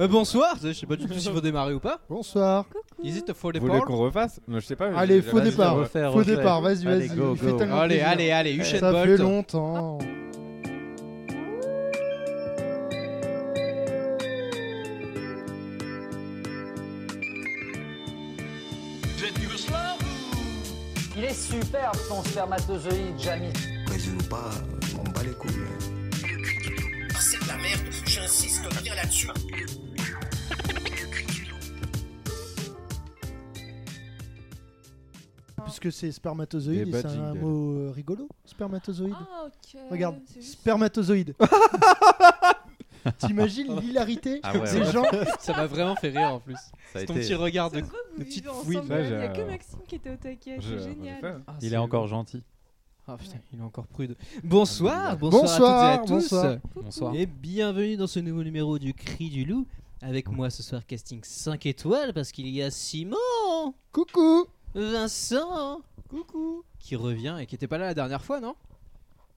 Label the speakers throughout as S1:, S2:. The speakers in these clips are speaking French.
S1: Euh, bonsoir, je sais pas du tout s'il faut démarrer ou pas.
S2: Bonsoir.
S1: Is it a faux
S3: Vous
S1: départ
S3: voulez qu'on refasse Non, Je sais pas.
S2: Allez,
S3: j'ai
S2: faux
S3: jamais
S2: départ.
S3: dit, euh,
S4: refaire,
S2: Faux
S4: refaire.
S2: départ, vas-y,
S4: Allez,
S2: vas-y.
S4: go,
S2: fais
S4: go.
S2: tellement
S1: Allez,
S2: plaisir.
S1: allez, allez, Usain
S2: Ça
S1: Bolt.
S2: fait longtemps.
S5: Il est superbe son spermatozoïde, Jamie.
S6: Présume pas, euh, on bat les couilles. hein.
S7: C'est de la merde, j'insiste bien là-dessus.
S2: Puisque c'est spermatozoïde,
S3: Des
S2: et c'est un
S3: badgings.
S2: mot euh, rigolo, spermatozoïde.
S8: Ah, ok.
S2: Regarde,
S8: C'est juste-
S2: spermatozoïde. T'imagines l'hilarité
S4: Ah ouais,
S2: des
S4: ouais.
S2: gens
S1: Ça m'a vraiment fait rire en plus.
S4: Ça a
S1: Ton
S4: été-
S1: petit regard
S8: C'est
S1: de.
S8: vrai que vous
S1: de petites
S8: vivez
S1: fouilles,
S8: ensemble.
S3: là,
S8: Il y a
S3: j'ai-
S8: que Maxime qui était au taquet.
S3: je-
S8: C'est
S3: j'ai fait,
S8: génial.
S3: hein.
S1: Ah,
S4: Il
S1: c'est
S4: est encore
S1: le-
S4: gentil.
S1: Ah putain, il est encore prude. Bonsoir, bonsoir, à toutes et à tous.
S2: Bonsoir,
S4: Bonsoir.
S1: Et bienvenue dans ce nouveau numéro du Cri du Loup. Avec moi ce soir, casting 5 étoiles parce qu'il y a Simon,
S2: Coucou
S1: Vincent, coucou, qui revient et qui était pas là la dernière fois, non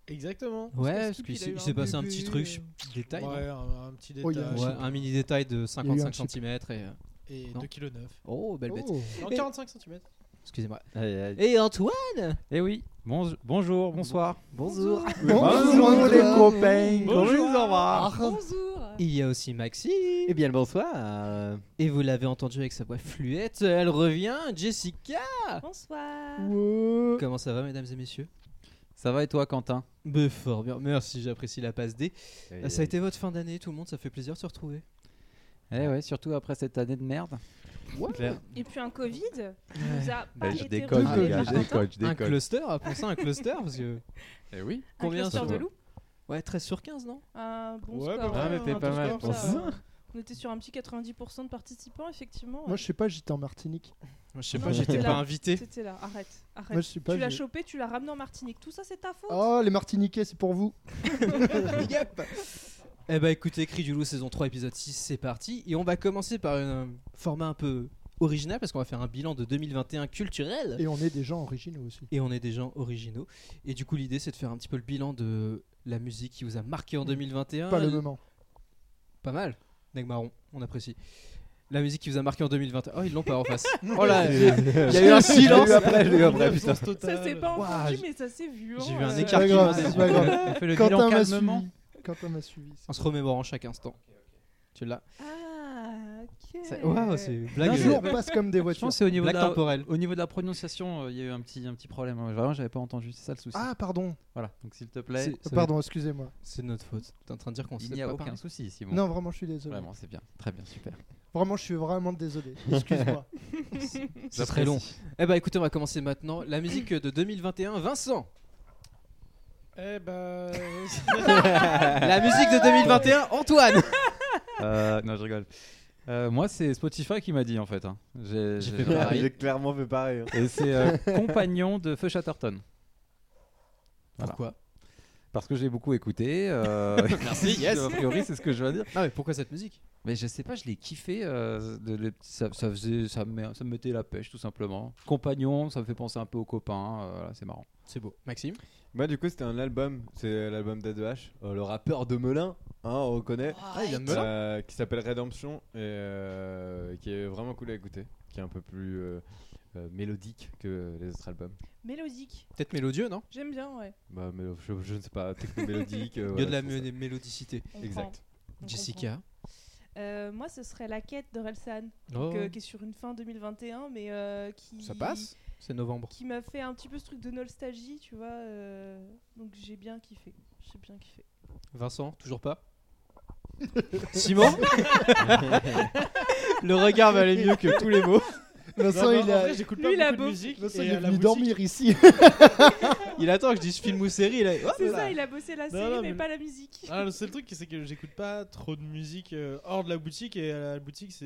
S9: Exactement.
S1: Ouais,
S9: Parce
S1: parce
S9: que
S1: qu'il
S9: qu'il a eu
S1: s'est
S9: un
S1: s'est passé un
S9: bébé,
S1: petit
S9: euh,
S1: truc, détail. non
S9: Ouais, un, un petit détail.
S2: Oh, il y a
S1: Ouais,
S2: chip.
S1: un mini détail de
S2: Il y a eu un
S1: 55
S2: chip.
S1: cm et. euh,
S9: Et
S1: Non.
S9: 2,9 kg.
S1: Oh, belle bête.
S2: Oh.
S9: Non,
S1: Et-
S9: 45 cm.
S1: Excusez-moi.
S4: Aïe, aïe.
S1: Et Antoine
S4: Eh oui, bonj- bonjour, bonsoir.
S1: Bonjour.
S3: Ah,
S1: Ah.
S2: Bonjour,
S4: les
S2: Antoine.
S4: copains.
S9: Bonjour.
S4: Bonjour. Au revoir.
S8: Bonjour.
S1: Il y a aussi Maxi. Et Eh bien le bonsoir. Et vous l'avez entendu avec sa voix fluette, elle revient, Jessica.
S8: Bonsoir.
S2: Ouais.
S1: Comment ça va, mesdames et messieurs
S4: Ça va et toi, Quentin
S1: Mais fort bien, merci, j'apprécie la passe D. Eh, Ça a été votre fin d'année, tout le monde, ça fait plaisir de se retrouver.
S4: Eh ouais, surtout après cette année de merde.
S8: Et puis un Covid qui nous a pas
S3: Bah, je
S8: été
S3: déconne,
S8: remis
S3: les gars,
S8: par
S3: je
S8: Tintin.
S3: déconne, je
S1: Un
S3: déconne.
S1: cluster, pour ça, un cluster, parce que.
S3: Eh oui.
S8: Un
S1: Combien
S8: cluster
S1: sur-
S8: de loups
S1: Ouais, 13 sur 15, non
S8: Un bon
S9: Ouais,
S8: score.
S9: pas mal.
S8: ouais,
S9: Ah,
S8: un
S9: mais t'es
S8: bon
S9: pas mal
S8: score,
S9: pour
S8: ça,
S9: ça.
S8: ouais. On était sur un petit 90% de participants, effectivement.
S2: Moi, je sais pas, j'étais en Martinique.
S1: Moi, Je sais
S8: Non,
S1: pas, j'étais
S8: j'étais
S1: pas
S8: là.
S1: invité.
S8: C'était là, arrête. arrête.
S2: Moi, je sais pas.
S8: tu l'as
S2: j'ai-
S8: chopé, tu l'as ramené en Martinique. Tout ça, c'est ta faute.
S2: Oh, les Martiniquais, c'est pour vous.
S1: Eh bah écoutez, Cri du Loup saison 3 épisode 6, c'est parti. Et on va commencer par un format un peu original parce qu'on va faire un bilan de 2021 culturel.
S2: Et on est des gens originaux aussi.
S1: Et on est des gens originaux. Et du coup, l'idée c'est de faire un petit peu le bilan de la musique qui vous a marqué en
S4: Mm.
S1: 2021.
S2: Pas le moment.
S1: Pas mal, Negmaron, on apprécie. La musique qui vous a marqué en 2021. Oh, ils l'ont pas en face. oh là, il y a- il y a eu un silence.
S4: eu après, je l'ai eu après, putain.
S8: Ça s'est pas
S2: Ouah,
S8: entendu,
S2: j'ai-
S8: mais ça Euh, s'est vu.
S1: J'ai vu un
S2: C'est
S1: écart
S2: pas
S1: qui
S2: grave,
S1: m'a
S2: c'est
S1: déçu.
S2: pas grave.
S4: On fait le bilan
S2: Quentin m'a
S4: calmement.
S2: suivi. Quentin m'a suivi.
S1: En se remémorant chaque instant. Tu l'as.
S8: Ah, ok.
S1: Ça- Waouh, c'est une blague. euh,
S2: Un
S4: Blague-
S2: jour passe comme des
S4: Je pense
S2: voitures.
S4: que c'est au niveau de
S1: Blague
S4: la...
S1: temporelle.
S4: Au niveau de la prononciation, euh, il y a eu un petit, un petit problème. hein. Vraiment, j'avais pas entendu. C'est ça le souci.
S2: Ah, pardon.
S4: Voilà, donc s'il te plaît,
S1: C'est- ça-
S2: Pardon, excusez-moi.
S1: C'est de notre faute. T'es en train de dire qu'on
S4: il
S1: sait
S4: n'y a
S1: pas
S4: aucun
S1: parler.
S4: souci, Simon.
S2: Non, vraiment, je suis désolé.
S4: Vraiment, c'est bien. Très bien, super.
S2: Vraiment, je suis vraiment désolé. Excuse-moi.
S1: C'est très long. Eh bah écoutez, on va commencer maintenant. La musique de 2021, Vincent.
S9: Eh bah.
S1: La musique de 2021, Antoine.
S4: Euh, non, je rigole. Euh, moi, c'est Spotify qui m'a dit en fait. hein. J'ai
S1: J'ai
S4: j'ai-
S1: fait pareil.
S3: J'ai clairement fait pareil. hein.
S4: Et c'est euh, compagnon de Feu Chatterton. Voilà.
S1: Pourquoi
S4: Parce que j'ai beaucoup écouté. euh,
S1: Merci, yes.
S4: A priori, c'est ce que je veux dire.
S1: Non mais pourquoi cette musique
S4: Mais je sais pas, je l'ai kiffé. euh, de- le- ça, ça faisait, ça, me, ça me mettait la pêche, tout simplement. Compagnon, ça me fait penser un peu aux copains. euh, voilà, c'est marrant.
S1: C'est beau. Maxime
S3: Moi, Bah, du coup, c'était un album. C'est l'album d'A2H. euh, le rappeur de Melun, hein, on reconnaît.
S1: Ah, il vient de Melun
S3: Euh, qui s'appelle Redemption et euh, qui est vraiment cool à écouter. Qui est un peu plus euh, euh, mélodique que les autres albums.
S8: Mélodique.
S1: Peut-être mélodieux, non
S8: J'aime bien, ouais.
S3: Bah, mais je, je ne sais pas, techno-mélodique. euh,
S1: Il y a
S3: voilà,
S1: de la
S3: c'est ça.
S1: mé- mélodicité.
S8: On
S3: Exact.
S8: prend, on
S1: Jessica.
S8: comprend. Euh, moi, ce serait la quête d'Orelsan,
S1: Oh,
S8: que- qui est sur une fin 2021, mais euh, qui.
S1: Ça passe C'est novembre.
S8: Qui m'a fait un petit peu ce truc de nostalgie, tu vois. euh, donc j'ai bien kiffé. J'ai bien kiffé.
S1: Vincent, toujours pas Simon Le regard valait mieux que tous les mots.
S2: Vincent, il
S9: En
S2: a.
S9: vrai, j'écoute pas
S8: Lui, il a
S9: beaucoup de
S8: beau-
S9: musique.
S2: Vincent,
S9: et
S2: il
S9: à
S2: est
S9: la
S2: venu
S9: boutique-
S2: dormir ici.
S1: Il attend que je dise film ou série. Là. Hop
S8: C'est
S1: Ah là.
S8: ça, il a bossé la série,
S9: non,
S8: mais,
S9: mais-
S8: pas la musique.
S9: Ah, le seul truc, c'est que j'écoute pas trop de musique euh, hors de la boutique. Et à la boutique, c'est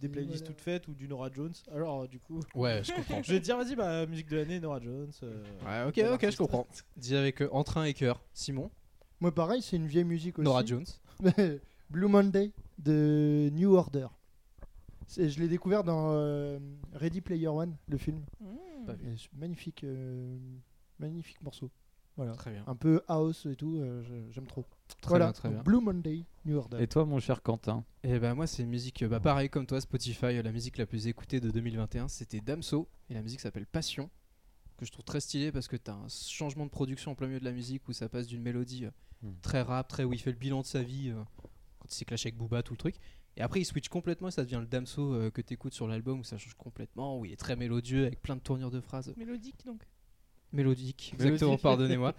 S9: des playlists
S2: Voilà.
S9: toutes faites ou du Nora Jones. Alors, euh, du coup,
S1: Ouais, je comprends.
S9: je vais te dire, vas-y, bah, musique de l'année, Nora Jones. euh,
S1: Ouais, ok,
S9: tel
S1: ok, je
S9: artiste.
S1: comprends. Dis avec euh, entrain et cœur. Simon,
S2: Moi, pareil, c'est une vieille musique aussi.
S1: Nora Jones.
S2: Blue Monday de New Order. C'est- Je l'ai découvert dans euh, Ready Player One, le film.
S8: Mmh.
S1: Pas vu.
S2: Et c'est magnifique, euh, magnifique morceau. Voilà.
S9: Très bien.
S2: Un peu house et tout, euh, je- j'aime trop.
S4: Très
S2: voilà,
S4: bien, très
S2: donc
S4: bien.
S2: Blue Monday, New Order.
S4: Et toi, mon cher Quentin
S1: Et ben moi c'est une musique, euh, bah pareil comme toi Spotify, euh, la musique la plus écoutée de 2021 c'était Damso et la musique s'appelle Passion que je trouve très stylée parce que t'as un changement de production en plein milieu de la musique où ça passe d'une mélodie euh,
S4: Hmm.
S1: très rap, très où il fait le bilan de sa vie euh, quand il s'est clashé avec Booba tout le truc et après il switch complètement et ça devient le Damso euh, que t'écoutes sur l'album où ça change complètement où il est très mélodieux avec plein de tournures de phrases
S8: Mélodique donc.
S1: mélodiques exactement
S9: Mélodique.
S1: pardonnez-moi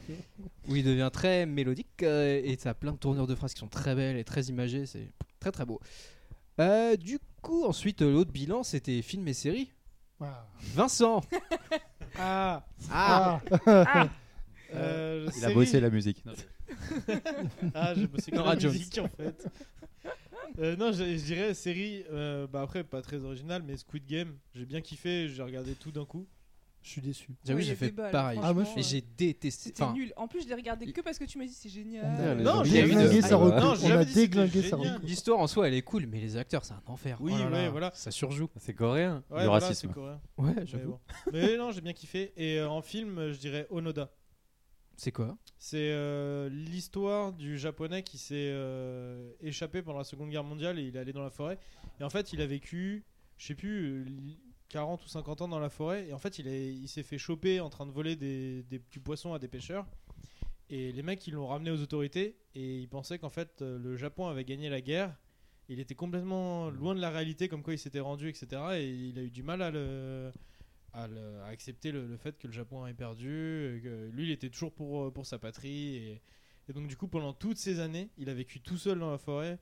S1: où il devient très mélodique euh, et ça a plein de tournures de phrases qui sont très belles et très imagées, c'est très très beau. Euh, du coup, ensuite, euh, l'autre bilan, c'était films et séries.
S2: Ah.
S1: Vincent
S9: Ah,
S2: Ah.
S9: euh,
S4: Il a
S9: série.
S4: bossé la musique.
S9: Ah, j'ai bossé que
S1: Nora
S9: la
S1: Jones.
S9: musique en fait. Euh, non, je, je dirais série, euh, bah après pas très originale, mais Squid Game, j'ai bien kiffé, j'ai regardé tout d'un coup.
S2: Je suis déçu.
S1: J'avoue,
S8: Ouais, il y
S1: j'ai
S8: a
S1: fait
S8: débat, là,
S1: pareil.
S2: Ah, moi, je-
S8: franchement,
S1: Et
S8: euh,
S1: j'ai détesté.
S8: C'était
S1: Enfin,
S8: nul. En plus, je l'ai regardé que parce que tu m'as dit c'est
S9: Euh,
S8: génial.
S4: les gens
S2: on
S4: qui
S2: a
S4: j'ai aiment
S2: déglingué
S4: ça.
S2: sa
S4: Non,
S2: recrue.
S9: j'ai
S2: On
S9: jamais
S2: a
S9: dit que c'était
S2: déglingué sa
S9: génial.
S2: recrue.
S1: l'histoire en soi, elle est cool, mais les acteurs, c'est un enfer.
S9: Oui,
S1: Oh là
S9: ouais,
S1: là,
S9: voilà.
S1: Ça surjoue.
S3: C'est coréen.
S4: Le
S9: voilà,
S4: racisme.
S9: c'est coréen.
S1: Ouais,
S9: Mais,
S1: j'avoue.
S9: bon. Mais non, j'ai bien kiffé. Et euh, en film, euh, je dirais Onoda.
S1: C'est quoi
S9: C'est euh, l'histoire du japonais qui s'est euh, échappé pendant la Seconde Guerre mondiale et il est allé dans la forêt. Et en fait, il a vécu, je sais plus, euh, li- 40 ou 50 ans dans la forêt. Et en fait, il, est- il s'est fait choper en train de voler des, des, du poisson à des pêcheurs. Et les mecs, ils l'ont ramené aux autorités et ils pensaient qu'en fait, euh, le Japon avait gagné la guerre. Il était complètement loin de la réalité, comme quoi il s'était rendu, etc. Et il a eu du mal à le, à, le- à accepter le, le fait que le Japon avait perdu. euh, que lui, il était toujours pour, euh, pour sa patrie. Et, et donc, du coup, pendant toutes ces années, il a vécu tout seul dans la forêt.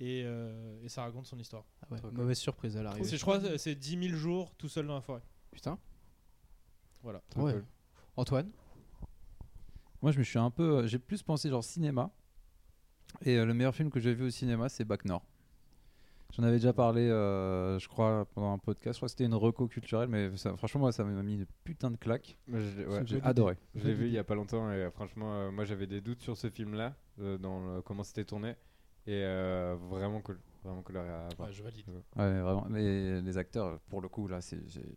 S9: Et, euh, et ça raconte son histoire.
S1: Ah ouais, Mauvaise surprise à l'arrivée.
S9: C'est- Je crois que c'est 10 000 jours tout seul dans la forêt.
S1: Putain. Ah
S9: Voilà.
S1: Ouais. Antoine
S4: Moi, je me suis un peu. euh, J'ai plus pensé genre cinéma. Et euh, le meilleur film que j'ai vu au cinéma, c'est Bac Nord. J'en avais déjà parlé, euh, je crois, pendant un podcast. Je crois que c'était une reco culturelle, mais ça- franchement, moi, ça m'a mis une putain de claque.
S3: Je l'ai- ouais,
S4: J'ai
S3: j'ai-
S4: adoré.
S3: je l'ai vu il y a pas longtemps et euh, franchement, euh, moi j'avais des doutes sur ce film-là, euh, dans le- comment c'était tourné. Et euh, vraiment cool. Vraiment cool à à voir.
S9: Ouais, je valide.
S4: Ouais, vraiment. Les, les acteurs, pour le coup, là, c'est. j'ai-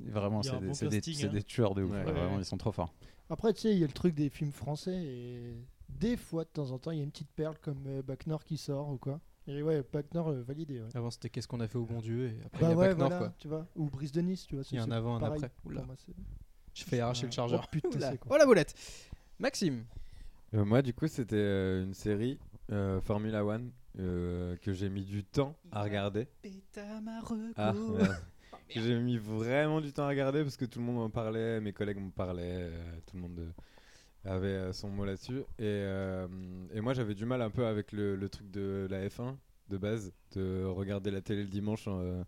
S4: Vraiment,
S9: Il y a
S4: c'est
S9: un
S4: des,
S9: bon
S4: c'est des-
S9: casting,
S4: c'est
S9: hein.
S4: des tueurs de ouf.
S3: Ouais,
S4: là,
S9: ouais,
S4: vraiment,
S9: ouais.
S4: ils sont trop forts.
S2: Après, tu sais, il y a le truc des films français et des fois, de temps en temps, il y a une petite perle comme euh, Bac Nord qui sort ou quoi. Et ouais, Bac Nord euh, validé. Ouais.
S1: Avant, c'était Qu'est-ce qu'on a fait au bon Dieu Et après, il y
S2: Bah
S1: a
S2: ouais,
S1: Bac Nord,
S2: voilà,
S1: quoi.
S2: tu vois. Ou Brise de Nice, tu vois.
S1: Il y a
S2: c'est-
S1: un
S2: c'est
S1: avant, un
S2: pareil
S1: après.
S2: pour
S1: Oula.
S2: moi, c'est-
S1: Je fais arracher le
S2: Oh,
S1: chargeur.
S2: putain,
S1: Oula.
S2: c'est quoi.
S1: Oh la boulette Maxime
S3: Euh, moi, du coup, c'était euh, une série euh, Formula One euh, que j'ai mis du temps à regarder. Ah, merde. Que j'ai mis vraiment du temps à regarder parce que tout le monde en parlait, mes collègues m'en parlaient, euh, tout le monde euh, avait euh, son mot là-dessus. Et, euh, et moi, j'avais du mal un peu avec le, le truc de la F1 de base, de regarder la télé le dimanche. euh,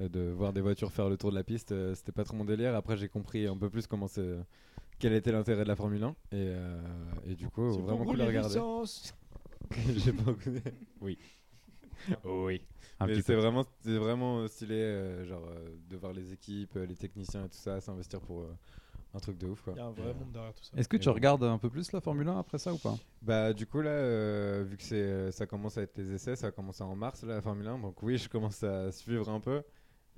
S3: euh, de voir des voitures faire le tour de la piste, euh, c'était pas trop mon délire. Après, j'ai compris un peu plus comment c'est, quel était l'intérêt de la Formule 1. Et, euh, et du coup, vraiment cool à regarder. J'ai pas connu. Oui. oui.
S4: Un
S3: Mais
S4: petit
S3: c'est
S4: peu.
S3: vraiment, c'est vraiment euh, stylé, euh, genre euh, de voir les équipes, euh, les techniciens et tout ça, s'investir pour euh, un truc de ouf quoi.
S9: Il y a un vrai monde derrière tout ça.
S4: Est-ce que
S3: Et
S4: tu
S3: bon.
S4: regardes un peu plus la Formule 1 après ça ou pas
S3: Bah du coup là, euh, vu que c'est, euh, ça commence à être les essais, ça a commencé en mars là, la Formule 1, donc oui, je commence à suivre un peu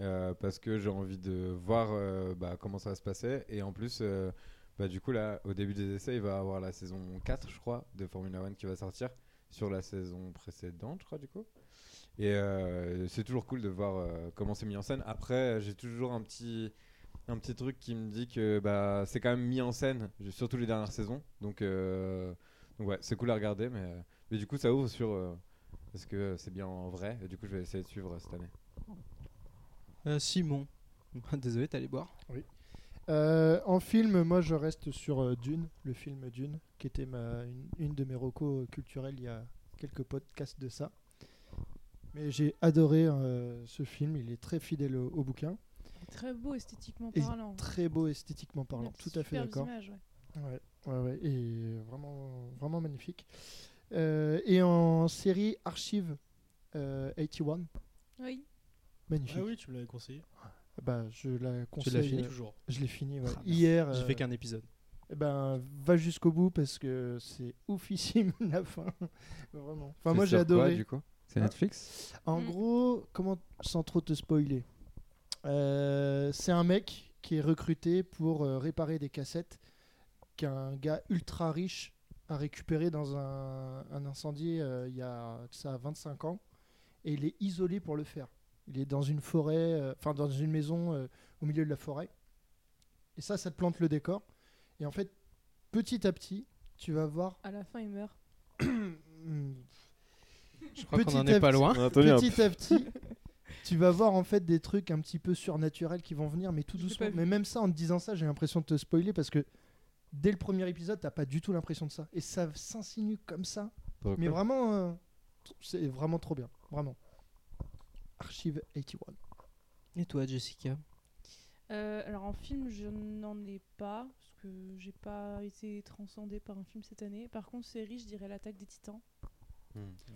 S3: euh, parce que j'ai envie de voir euh, bah, comment ça va se passer et en plus. euh, bah, du coup, là, au début des essais, il va y avoir la saison 4, je crois, de Formula 1 qui va sortir sur la saison précédente, je crois, du coup. Et euh, c'est toujours cool de voir euh, comment c'est mis en scène. Après, j'ai toujours un petit, un petit truc qui me dit que bah, c'est quand même mis en scène, surtout les dernières saisons. Donc, euh, donc ouais, c'est cool à regarder, mais, euh, mais du coup, ça ouvre sur. euh, est-ce que c'est bien en vrai Et du coup, je vais essayer de suivre euh, cette année.
S1: Euh, Simon. Désolé, t'allais boire.
S2: Euh, en film, moi je reste sur euh, Dune, le film Dune, qui était ma, une, une de mes recos culturels il y a quelques podcasts de ça. Mais j'ai adoré euh, ce film, il est très fidèle au, au bouquin,
S8: Très beau esthétiquement
S2: Et
S8: parlant.
S2: très beau esthétiquement
S8: Il y a
S2: parlant,
S8: des
S2: tout à fait
S8: superbes
S2: d'accord.
S8: images, ouais.
S2: Ouais, ouais, ouais, et vraiment, vraiment magnifique. Euh, et en série Archive euh, 81,
S8: Oui.
S2: magnifique.
S9: Ah oui, tu me l'avais conseillé.
S2: Bah, je la conseille.
S1: fini
S2: euh,
S9: Toujours.
S2: je l'ai fini ouais.
S1: Ah, merde.
S2: hier.
S1: J'ai
S2: euh,
S1: fait qu'un épisode.
S2: Eh ben, va jusqu'au bout parce que c'est oufissime la fin. Vraiment. Enfin,
S9: Bah,
S3: C'est
S2: moi j'ai
S3: sur quoi,
S2: adoré.
S3: du coup
S4: C'est
S2: Ah.
S4: Netflix
S2: En
S8: Mm.
S2: gros, comment sans trop te spoiler, euh, c'est un mec qui est recruté pour euh, réparer des cassettes qu'un gars ultra riche a récupéré dans un, un incendie euh, il y a de ça 25 ans et il est isolé pour le faire. Il est dans une forêt, euh, enfin dans une maison euh, au milieu de la forêt. Et ça, ça te plante le décor. Et en fait, petit à petit, tu vas voir.
S8: À la fin, il meurt.
S2: Hmm,
S1: Je crois qu'on
S2: Petit
S1: en
S2: à
S1: est pas
S2: petit.
S1: loin.
S3: On a entendu un
S9: hein.
S2: petit à petit, tu vas voir en fait des trucs un petit peu surnaturels qui vont venir, mais tout
S8: Je l'ai
S2: doucement.
S8: pas vu.
S2: Mais même ça, en te disant ça, j'ai l'impression de te spoiler parce que dès le premier épisode, t'as pas du tout l'impression de ça. Et ça s'insinue comme ça.
S3: peu.
S2: Mais vraiment, euh, tr- c'est vraiment trop bien. Vraiment. Archive 81.
S1: Et toi, Jessica
S8: Euh, alors en film, je n'en ai pas, parce que j'ai pas été transcendée par un film cette année. Par contre, série, je dirais L'attaque des titans,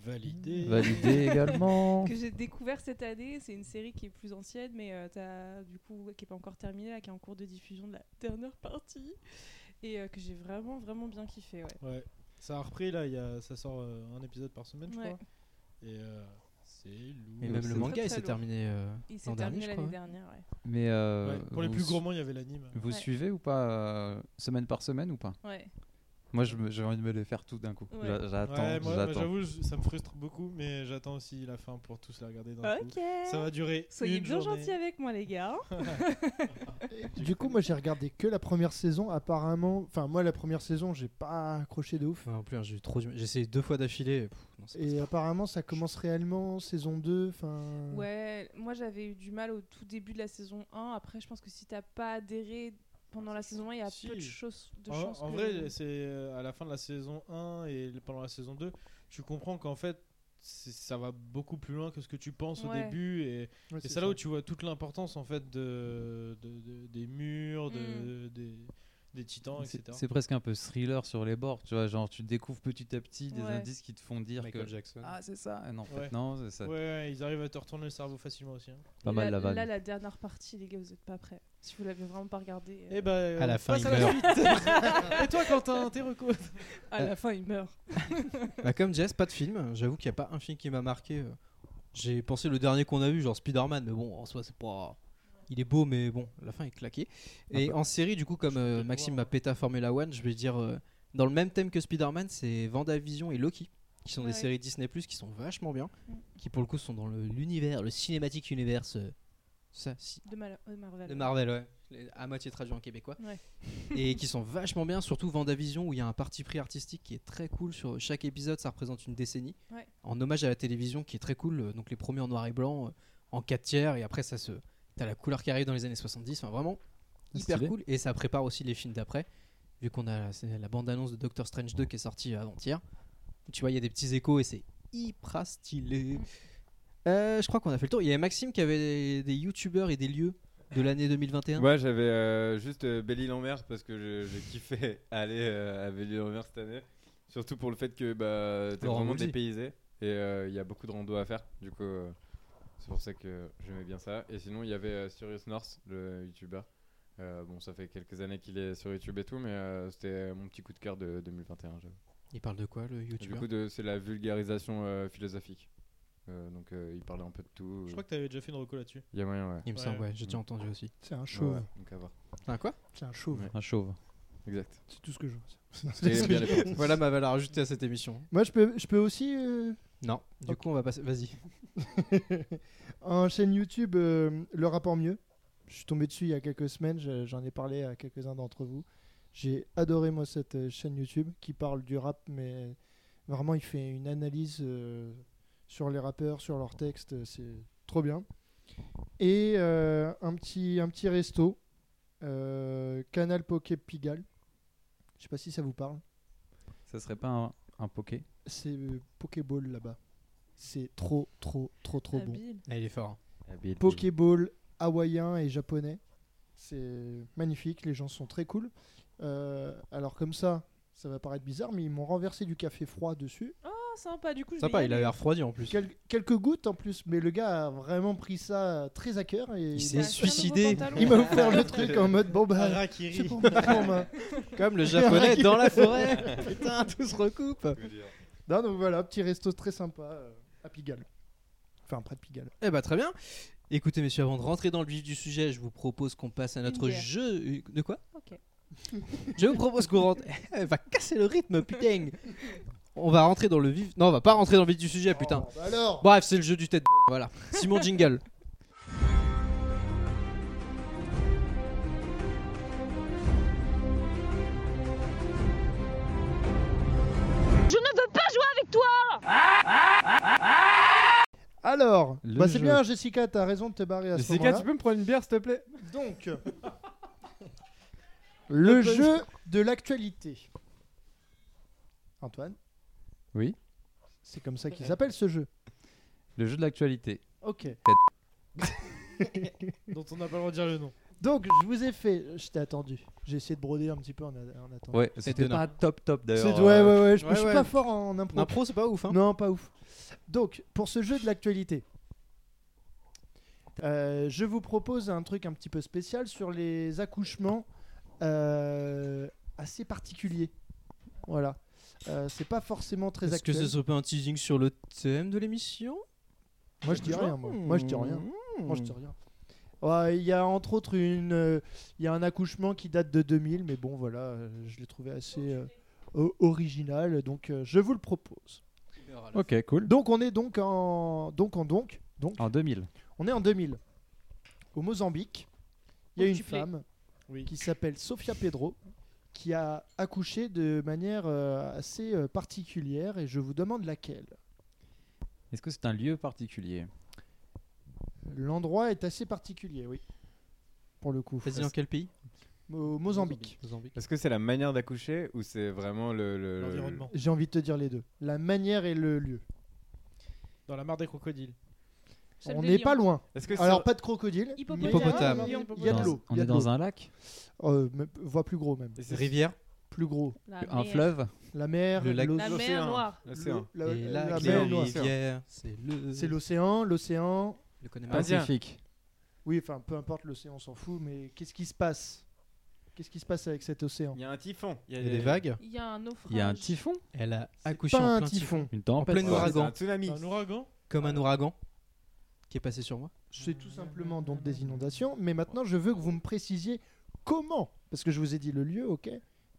S9: Validé.
S4: Mmh. Validé également.
S8: que j'ai découvert cette année. C'est une série qui est plus ancienne, mais euh, t'as- du coup, qui n'est pas encore terminée, là, qui est en cours de diffusion de la dernière partie, et euh, que j'ai vraiment, vraiment bien kiffé. Ouais.
S9: Ouais. Ça a repris là, il y a- ça sort euh, un épisode par semaine, je
S8: Ouais.
S9: crois. Et euh, c'est lourd.
S1: Mais même
S4: c'est
S1: le
S4: très,
S1: manga,
S8: très
S1: il s'est
S8: lourd.
S1: terminé euh,
S8: Il s'est
S1: l'an dernier,
S8: terminé
S1: je
S8: l'année
S1: crois.
S8: dernière. ouais.
S4: Mais euh,
S9: Ouais, Pour les
S4: vous
S9: plus
S4: su-
S9: gourmands, il y avait l'anime.
S4: Vous
S8: Ouais.
S4: suivez ou pas euh, semaine par semaine ou pas
S8: Ouais.
S4: Moi, je me- j'ai envie de me les faire tout d'un coup.
S8: Ouais.
S4: J'a- J'attends,
S9: Ouais, moi, moi,
S4: j'attends.
S9: j'avoue, je- ça me frustre beaucoup, mais j'attends aussi la fin pour tous la regarder d'un coup.
S8: Ok.
S9: Ça va durer
S8: Soyez
S9: une
S8: bien
S9: journée.
S8: gentils avec moi, les gars.
S2: Du coup, moi, j'ai regardé que la première saison. Apparemment, enfin, moi, la première saison, j'ai pas accroché de ouf.
S1: Ouais, en plus, hein, j'ai eu trop du- j'ai essayé deux fois d'affilée. Pff, non, c'est pas
S2: Et
S1: ça.
S2: apparemment, ça commence réellement saison 2. Enfin,
S8: Ouais, moi j'avais eu du mal au tout début de la saison 1. Après, je pense que si t'as pas adhéré pendant la saison 1, il y a
S9: Si.
S8: peu de choses. De
S9: En,
S8: chances
S9: en
S8: que-
S9: vrai, c'est euh, à la fin de la saison 1 et le- pendant la saison 2, tu comprends qu'en fait, c'est- ça va beaucoup plus loin que ce que tu penses au
S8: Ouais.
S9: début. Et,
S2: Ouais,
S9: et c'est là où tu vois toute l'importance en fait de, de- de- des murs,
S8: Mm.
S9: de, des, des titans,
S4: C'est-
S9: hein, etc.
S4: C'est presque un peu thriller sur les bords, tu vois. Genre, tu découvres petit à petit des
S8: Ouais.
S4: indices qui te font dire
S1: Michael
S4: que.
S1: Jackson.
S4: Ah, c'est ça. Et Non, en fait,
S9: Ouais.
S4: non, c'est ça.
S9: Ouais, ouais, ils arrivent à te retourner le cerveau facilement aussi. hein.
S4: Pas mal la
S8: là,
S4: vanne.
S8: là, la dernière partie, les gars, vous êtes pas prêts. Si vous l'avez vraiment pas regardé, euh,
S9: Et ben,
S1: À
S9: on
S1: la fin,
S9: passe
S1: il
S9: à la suite. et toi, Quentin, tes recos
S8: à la fin, il meurt.
S1: Bah, comme Jess, pas de film. J'avoue qu'il n'y a pas un film qui m'a marqué. euh. J'ai pensé le dernier qu'on a vu, genre Spider-Man, mais bon, en soi, c'est pas. Il est beau, mais bon, la fin est claquée.
S4: Un
S1: Et
S4: peu.
S1: en série, du coup, comme
S9: Je peux
S1: euh,
S9: peut-être
S1: Maxime
S9: voir,
S1: m'a
S9: hein.
S1: pété à Formula One, je vais dire euh, dans le même thème que Spider-Man, c'est Vendavision et Loki, qui sont
S8: Ouais.
S1: des séries Disney Plus qui sont vachement bien,
S8: Mm.
S1: qui pour le coup sont dans le- l'univers, le, cinématique universe. euh, ça, si,
S8: De, Mal- euh, Marvel.
S1: de Marvel, ouais. Les- À moitié traduit en québécois.
S8: Ouais.
S1: Et qui sont vachement bien, surtout Vendavision, où il y a un parti pris artistique qui est très cool. Sur chaque épisode, ça représente une décennie.
S8: Ouais.
S1: En hommage à la télévision, qui est très cool. Euh, Donc les premiers en noir et blanc, euh, en 4 tiers, et après, ça se. T'as la couleur qui arrive dans les années 70. Enfin, vraiment hyper
S4: Stylé.
S1: cool. Et ça prépare aussi les films d'après. Vu qu'on a la, c'est la bande-annonce de Doctor Strange 2 qui est sortie avant-hier. Tu vois, il y a des petits échos et c'est hyper stylé. Euh, je crois qu'on a fait le tour. Il y avait Maxime qui avait des, des youtubeurs et des lieux de l'année 2021.
S3: Ouais, j'avais euh, juste euh, Belle-Île en mer parce que je- j'ai kiffé aller euh, à Belle-Île en mer cette année. Surtout pour le fait que bah, t'es
S1: Laurent
S3: vraiment
S1: Voulzy.
S3: dépaysé et euh, il y a beaucoup de rando à faire. Du coup, euh, c'est pour ça que j'aimais bien ça. Et sinon, il y avait euh, Sirius North, le youtubeur. Euh, bon, ça fait quelques années qu'il est sur YouTube et tout, mais euh, c'était mon petit coup de cœur de 2021. j'avoue.
S1: Il parle de quoi le
S3: Du
S1: youtubeur
S3: coup, de- c'est la vulgarisation euh, philosophique. Euh, donc, euh, il parlait un peu de tout.
S9: Je crois que t'avais déjà fait une reco là-dessus.
S3: Il y a moyen, ouais.
S1: Il me
S9: Ouais.
S1: semble, ouais, j'ai déjà entendu aussi.
S2: C'est un
S3: Ouais,
S2: chauve.
S3: ouais, donc à voir.
S1: Enfin quoi
S2: C'est un chauve.
S3: Ouais.
S4: Un chauve.
S3: Exact.
S2: C'est tout ce que je vois.
S3: Et bien les parents.
S1: Voilà ma valeur ajoutée à cette émission.
S2: Moi, je peux, je peux aussi. euh,
S1: Non, du coup on va passer. Vas-y.
S2: en chaîne YouTube, euh, Le Rapport Mieux. Je suis tombé dessus il y a quelques semaines. je- J'en ai parlé à quelques-uns d'entre vous. J'ai adoré, moi, cette euh, chaîne YouTube qui parle du rap, mais vraiment, il fait une analyse euh, sur les rappeurs, sur leurs textes. euh, C'est trop bien. Et euh, un, petit, un petit resto. euh, Canal Poké Pigalle. Je sais pas si ça vous parle.
S4: Ça serait pas un, un poké
S2: c'est euh, Pokéball là-bas. C'est trop, trop, trop, trop bon.
S8: Habile.
S1: Ah, il est fort.
S2: Pokéball hawaïen et japonais. C'est magnifique, les gens sont très cool. Euh, alors comme ça, ça va paraître bizarre, mais ils m'ont renversé du café froid dessus.
S8: Ah, sympa, du coup, je
S1: Sympa,
S8: vais y
S1: il a
S8: aller.
S1: l'air refroidi en plus.
S2: Quel- quelques gouttes en plus, mais le gars a vraiment pris ça euh, très à cœur et
S1: Il
S2: il
S1: s'est
S2: m'a-
S8: T'as acheté un nouveau
S1: suicidé.
S8: pantalon
S2: il m'a offert le truc en mode bon bah
S9: Harakiri.
S2: c'est pour moi, pour moi.
S1: Comme le japonais dans la forêt. Putain, tout se recoupe.
S2: Non, donc voilà, petit resto très sympa euh, à Pigalle. Enfin près de Pigalle.
S1: Eh bah très bien. Écoutez messieurs, avant de rentrer dans le vif du sujet, je vous propose qu'on passe à notre
S8: bière.
S1: jeu. De quoi
S8: Ok.
S1: Je vous propose qu'on rentre. Elle va casser le rythme, putain. On va rentrer dans le vif. Non, on va pas rentrer dans le vif du sujet, Eh, putain.
S2: Bah alors
S1: Bref, c'est le jeu du tête. de- Voilà. Simon Jingle.
S2: Alors
S4: Le
S2: Bah c'est
S4: jeu.
S2: bien Jessica, t'as raison de te barrer à ce
S3: Jessica,
S2: moment-là.
S3: tu peux me prendre une bière, s'il te plaît
S2: Donc le jeu de l'actualité. Antoine
S4: Oui.
S2: C'est comme ça qu'il s'appelle ce jeu.
S4: Le jeu de l'actualité.
S2: Ok.
S9: dont on n'a pas le droit de dire le nom.
S2: Donc je vous ai fait, je t'ai attendu. J'ai essayé de broder un petit peu en, a- en attendant.
S4: Ouais,
S1: c'était
S4: c'était pas top top
S2: C'est-
S4: d'ailleurs.
S2: ouais, ouais,
S4: euh,
S2: ouais, je,
S9: ouais,
S2: je suis
S9: ouais.
S2: pas fort en impro.
S1: L'impro, c'est pas ouf, hein.
S2: Non, pas ouf. Donc, pour ce jeu de l'actualité, euh, je vous propose un truc un petit peu spécial sur les accouchements euh, assez particuliers. Voilà. Euh, c'est pas forcément très
S1: Est-ce que
S2: actuel.
S1: ce serait pas un teasing sur le thème de l'émission
S2: Moi, je dis rien. Moi, Moi, je dis rien.
S1: Mmh.
S2: Moi, je dis rien. Ouais, Il y a entre autres une, euh, il y a un accouchement qui date de 2000, mais bon, voilà, euh, je l'ai trouvé assez euh, o- original, donc euh, je vous le propose.
S4: Ok, cool.
S2: Donc, on est donc en, donc en donc, donc
S4: En 2000.
S2: On est en 2000. Au Mozambique, il y a une femme
S9: Oui.
S2: qui s'appelle Sofia Pedro qui a accouché de manière euh, assez euh, particulière et je vous demande laquelle.
S4: Est-ce que c'est un lieu particulier
S2: L'endroit est assez particulier, oui. Pour le coup.
S1: Vas-y, dans quel pays
S2: Au Mozambique.
S3: Est-ce que c'est la manière d'accoucher ou c'est vraiment le. le- le-
S9: Euh, L'environnement.
S2: J'ai envie de te dire les deux. La manière et le lieu.
S9: Dans la mare des crocodiles.
S8: Celle
S2: on
S8: de
S2: n'est
S8: Lyon.
S2: pas loin.
S3: Est-ce que c'est-
S2: Alors pas de crocodile.
S8: Hippopotame.
S1: Hippopotame.
S8: Lyon.
S2: Il y a de
S4: Dans-
S2: l'eau.
S4: On
S2: il y a
S4: est
S2: de
S4: dans
S2: l'eau.
S4: un lac
S2: Euh, me- voie plus gros même.
S3: et c'est-
S1: Rivière.
S2: Plus gros.
S8: La
S4: Un
S8: mer.
S2: euh,
S4: fleuve
S2: La mer.
S1: Le lac-
S2: l'eau-
S8: La
S3: L'océan.
S8: mer Noire.
S3: L'océan.
S2: la-
S1: Et
S2: la
S1: là,
S2: mer
S1: les
S2: Noire.
S1: rivières, c'est le.
S2: C'est l'océan, l'océan.
S1: Je le connais pas.
S3: Indien.
S4: Pacifique.
S2: Oui, enfin, peu importe l'océan, on s'en fout, mais qu'est-ce qui se passe Qu'est-ce qui se passe avec cet océan
S3: Il y a un typhon.
S1: Il y a des vagues.
S8: Il y a un naufrage.
S4: Il y a un typhon
S1: Elle a
S2: C'est
S1: accouché
S2: pas
S1: en
S2: un
S1: plein typhon,
S2: typhon.
S4: Une tempête
S1: En plein
S4: quoi.
S1: ouragan.
S3: C'est un tsunami.
S9: Un ouragan
S1: comme un ouragan qui est passé sur moi.
S2: C'est tout simplement donc des inondations, mais maintenant je veux que vous me précisiez comment. Parce que je vous ai dit le lieu, ok,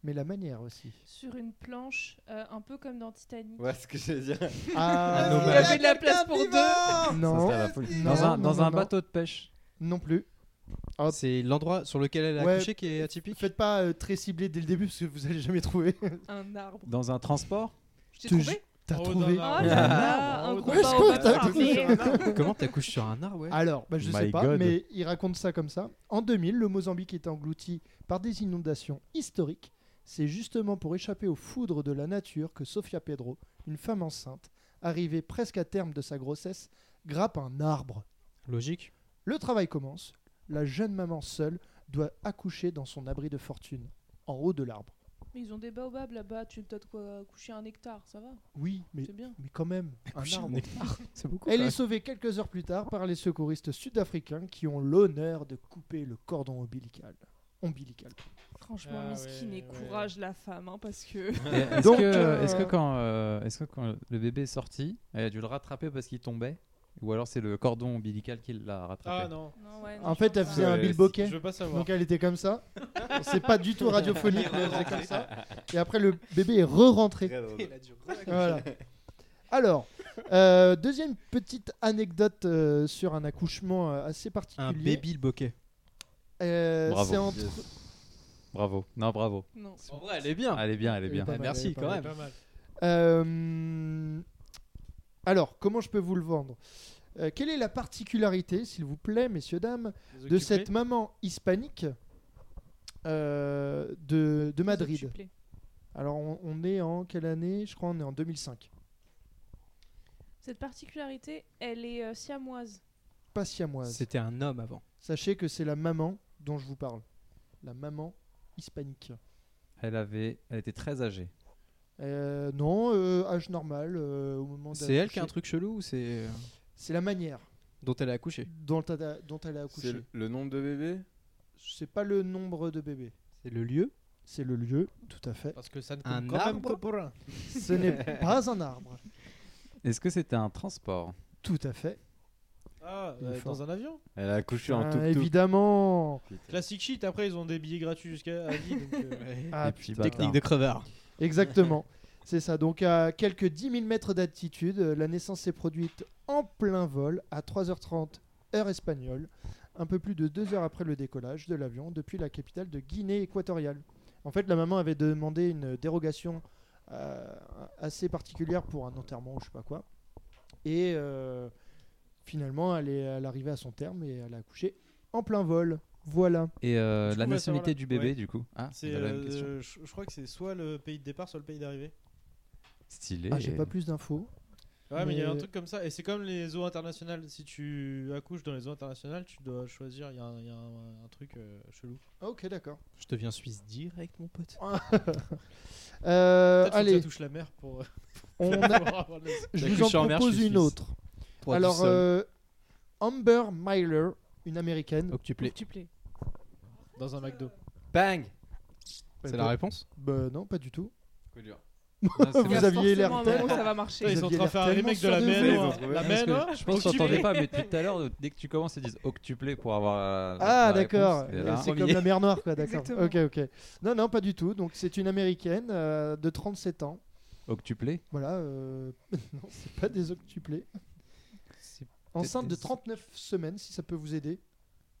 S2: mais la manière aussi.
S8: Sur une planche, euh, un peu comme dans Titanic.
S3: Ouais, ce que j'allais dire.
S2: Ah,
S1: Un
S8: Il y
S1: hommage.
S8: avait de la place pour deux.
S2: Non,
S9: Ah,
S4: Dans
S2: Non,
S4: un,
S2: non,
S4: dans
S2: non,
S4: un
S2: non.
S4: bateau de pêche.
S2: non plus. Hop.
S1: Oh, C'est l'endroit sur lequel elle a
S2: Ouais.
S1: accouché qui est atypique.
S2: Faites pas euh, très ciblé dès le début parce que vous allez jamais trouver.
S8: Un arbre.
S4: Dans un transport
S8: Je t'ai
S2: Te-
S8: trouvé
S2: T'as
S9: En haut
S2: trouvé Ah,
S9: d'un
S8: Oh
S4: Ah.
S9: arbre.
S8: là là, un
S9: Ouais,
S8: combat
S2: c'est
S8: au
S2: quoi, t'as
S8: bâtard.
S2: tout sur un
S1: Comment t'accouches sur un arbre ouais
S2: Alors, bah, je
S4: My
S2: sais pas,
S4: God.
S2: mais il raconte ça comme ça. En 2000, le Mozambique est englouti par des inondations historiques. C'est justement pour échapper aux foudres de la nature que Sofia Pedro, une femme enceinte, arrivée presque à terme de sa grossesse, grappe un arbre.
S1: Logique.
S2: Le travail commence. La jeune maman seule doit accoucher dans son abri de fortune, en haut de l'arbre.
S8: Mais ils ont des baobabs là-bas, tu peux peut-être coucher un hectare, ça va,
S2: Oui, mais,
S8: c'est bien.
S2: mais quand même, un
S1: Accoucher
S2: arbre.
S1: d'un hectare, c'est beaucoup.
S2: Elle
S1: quand
S2: est sauvée quelques heures plus tard par les secouristes sud-africains qui ont l'honneur de couper le cordon ombilical. Ombilical.
S8: Franchement,
S9: Ah
S8: miskine
S9: ouais,
S8: et
S9: ouais.
S8: courage la femme, hein, parce que.
S4: Et Est-ce
S2: Donc,
S4: que,
S2: euh,
S4: est-ce que quand, euh, est-ce que quand le bébé est sorti, elle a dû le rattraper parce qu'il tombait Ou alors c'est le cordon ombilical qui l'a rattrapé
S9: Ah non,
S8: Non, ouais, non,
S2: En
S8: je
S2: fait,
S8: pense
S2: elle
S8: pas.
S2: faisait un
S3: Ouais,
S2: Bill
S3: si,
S2: Bokeh.
S9: je veux pas savoir.
S2: Donc elle était comme ça. C'est pas du tout radiophonique, mais elle faisait comme ça. Et après, le bébé est re-rentré.
S1: même. Elle a dû re-
S2: Voilà. Alors, euh, deuxième petite anecdote euh, sur un accouchement euh, assez particulier.
S1: Un baby le bokeh.
S2: Euh,
S4: Bravo.
S2: c'est entre-
S4: Bravo. Non, bravo.
S8: Non.
S1: En vrai, elle est bien.
S4: Elle est bien, elle est
S2: Ah. Elle est
S4: bien.
S2: pas mal,
S1: Ah, bah merci,
S2: elle est pas
S1: quand
S2: mal.
S1: même.
S9: Pas mal.
S2: Euh, Alors, comment je peux vous le vendre Euh, Quelle est la particularité, s'il vous plaît, messieurs, dames,
S9: Les
S2: de
S9: occupés.
S2: cette maman hispanique euh, de, de Madrid
S8: S'il te plaît.
S2: Alors, on, on est en quelle année Je crois on est en 2005.
S8: Cette particularité, elle est euh, siamoise.
S2: Pas siamoise.
S1: C'était un homme avant.
S2: Sachez que c'est la maman dont je vous parle. La maman hispanique.
S4: Elle avait, elle était très âgée.
S2: Euh, non, euh, âge normal euh, au moment
S1: C'est elle qui a un
S2: d'accoucher.
S1: truc chelou ou c'est euh,
S2: C'est la manière
S1: dont elle a accouché
S2: dont, t'as- dont elle a
S3: C'est
S2: accouché.
S3: le- le nombre de bébés
S2: C'est pas le nombre de bébés.
S1: C'est le lieu.
S2: C'est le lieu, tout à
S1: Ah.
S2: fait.
S9: Parce que ça ne
S1: Un
S9: compte quand même
S1: arbre.
S9: que pour un.
S2: Ce n'est pas un arbre.
S4: Est-ce que c'était un transport
S2: Tout à fait.
S9: Ah, ça
S2: Il est
S9: euh,
S2: fort.
S9: dans un avion.
S3: Elle a couché en
S2: Ah,
S3: tout
S2: évidemment.
S9: Classic shit, après ils ont des billets gratuits jusqu'à à vie. donc, euh,
S2: Ah,
S3: puis
S2: putain.
S1: Bah, Technique de crevard.
S2: Exactement. C'est ça. Donc, à quelques 10 000 mètres d'altitude, euh, la naissance s'est produite en plein vol à 3h30 heure espagnole, un peu plus de deux heures après le décollage de l'avion depuis la capitale de Guinée équatoriale. En fait, la maman avait demandé une dérogation euh, assez particulière pour un enterrement ou je sais pas quoi. Et euh, finalement, elle est, elle est arrivée à son terme et elle a accouché en plein vol. Voilà.
S4: Et euh,
S9: Du coup,
S4: la
S9: ouais, ça,
S4: nationalité
S9: voilà.
S4: du bébé,
S9: Ouais.
S4: du coup Ah,
S9: c'est,
S4: on a la même
S9: euh,
S4: question.
S9: je, je crois que c'est soit le pays de départ, soit le pays d'arrivée.
S4: Stylé.
S2: Ah, j'ai pas plus d'infos.
S9: Ouais, mais il y a un
S2: Mais-
S9: truc comme ça. Et c'est comme les eaux internationales. Si tu accouches dans les eaux internationales, tu dois choisir. Il y a un, il y a un- un truc euh, chelou.
S2: Ah, Ok, d'accord.
S1: Je deviens suisse direct, mon pote.
S2: Euh,
S9: Peut-être faut que
S2: allez,
S9: ça touche la mer pour, euh,
S2: on a-
S9: pour avoir le-
S2: je
S1: La
S2: vous
S1: culture
S2: en
S1: en mer, je
S2: propose
S1: suis
S2: une
S1: suisse.
S2: autre. Alors, euh, Amber Myler, une américaine.
S1: octuplé.
S8: Tu plais.
S9: dans un McDo.
S1: Bang C'est
S2: Bah,
S1: la réponse
S2: Bah non, pas du tout. Oh,
S4: Ah,
S8: Il y a
S2: Vous aviez l'air
S8: forcément un
S2: tellement-
S8: moment où ça va marcher.
S2: Vous
S9: Ils sont en
S2: aviez
S9: train de faire un
S2: l'air
S9: remake de
S2: tellement
S9: la
S2: sûr de
S9: mène.
S2: vous.
S3: Ils ont trouvé.
S9: La
S4: Parce
S9: mène,
S4: que
S9: hein
S4: je pense
S9: Au
S4: qu'on t'entendait
S9: Chili.
S4: pas, mais depuis tout à l'heure, dès que tu commences, ils disent octuplé pour avoir. la-
S2: Ah
S4: Bah, la
S2: d'accord,
S4: réponse. Et
S2: Euh,
S4: là,
S2: c'est
S1: on
S2: comme
S1: y est.
S2: la mer Noire quoi, d'accord.
S8: Exactement.
S2: Ok ok. Non non pas du tout. Donc c'est une américaine euh, de 37 ans.
S4: Octuplé
S2: Voilà, euh, non c'est pas des octuplés.
S4: C'est
S2: Enceinte de
S4: des-
S2: 39 semaines si ça peut vous aider.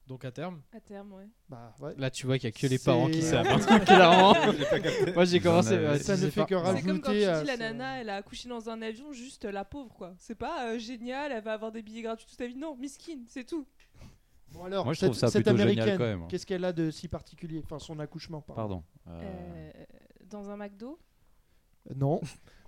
S9: Donc à terme.
S8: À terme, ouais.
S2: Bah ouais.
S1: Là, tu vois qu'il y a que les
S2: C'est-
S1: parents qui savent. hein, Clairement. Moi, j'ai commencé. euh,
S4: J'en
S1: ouais,
S4: avais-
S1: tu
S2: Ça ne
S1: sais
S2: fait
S1: pas.
S2: que
S8: C'est comme quand tu
S2: rajouter.
S8: dis
S2: à
S8: la
S2: son-
S8: nana, elle a accouché dans un avion, juste euh, la pauvre quoi. C'est pas euh, génial, elle va avoir des billets gratuits toute sa vie. Non, miskine, c'est tout.
S2: Bon, alors,
S4: Moi, je
S2: cette-
S4: trouve ça
S2: cette
S4: plutôt génial,
S2: américaine,
S4: quand même.
S2: Qu'est-ce qu'elle a de si particulier Enfin son accouchement pardon.
S4: Pardon. Euh,
S8: Euh, dans un McDo
S2: Non.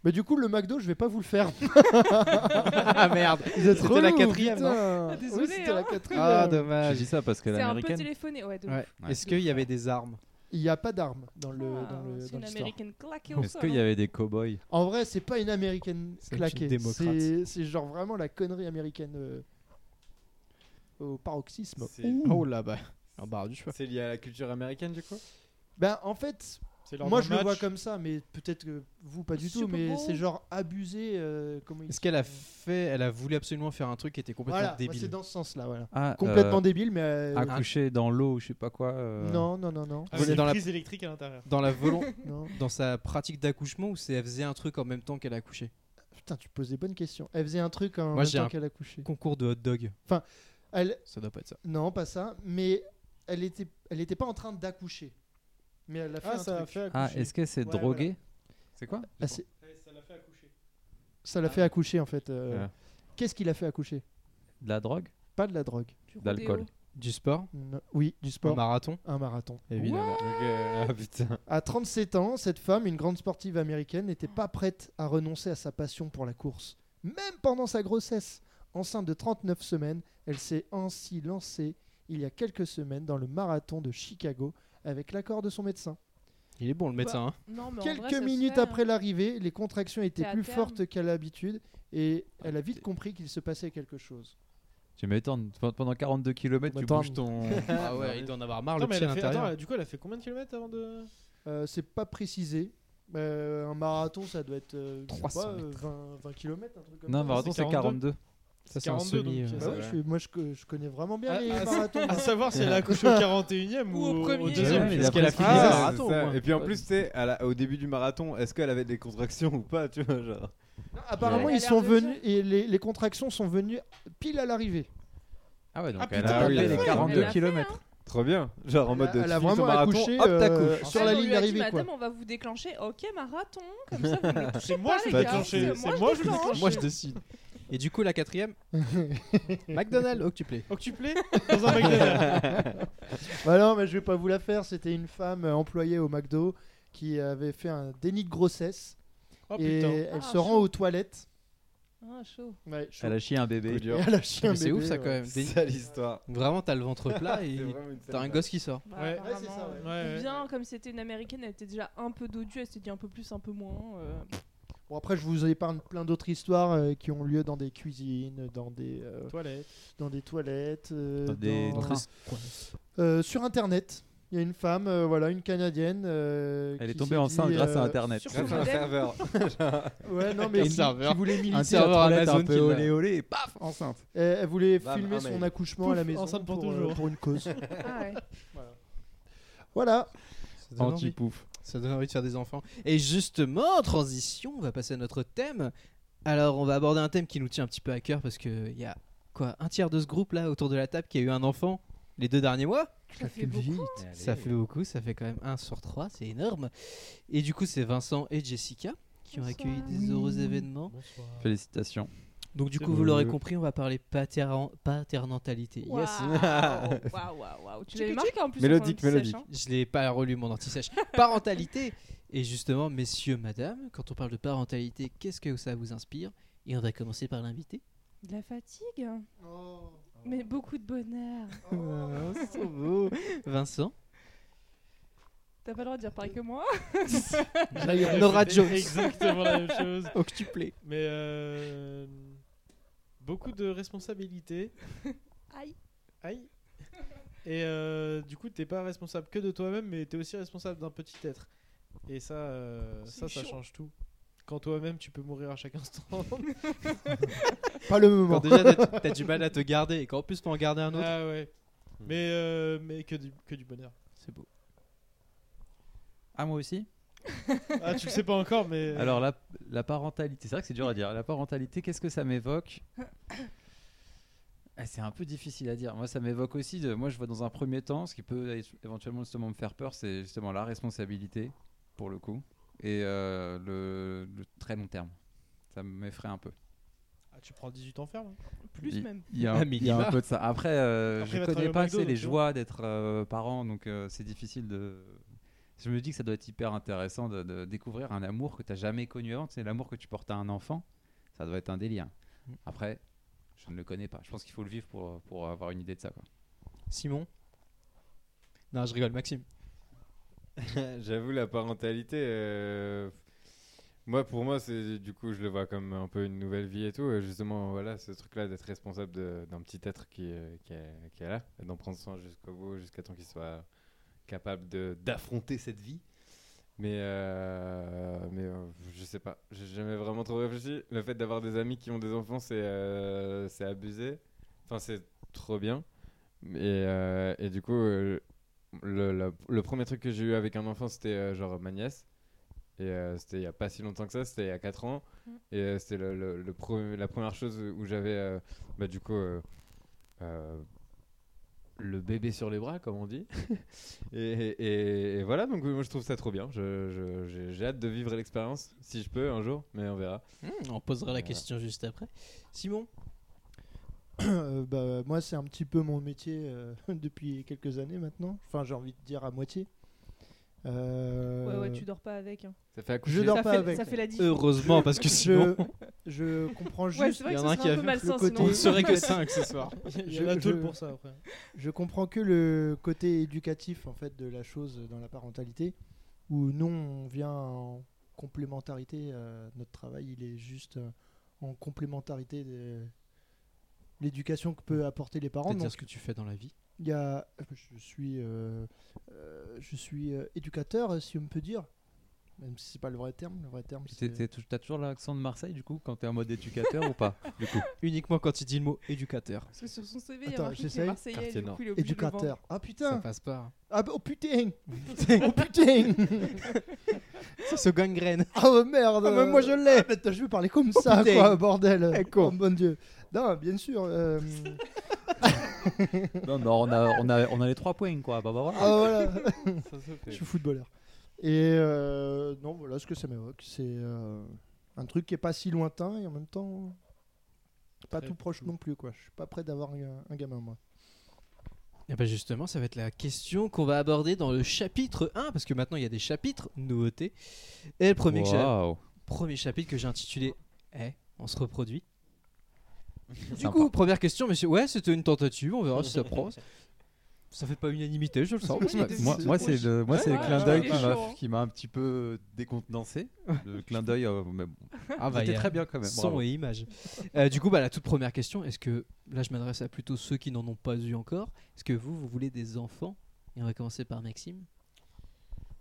S2: Mais du coup, le McDo, je vais pas vous le faire.
S1: Ah merde
S2: Vous êtes
S1: C'était la quatrième, non
S2: putain.
S8: Ah, désolé,
S2: Oui, c'était
S8: hein.
S2: la quatrième.
S1: Ah,
S4: J'ai
S1: dommage.
S4: dit ça parce que
S8: C'est un peu
S4: l'américaine.
S8: téléphoné, ouais. de ouf.
S1: Ouais.
S4: Ouais.
S1: hein. Est-ce qu'il y avait des armes
S2: Il n'y a pas d'armes dans le
S8: Ah,
S2: dans le
S8: c'est
S2: dans
S8: une
S2: l'histoire.
S8: américaine claquée au
S4: Est-ce
S8: sol.
S4: qu'il y
S8: hein.
S4: avait des cow-boys
S2: En vrai, c'est pas une américaine
S1: C'est une
S2: claquée.
S1: démocrate.
S2: C'est c'est genre vraiment la connerie américaine euh, au paroxysme.
S3: C'est-
S1: Oh là bah. L'embarras du choix.
S3: C'est lié à la culture américaine du coup
S2: Ben en fait,
S9: C'est leur
S2: moi
S9: grand
S2: je le vois
S9: match.
S2: comme ça, mais peut-être que vous pas du
S8: Super
S2: tout. Mais
S8: Bowl.
S2: c'est genre abusé. euh, comment il-
S1: Est-ce qu'elle a fait. Elle a voulu absolument faire un truc qui était complètement
S2: Voilà, moi, c'est
S1: débile.
S2: dans ce sens-là, voilà.
S4: ah,
S2: Complètement
S4: euh,
S2: débile, mais euh,
S4: Accouché dans l'eau, ou je sais pas quoi. euh,
S2: non, non, non, non.
S1: Ah, Vous
S9: Avec
S1: êtes dans
S9: une
S1: la-
S9: prise électrique à l'intérieur.
S1: Dans la volon...
S2: non.
S1: dans sa pratique d'accouchement ou c'est elle faisait un truc en même temps qu'elle accouchait
S2: Putain, tu poses des bonnes questions. Elle faisait un truc en
S1: Moi,
S2: même
S1: j'ai
S2: temps
S1: un-
S2: qu'elle a couché.
S1: Concours de hot dog.
S2: Elle,
S1: Ça doit pas être ça.
S2: non, pas ça. Mais elle était, elle était pas en train d'accoucher. Mais elle a fait
S9: Ah,
S2: un
S9: ça l'a
S2: truc.
S9: fait accoucher.
S4: Ah, est-ce qu'elle s'est
S9: Ouais,
S4: droguée C'est quoi
S2: Ah, c'est-
S9: Eh, Ça l'a fait accoucher.
S2: ça l'a fait accoucher en fait. euh.
S3: Ah.
S2: Qu'est-ce qu'il a fait accoucher
S4: De la drogue
S2: Pas de la drogue.
S8: Du
S4: d'alcool.
S8: rodéo.
S1: Du sport
S2: Non. Oui, du
S1: Un
S2: sport.
S1: marathon
S2: Un marathon.
S1: Évidemment.
S3: Ok, Ah putain.
S2: À 37 ans, cette femme, une grande sportive américaine, n'était pas prête à renoncer à sa passion pour la course. Même pendant sa grossesse, enceinte de 39 semaines, elle s'est ainsi lancée il y a quelques semaines dans le marathon de Chicago avec l'accord de son médecin.
S1: Il est bon le médecin. hein.
S8: Non, mais en vrai,
S2: quelques
S8: ça se
S2: minutes
S8: fait, hein.
S2: après l'arrivée, les contractions étaient
S8: à
S2: plus
S8: terme.
S2: fortes qu'à l'habitude et elle a vite compris qu'il se passait quelque chose.
S4: Tu m'étonnes. Pe- Pendant 42 km,
S2: On
S4: tu
S2: m'étonne.
S4: bouges ton.
S1: Ah ouais, il doit en avoir marre
S9: Non,
S1: le
S9: mais
S1: pied
S9: elle
S1: à
S9: a fait... Attends,
S1: l'intérieur.
S9: du coup, elle a fait combien de kilomètres avant de.
S2: Euh, c'est pas précisé. Euh, un marathon, ça doit être euh, je sais
S1: 300
S2: pas, euh,
S1: mètres.
S2: 20, 20 km, un truc comme
S4: Non,
S2: ça.
S4: mais attends,
S9: c'est
S4: c'est 42.
S1: Ça c'est un
S9: 42,
S1: semi.
S9: donc,
S1: euh,
S9: c'est
S2: Bah
S9: ça,
S2: oui,
S9: ouais.
S2: je suis- moi je, co- je connais vraiment bien
S9: Ah,
S2: les
S9: ah,
S2: marathons. hein.
S9: À savoir si elle a accouché au 41ème
S8: Ou au
S9: ou au
S8: premier.
S9: deuxième.
S4: Ouais,
S1: Est-ce
S4: il a
S1: qu'elle a
S4: presque-
S1: fini le
S3: Ah,
S1: marathon
S3: c'est
S1: au
S3: ça.
S1: moins
S3: Et puis en plus, tu sais, à la- au début du marathon, est-ce qu'elle avait des contractions ou pas Tu vois, genre.
S2: Non, apparemment,
S8: Ouais.
S2: ils
S8: Elle a
S2: sont
S8: l'air de
S2: venus et les, les contractions sont venues pile à l'arrivée.
S4: Ah ouais, donc
S2: Ah,
S4: elle
S2: putain,
S4: a
S3: oui,
S4: fait
S3: elle a
S4: les
S3: fait,
S4: 42
S8: elle a fait,
S4: km.
S3: Trop bien. Genre en
S2: Elle
S3: mode
S2: a-
S3: de
S2: elle a
S3: tu finis ton
S2: vraiment
S3: marathon,
S2: accouché,
S3: hop,
S2: euh,
S3: t'accouches.
S2: sur la
S8: Elle, on
S2: ligne
S8: lui a dit,
S2: d'arrivée, quoi.
S8: Madame, on va vous déclencher. Ok, marathon. Comme ça, vous me touchez
S9: C'est moi,
S8: pas,
S9: je
S8: les
S3: vais
S8: gars.
S3: déclencher,
S8: C'est
S9: c'est
S8: moi,
S9: moi,
S8: je
S9: je
S8: vous
S9: vais
S8: déclenche.
S1: Moi je décide. Et du coup la quatrième McDonald's oh, octuplé.
S9: Octuplé dans un McDonald's.
S2: Bah non, mais je vais pas vous la faire. C'était une femme euh, employée au McDo qui avait fait un déni de grossesse
S9: Oh
S2: et
S9: putain.
S2: elle
S8: Ah,
S2: se rend
S8: chaud.
S2: aux toilettes.
S8: Ah, chaud.
S2: Ouais, chaud.
S4: Elle a chié un bébé.
S2: Et elle a chié un
S1: Mais c'est
S2: bébé,
S1: ouf ça
S2: ouais.
S1: quand même. Des-
S3: C'est l'histoire.
S1: Vraiment t'as le ventre plat et t'as un gosse qui sort.
S8: Bah,
S9: Ouais.
S8: apparemment,
S2: Ouais, c'est ça, ouais.
S8: euh,
S9: Ouais, ouais.
S8: Bien, comme c'était une américaine, elle était déjà un peu dodue. Elle s'est dit un peu plus, un peu moins. euh,
S2: Bon, après, je vous épargne plein d'autres histoires euh, qui ont lieu dans des cuisines, dans des, euh,
S9: Toilette.
S2: dans des toilettes, euh,
S4: Dans des
S2: dans-
S4: trains.
S2: Euh, sur internet. Il y a une femme, euh, voilà, une Canadienne. euh,
S4: Elle est
S2: qui
S4: tombée
S2: s'est
S4: enceinte
S2: dit,
S4: grâce à
S2: euh,
S4: Internet.
S8: sur-
S3: Grâce à un
S8: Modem.
S3: serveur.
S2: Ouais, non, mais
S9: Un
S2: qui-
S9: serveur.
S2: qui voulait militer
S4: Un
S2: la
S4: serveur
S2: toilette
S4: Amazon
S2: un peu
S4: qui
S2: olé,
S4: l'a-
S2: olé.
S4: Olé, paf, enceinte.
S2: Elle, elle voulait
S3: Bam,
S2: filmer
S3: un
S2: son
S3: mail.
S2: accouchement
S9: Pouf,
S2: à la maison
S9: enceinte pour
S2: euh,
S9: toujours.
S2: pour une cause.
S8: Ah ouais.
S2: voilà.
S1: Ça donne envie.
S4: Anti-pouf.
S1: Ça donne envie de faire des enfants. Et justement, en transition, on va passer à notre thème. Alors, on va aborder un thème qui nous tient un petit peu à cœur parce qu'il y a quoi un tiers de ce groupe là autour de la table qui a eu un enfant les deux derniers mois.
S8: Ça fait beaucoup.
S1: Ça fait beaucoup, ça fait quand même 1 sur 3, c'est énorme. Et du coup, c'est Vincent et Jessica qui ont
S8: Bonsoir.
S1: accueilli des heureux événements.
S4: Félicitations.
S1: Donc, du
S9: C'est
S1: coup, vous l'aurez
S3: beau.
S1: compris, on va parler patern- paternantalité. Yes.
S8: Waouh, waouh, waouh. Tu l'avais marqué en plus. sur
S3: Mélodique,
S8: ton petit
S3: mélodique.
S8: sèche, hein.
S1: Je l'ai pas relu mon anti-sèche. parentalité. Et justement, messieurs, madame, quand on parle de parentalité, qu'est-ce que ça vous inspire Et on va commencer par l'invité.
S8: De la fatigue, mais beaucoup de bonheur.
S1: oh. Vincent.
S8: T'as pas le droit de dire pareil que moi.
S1: Nora
S9: C'était
S1: Jones.
S9: Exactement la même chose.
S1: Octuplé.
S9: Mais euh, beaucoup de responsabilités.
S8: Aïe.
S9: Aïe. Et euh, du coup, t'es pas responsable que de toi-même, mais t'es aussi responsable d'un petit être. Et ça, euh, ça, ça change tout. Quand toi-même, tu peux mourir à chaque instant.
S2: Pas le moment. Euh.
S1: Quand déjà t'as t'as du mal à te garder et qu'en plus faut en garder un autre,
S9: ah ouais.
S3: Hmm.
S9: Mais, euh, mais que, du, que du bonheur.
S1: c'est beau.
S4: Ah, moi aussi
S9: Ah, tu le sais pas encore, mais. euh,
S4: Alors, la, la parentalité, c'est vrai que c'est dur à dire. La parentalité, qu'est-ce que ça m'évoque Ah, C'est un peu difficile à dire. Moi, ça m'évoque aussi, de, moi je vois dans un premier temps, ce qui peut é- éventuellement justement me faire peur, c'est justement la responsabilité, pour le coup, et euh, le, le très long terme. Ça m'effraie un peu.
S9: Ah, tu prends 18 ans ferme. hein.
S8: Plus
S4: Il-
S8: même.
S4: Il y a,
S1: À
S4: un- il y a
S1: minima.
S4: un peu de ça. Après, euh,
S9: Après, il
S4: je
S9: va travailler
S4: connais
S9: au
S4: pas
S9: McDo,
S4: assez
S9: donc
S4: les
S9: tu vois.
S4: joies d'être euh, parent, donc euh, c'est difficile de. Je me dis que ça doit être hyper intéressant de, de découvrir un amour que tu n'as jamais connu avant. C'est l'amour que tu portes à un enfant. Ça doit être un délire.
S1: Mm.
S4: Après, je ne le connais pas. Je pense qu'il faut le vivre pour, pour avoir une idée de ça. Quoi.
S1: Simon. Non, je rigole, Maxime.
S3: J'avoue, la parentalité, euh, moi, pour moi, c'est du coup, je le vois comme un peu une nouvelle vie et tout. Et justement, voilà, ce truc-là d'être responsable de- d'un petit être qui, euh, qui, est, qui est là, et d'en prendre soin jusqu'au bout, jusqu'à temps qu'il soit capable de- d'affronter cette vie. Mais, euh, mais euh, je sais pas, j'ai jamais vraiment trop réfléchi. Le fait d'avoir des amis qui ont des enfants, c'est euh, c'est abusé. Enfin, c'est trop bien. Et, euh, et du coup, euh, le, la- le premier truc que j'ai eu avec un enfant, c'était euh, genre ma nièce. Et euh, c'était il n'y a pas si longtemps que ça, c'était il y a 4 ans. Et euh, c'était le, le- le pre- la première chose où j'avais euh, bah, du coup euh, euh, le bébé sur les bras, comme on dit. et, et- et voilà, donc moi je trouve ça trop bien. Je- je- J'ai j'ai hâte de vivre l'expérience, si je peux un jour, mais on verra.
S2: Hmm.
S1: on posera la
S3: Voilà.
S1: question juste après. Simon.
S2: Euh, bah, moi, c'est un petit peu mon métier euh, depuis quelques années maintenant. Enfin, j'ai envie de dire à moitié. Euh,
S8: Ouais, ouais, tu dors pas avec. hein.
S3: Ça fait
S2: Je
S3: accoucher.
S2: dors
S8: ça,
S2: pas
S8: fait,
S2: avec.
S8: ça fait la diff.
S1: Heureusement, parce que sinon,
S2: je, je comprends juste.
S8: Ouais, c'est vrai
S1: il y
S8: que
S1: en a un
S8: ça
S1: qui
S8: serait
S1: a
S8: un peu
S1: vu
S8: malsain
S2: le
S8: sinon.
S2: côté-
S1: on serait que 5 ce soir.
S9: Il y
S2: Je-
S9: a la
S2: je-
S9: tôle pour ça après.
S2: Je comprends que le côté éducatif en fait de la chose dans la parentalité, où nous on vient en complémentarité, euh, notre travail il est juste euh, en complémentarité de l'éducation que peut apporter les parents.
S1: Peut-être dire
S2: Donc,
S1: ce que tu fais dans la vie.
S2: il y a, je suis, euh, euh, je suis euh, éducateur si on peut dire, même si c'est pas le vrai terme. Le vrai terme c'est
S4: Tu as toujours l'accent de Marseille, du coup, quand tu es en mode éducateur ou pas du coup
S1: Uniquement quand il dit le mot éducateur.
S8: Parce que sur son CV, il y a
S2: Attends,
S8: marqué qu'il est
S2: j'essaye.
S8: Marseillais.
S3: Quartier
S8: Du
S3: Nord.
S8: coup, il est obligé de le vendre.
S2: éducateur. Ah
S1: Ça
S2: putain,
S1: passe pas.
S2: ah bah, oh putain, oh putain.
S1: Ça se gangrène.
S2: Ah ouais, merde Eh,
S1: Ah, mais moi, je Oh,
S2: l'ai Je veux parler comme ça,
S1: putain.
S2: quoi, bordel
S1: Eh, con.
S2: Oh mon dieu Non, bien sûr euh,
S4: Non, non, on a, on, a, on a les trois points, quoi. Bah, bah, voilà.
S2: Ah voilà
S3: Ça se fait.
S2: Je suis footballeur. Et euh, non, voilà ce que ça m'évoque. C'est euh, un truc qui est pas si lointain et en même temps pas
S9: Très
S2: tout proche non plus, quoi. Je suis pas prêt d'avoir un, un gamin, moi.
S1: Et ben justement, ça va être la question qu'on va aborder dans le chapitre 1, parce que maintenant il y a des chapitres, nouveautés. Et le premier, que j'ai-
S4: Waouh.
S1: premier chapitre que j'ai intitulé Eh, on se reproduit. Du
S4: Sympa.
S1: coup, première question, monsieur. Ouais, c'était une tentative, on verra si ça prend. Ça fait pas unanimité, je le sens. mais c'est pas-
S4: Moi, moi, c'est le, moi, c'est le
S8: ouais,
S4: clin
S8: ouais,
S4: d'œil
S8: il
S4: qui
S8: est
S4: m'a-
S8: chaud, hein.
S4: qui m'a un petit peu euh, décontenancé. Le clin d'œil, euh, mais bon.
S1: Ah, bah, il
S4: C'était
S1: y a
S4: très bien quand même.
S1: Son
S4: bravo.
S1: et image. Euh, du coup, bah, la toute première question, est-ce que là je m'adresse à plutôt ceux qui n'en ont pas eu encore, est-ce que vous, vous voulez des enfants Et on va commencer par Maxime.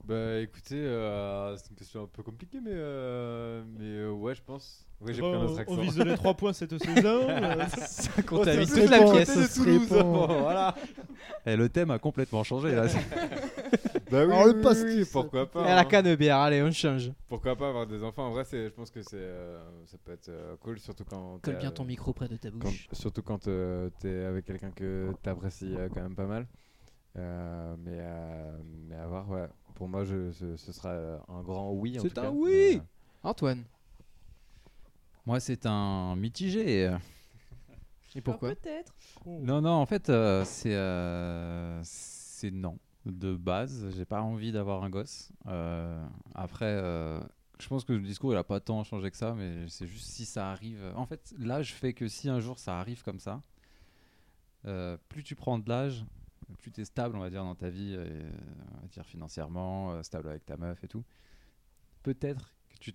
S3: Bah écoutez, euh, c'est une question un peu compliquée, mais, euh, mais euh, ouais, je pense. Ouais, j'ai
S9: Bon,
S3: pris un autre
S9: on, on
S3: accent.
S9: vise les 3 points cette saison. euh,
S4: Ça
S3: Avec
S1: Oh,
S4: contamine
S2: se
S3: Oh, toute
S4: toute
S3: la
S4: la
S2: répond.
S3: pièce
S2: Ça
S3: de
S2: se
S3: Toulouse.
S2: répond.
S3: Bon, voilà.
S4: Et Eh, le thème a complètement changé là.
S3: Bah oui,
S2: Alors, le
S3: oui,
S2: pastis,
S3: oui, pourquoi pas.
S1: Et à la
S3: hein.
S1: canne de bière, allez, on change.
S3: Pourquoi pas avoir des enfants En vrai, c'est, je pense que c'est, euh, ça peut être euh, cool, surtout quand. t'es,
S1: Colle bien
S3: euh,
S1: ton micro près de ta
S3: quand-
S1: bouche.
S3: surtout quand euh, t'es avec quelqu'un que t'apprécies euh, quand même pas mal. Euh, mais, euh, mais à voir, ouais. Pour moi, je, ce, ce sera euh, un grand oui. en
S1: C'est
S3: tout
S1: un
S3: cas.
S1: oui.
S3: Mais, euh,
S1: Antoine.
S4: Moi, c'est un mitigé.
S1: Et
S8: Alors,
S1: pourquoi
S8: Ah, Peut-être.
S4: Non, non, en fait, euh, c'est euh, c'est non. De base, j'ai pas envie d'avoir un gosse. Euh, après, euh, je pense que le discours il a pas tant changé que ça, mais c'est juste si ça arrive. En fait, l'âge fait que si un jour ça arrive comme ça, euh, plus tu prends de l'âge, plus tu es stable, on va dire, dans ta vie, euh, on va dire financièrement, euh, stable avec ta meuf et tout. Peut-être que tu,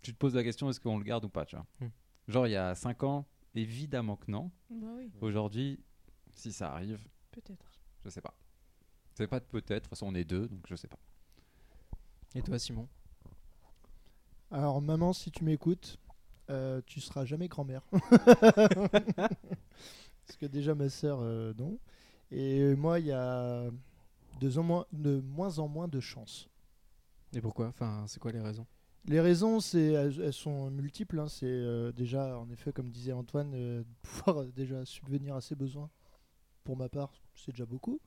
S4: tu te poses la question est-ce qu'on le garde ou pas, tu vois.
S1: Hmm.
S4: Genre, il y a 5 ans, évidemment que non.
S8: Bah oui,
S4: Aujourd'hui, si ça arrive,
S8: peut-être.
S4: je sais pas. C'est pas de peut-être, de toute façon on est deux, donc je sais pas.
S1: Et toi, Simon
S2: Alors, maman, si tu m'écoutes, euh, tu seras jamais grand-mère. Parce que déjà, ma sœur, euh, non. Et moi, il y a de, en moins, de moins en moins de chances.
S1: Et pourquoi Enfin, c'est quoi les raisons
S2: Les raisons, c'est, elles, elles sont multiples. hein. C'est euh, déjà, en effet, comme disait Antoine, euh, de pouvoir euh, déjà subvenir à ses besoins. Pour ma part, c'est déjà beaucoup.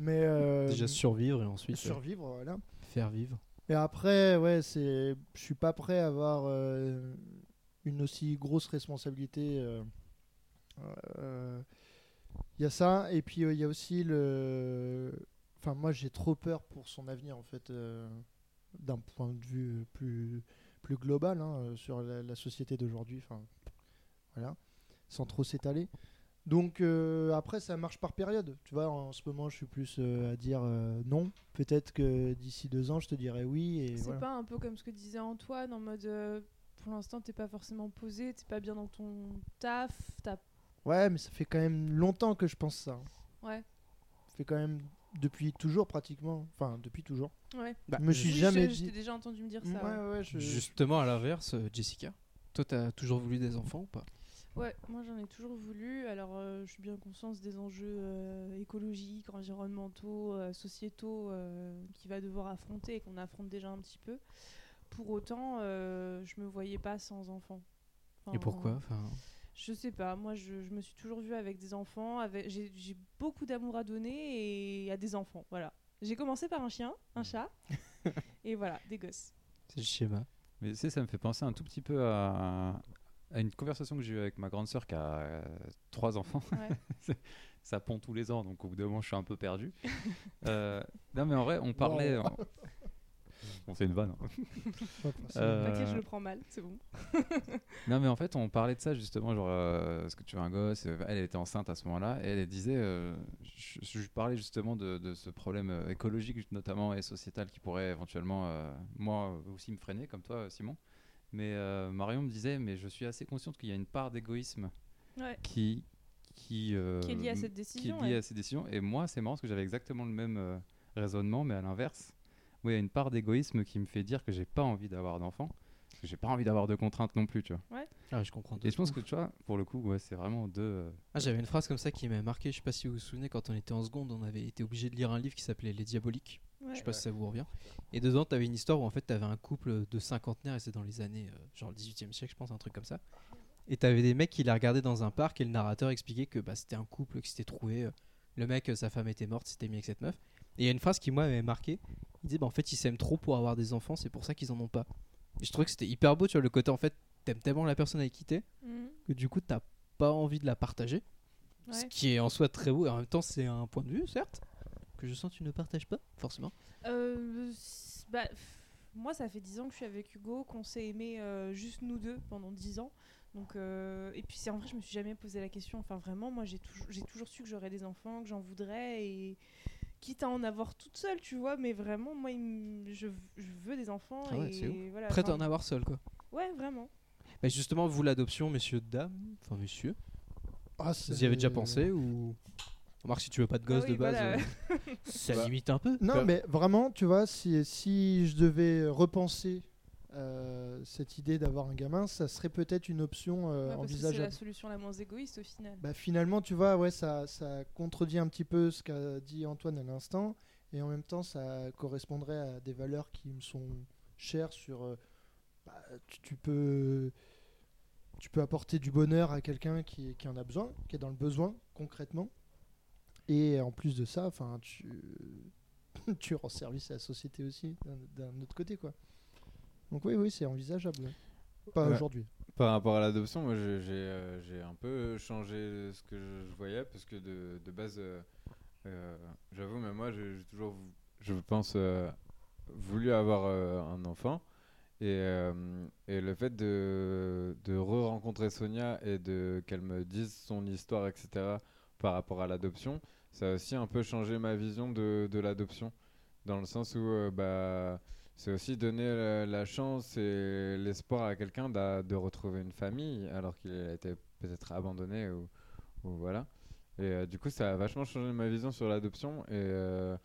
S2: Mais euh,
S1: Déjà survivre et ensuite euh,
S2: survivre, voilà.
S1: faire vivre.
S2: Mais après, ouais, c'est, je suis pas prêt à avoir euh, une aussi grosse responsabilité. euh, euh, Il y a ça, et puis euh, il y a aussi le. Enfin, moi, j'ai trop peur pour son avenir, en fait, euh, d'un point de vue plus plus global hein, euh, sur la, la société d'aujourd'hui. Enfin, voilà, sans trop s'étaler. Donc euh, après, ça marche par période. Tu vois, en, ce moment, je suis plus euh, à dire euh, non. Peut-être que d'ici deux ans, je te dirai oui. Et
S8: C'est
S2: voilà.
S8: pas un peu comme ce que disait Antoine en mode euh, pour l'instant t'es pas forcément posé, t'es pas bien dans ton taf, t'as.
S2: Ouais, mais ça fait quand même longtemps que je pense ça. hein.
S8: Ouais.
S2: Ça fait quand même depuis toujours pratiquement. Enfin, depuis toujours.
S8: Ouais.
S3: Bah,
S2: je me suis
S8: Oui,
S2: jamais
S8: je- je
S2: dit.
S8: t'ai déjà entendu me dire
S2: Ouais,
S8: ça. ouais.
S2: ouais, je-
S1: Justement, à l'inverse, euh, Jessica, toi, t'as toujours voulu des enfants ou pas
S8: Ouais, moi j'en ai toujours voulu. Alors euh, je suis bien consciente des enjeux euh, écologiques, environnementaux, euh, sociétaux euh, qu'il va devoir affronter et qu'on affronte déjà un petit peu. Pour autant, euh, je me voyais pas sans enfant.
S1: Et
S8: Enfin,
S1: pourquoi Enfin,
S8: Je sais pas, moi je, je me suis toujours vue avec des enfants, avec, j'ai, j'ai beaucoup d'amour à donner et à des enfants, voilà. J'ai commencé par un chien, un chat, et voilà, des gosses.
S1: c'est le schéma.
S4: Mais tu sais, ça me fait penser un tout petit peu à, à une conversation que j'ai eue avec ma grande sœur qui a euh, trois enfants.
S8: Ouais.
S4: ça pond tous les ans, donc au bout d'un moment je suis un peu perdu. Euh, non mais en vrai, on parlait... on- Bon, c'est une vanne. hein.
S2: Ouais, enfin,
S4: Euh,
S8: T'inquiète, je le prends mal, c'est bon.
S4: Non, mais en fait, on parlait de ça justement, genre, euh, est-ce que tu veux un gosse Euh, Elle elle était enceinte à ce moment-là, et elle disait, euh, je, je parlais justement de, de ce problème euh, écologique, notamment et sociétal, qui pourrait éventuellement, euh, moi euh, aussi, me freiner, comme toi, euh, Simon. Mais euh, Marion me disait, mais je suis assez consciente qu'il y a une part d'égoïsme
S8: Ouais,
S4: qui. Qui, euh,
S8: qui est lié à cette
S4: qui est
S8: décision.
S4: lié
S8: ouais.
S4: à ces décisions. Et moi, c'est marrant parce que j'avais exactement le même euh, raisonnement, mais à l'inverse. Moi, il y a une part d'égoïsme qui me fait dire que j'ai pas envie d'avoir d'enfant, parce que j'ai pas envie d'avoir de contraintes non plus, tu vois.
S1: Ah, je comprends.
S4: Et je pense que tu vois, pour le coup, ouais, c'est vraiment deux. euh,
S1: Ah, j'avais une phrase comme ça qui m'a marqué. Je sais pas si vous vous souvenez, quand on était en seconde, on avait été obligé de lire un livre qui s'appelait Les Diaboliques.
S8: Ouais.
S1: Je sais pas si ça vous revient. Et dedans, t'avais une histoire où en fait, t'avais un couple de cinquantenaires, et c'est dans les années, euh, genre le 18e siècle, je pense, un truc comme ça. Et t'avais des mecs qui la regardaient dans un parc, et le narrateur expliquait que bah, c'était un couple qui s'était trouvé. euh, le mec, euh, sa femme était morte, s'était mis avec cette meuf. Et il y a une phrase qui, moi, m'avait marqué. Il disait, bah, en fait, ils s'aiment trop pour avoir des enfants, c'est pour ça qu'ils en ont pas. Et je trouvais que c'était hyper beau, tu vois, le côté, en fait, t'aimes tellement la personne avec qui t'es,
S8: Mhm,
S1: que du coup, t'as pas envie de la partager. Ce
S8: ouais.
S1: qui est en soi très beau, et en même temps, c'est un point de vue, certes, que je sens que tu ne partages pas, forcément.
S8: Euh, s- bah, pff, moi, ça fait 10 ans que je suis avec Hugo, qu'on s'est aimé euh, juste nous deux pendant 10 ans. Donc, euh, et puis, c'est en vrai, je me suis jamais posé la question. Enfin, vraiment, moi, j'ai toujours, j'ai toujours su que j'aurais des enfants, que j'en voudrais, et quitte à en avoir toute seule, tu vois. Mais vraiment, moi, il me- je, je veux des enfants.
S1: Ah ouais,
S8: et
S1: c'est ouf.
S8: voilà,
S1: Prêt à
S8: enfin,
S1: en avoir seul, quoi.
S8: Ouais, vraiment.
S1: Mais justement, vous, l'adoption, messieurs, dames, enfin, monsieur,
S2: ah,
S1: vous
S2: c'est-
S1: y avez déjà pensé ou Remarque, si tu veux pas de gosse
S8: Ah oui,
S1: de base,
S8: voilà.
S1: euh, ça
S3: Bah.
S1: limite un peu.
S2: Non,
S1: Bah,
S2: mais vraiment, tu vois, si, si je devais repenser euh, cette idée d'avoir un gamin, ça serait peut-être une option euh,
S8: Ouais, parce que c'est la
S2: envisageable.
S8: solution la moins égoïste au final.
S2: Bah, finalement, tu vois, ouais, ça, ça contredit un petit peu ce qu'a dit Antoine à l'instant, et en même temps, ça correspondrait à des valeurs qui me sont chères sur. euh, bah, tu, tu peux. Tu peux apporter du bonheur à quelqu'un qui, qui en a besoin, qui est dans le besoin concrètement. Et en plus de ça, enfin, tu, tu rends service à la société aussi, d'un- d'un autre côté, quoi. Donc oui, oui, c'est envisageable. ouais. Pas
S3: Ouais.
S2: aujourd'hui.
S3: Par rapport à l'adoption, moi j'ai j'ai, euh, j'ai un peu changé ce que je, je voyais parce que de, de base, euh, euh, j'avoue, mais moi j'ai j'ai toujours, vou- je pense, euh, voulu avoir euh, un enfant. Et, euh, et le fait de, de re-rencontrer Sonia et de qu'elle me dise son histoire, etc., par rapport à l'adoption, ça a aussi un peu changé ma vision de, de l'adoption. Dans le sens où, euh, bah, c'est aussi donner la, la chance et l'espoir à quelqu'un d'a- de retrouver une famille alors qu'il a été peut-être abandonné ou, ou voilà. Et euh, du coup, ça a vachement changé ma vision sur l'adoption. Et, euh,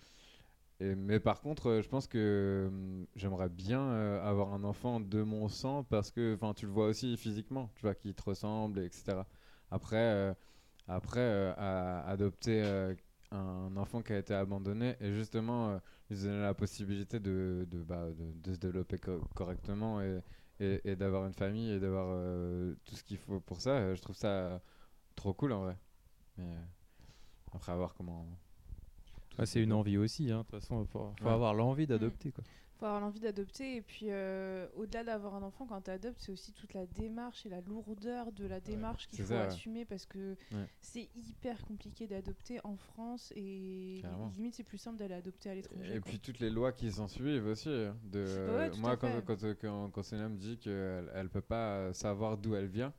S3: et- mais par contre, euh, je pense que hum, j'aimerais bien euh, avoir un enfant de mon sang parce que 'fin, tu le vois aussi physiquement, tu vois, qu'il te ressemble, etc. Après, euh, après euh, à- adopter euh, un enfant qui a été abandonné et justement. euh, ils donnaient la possibilité de, de, bah, de, de se développer co- correctement et, et, et d'avoir une famille et d'avoir euh, tout ce qu'il faut pour ça. Euh, Je trouve ça euh, trop cool en vrai. Mais euh, après, à voir comment. tout
S4: Ouais,
S3: se
S4: c'est une
S3: développe.
S4: envie aussi, hein, de toute façon, faut, faut
S3: Ouais.
S4: avoir
S8: Mm.
S4: l'envie d'adopter. quoi.
S8: Faut avoir l'envie d'adopter et puis euh, au-delà d'avoir un enfant quand tu adoptes, c'est aussi toute la démarche et la lourdeur de la démarche qu'il
S3: c'est
S8: faut
S3: ça, ouais.
S8: assumer parce que
S3: Ouais.
S8: c'est hyper compliqué d'adopter en France et
S3: Carrément.
S8: limite c'est plus simple d'aller adopter à l'étranger.
S3: Et
S8: quoi.
S3: puis toutes les lois qui s'en suivent aussi. hein, De,
S8: Ouais, tout à
S3: moi, quand,
S8: fait.
S3: quand, quand, quand Sonia me dit qu'elle elle peut pas savoir d'où elle vient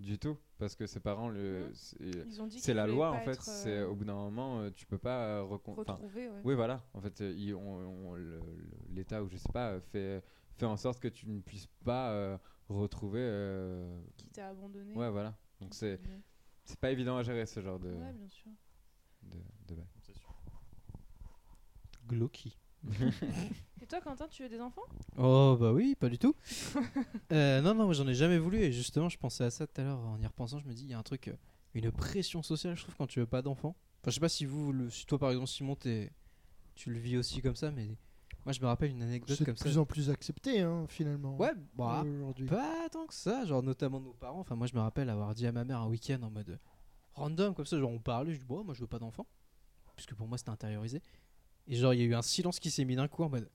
S3: du tout, parce que ses parents, le,
S8: Mhm.
S3: c'est-
S8: Ils ont dit
S3: c'est
S8: qu'ils
S3: la
S8: voulaient
S3: loi
S8: pas
S3: en fait.
S8: être, euh,
S3: c'est Au bout d'un moment, euh, tu peux pas euh, recon- 'fin,
S8: retrouvés, ouais.
S3: Oui, voilà. En fait, euh, ils- on- on- le- le- l'État ou je sais pas euh, fait, fait en sorte que tu ne puisses pas euh, retrouver. euh,
S8: qui t'a abandonné.
S3: Ouais, voilà. Donc c'est euh, c'est pas évident à gérer ce genre de
S8: Ouais, bien sûr.
S3: de, de bail.
S1: Glauqui.
S8: Et toi, Quentin, tu veux des enfants
S1: Oh bah oui, pas du tout. Euh, non, non, moi j'en ai jamais voulu et justement je pensais à ça tout à l'heure en y repensant, je me dis il y a un truc, euh, une pression sociale je trouve quand tu veux pas d'enfant. Enfin je sais pas si vous, vous le, si toi par exemple Simon t'es- tu le vis aussi comme ça mais moi je me rappelle une anecdote
S2: C'est de
S1: comme ça.
S2: plus en plus accepté, hein, finalement.
S1: Ouais, bah
S2: aujourd'hui.
S1: pas tant que ça, genre notamment nos parents. Enfin, moi je me rappelle avoir dit à ma mère un week-end en mode euh, random, comme ça, genre on parlait, je dis, bon, moi je veux pas d'enfant, puisque pour moi c'était intériorisé. Et genre il y a eu un silence qui s'est mis d'un coup en mode,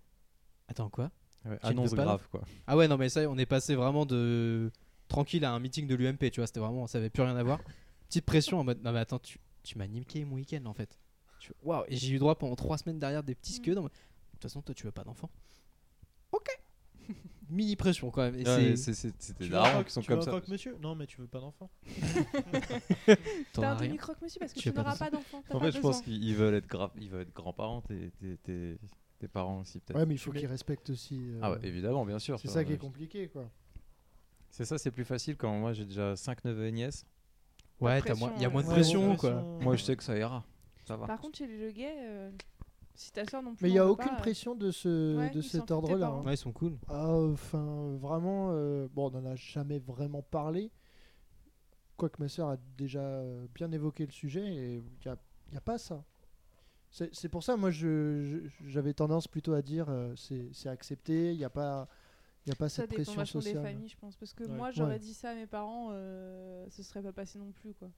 S1: attends quoi Tu ne
S4: annonce
S1: veux pas
S4: grave, quoi.
S1: Ah ouais, non, mais ça, on est passé vraiment de tranquille à un meeting de l'UMP, tu vois, c'était vraiment, ça avait plus rien à voir. Petite pression en mode, non mais attends, tu, tu m'as niqué mon week-end en fait. Tu fais, Waouh, et j'ai eu droit pendant trois semaines derrière des petits
S8: Mm.
S1: scuds. en mode, De toute façon, toi tu veux pas d'enfant. Ok. Mini pression quand même. Et
S4: Ouais,
S1: c'est-
S4: c'est- c'est- c'est des
S9: Tu veux un
S4: darons
S9: croque-
S4: qui sont
S9: tu veux
S4: comme
S9: un
S4: ça.
S9: croque monsieur Non, mais tu veux pas d'enfant.
S1: t'en
S8: T'as
S1: as
S8: un
S1: rien.
S8: demi-croque monsieur parce que
S1: Je
S8: tu
S1: sais pas
S8: n'auras
S1: ça.
S8: pas d'enfant. t'as
S4: En
S8: pas
S4: fait, je pense
S8: besoin.
S4: qu'ils veulent être grave, ils veulent être grands-parents, tes, tes, tes- tes parents aussi peut-être.
S2: Ouais, mais il faut
S1: Mais-
S2: qu'ils respectent aussi. euh,
S4: Ah ouais, évidemment, bien sûr.
S2: c'est
S4: ça,
S2: ça qui
S4: ouais.
S2: est compliqué, quoi.
S4: C'est ça, c'est plus facile quand moi j'ai déjà 5 neveux et nièces.
S1: Ouais,
S8: pression,
S1: il y a
S8: ouais.
S1: moins de
S2: euh,
S9: Ouais,
S1: pression,
S9: ouais,
S1: quoi.
S9: pression.
S4: Moi je sais que ça ira. Ça va.
S8: Par contre, chez les gay, si ta soeur non plus.
S2: Mais il n'y
S8: en
S2: a
S8: veut
S2: aucune
S8: pas, euh,
S2: pression de, ce,
S8: Ouais,
S2: de
S8: ils s'en foutent
S2: cet
S8: des
S2: ordre-là.
S8: parents.
S2: hein.
S1: Ouais, ils sont cool.
S2: Ah, enfin, vraiment, euh, bon, on n'en a jamais vraiment parlé. Quoique ma sœur a déjà euh, bien évoqué le sujet, et il n'y a, y a pas ça. C'est c'est pour ça, moi, je- je- j'avais tendance plutôt à dire euh, c'est c'est accepté, il n'y a pas, y a pas
S8: Ça
S2: cette
S8: dépend
S2: pression
S8: vachement des
S2: sociale.
S8: familles, je pense. Parce que
S9: Ouais.
S8: moi, j'aurais
S2: Ouais.
S8: dit ça à mes parents, euh, ce serait pas passé non plus, quoi.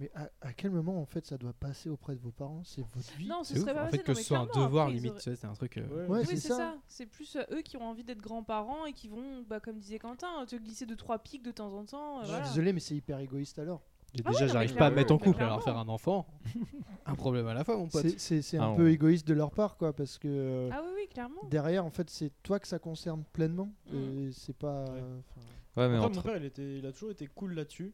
S2: Mais à, à quel moment, en fait, ça doit passer auprès de vos parents C'est votre vie
S8: Non, ce
S1: C'est ouf.
S8: serait pas
S1: En
S8: passé.
S1: fait, que
S8: non,
S1: ce
S8: mais
S1: soit un
S8: clairement,
S1: devoir
S8: après, ils
S1: limite,
S8: auraient-
S1: tu sais, c'est un truc. euh,
S9: Ouais.
S2: Ouais,
S8: Oui,
S2: c'est
S8: c'est ça.
S2: ça.
S8: C'est plus euh, eux qui ont envie d'être grands-parents et qui vont, bah, comme disait Quentin, te glisser de trois pics de temps en temps. euh,
S2: Je suis
S8: voilà.
S2: désolé, mais c'est hyper égoïste alors.
S1: j'ai
S8: Ah ouais,
S1: déjà,
S8: non, mais
S1: j'arrive pas à me mettre en
S8: clairement,
S1: couple,
S8: mais
S1: alors faire un enfant, un problème à la fois, mon pote.
S2: C'est- C'est c'est un
S4: Ah,
S2: peu
S4: on-
S2: égoïste de leur part, quoi, parce que euh,
S8: Ah oui, oui, clairement.
S2: derrière, en fait, c'est toi que ça concerne pleinement.
S8: Mm.
S2: Et c'est pas.
S9: Ouais.
S2: euh, enfin,
S4: Ouais, mais
S9: Après,
S4: entre-
S9: mon père, il, était, il a toujours été cool là-dessus.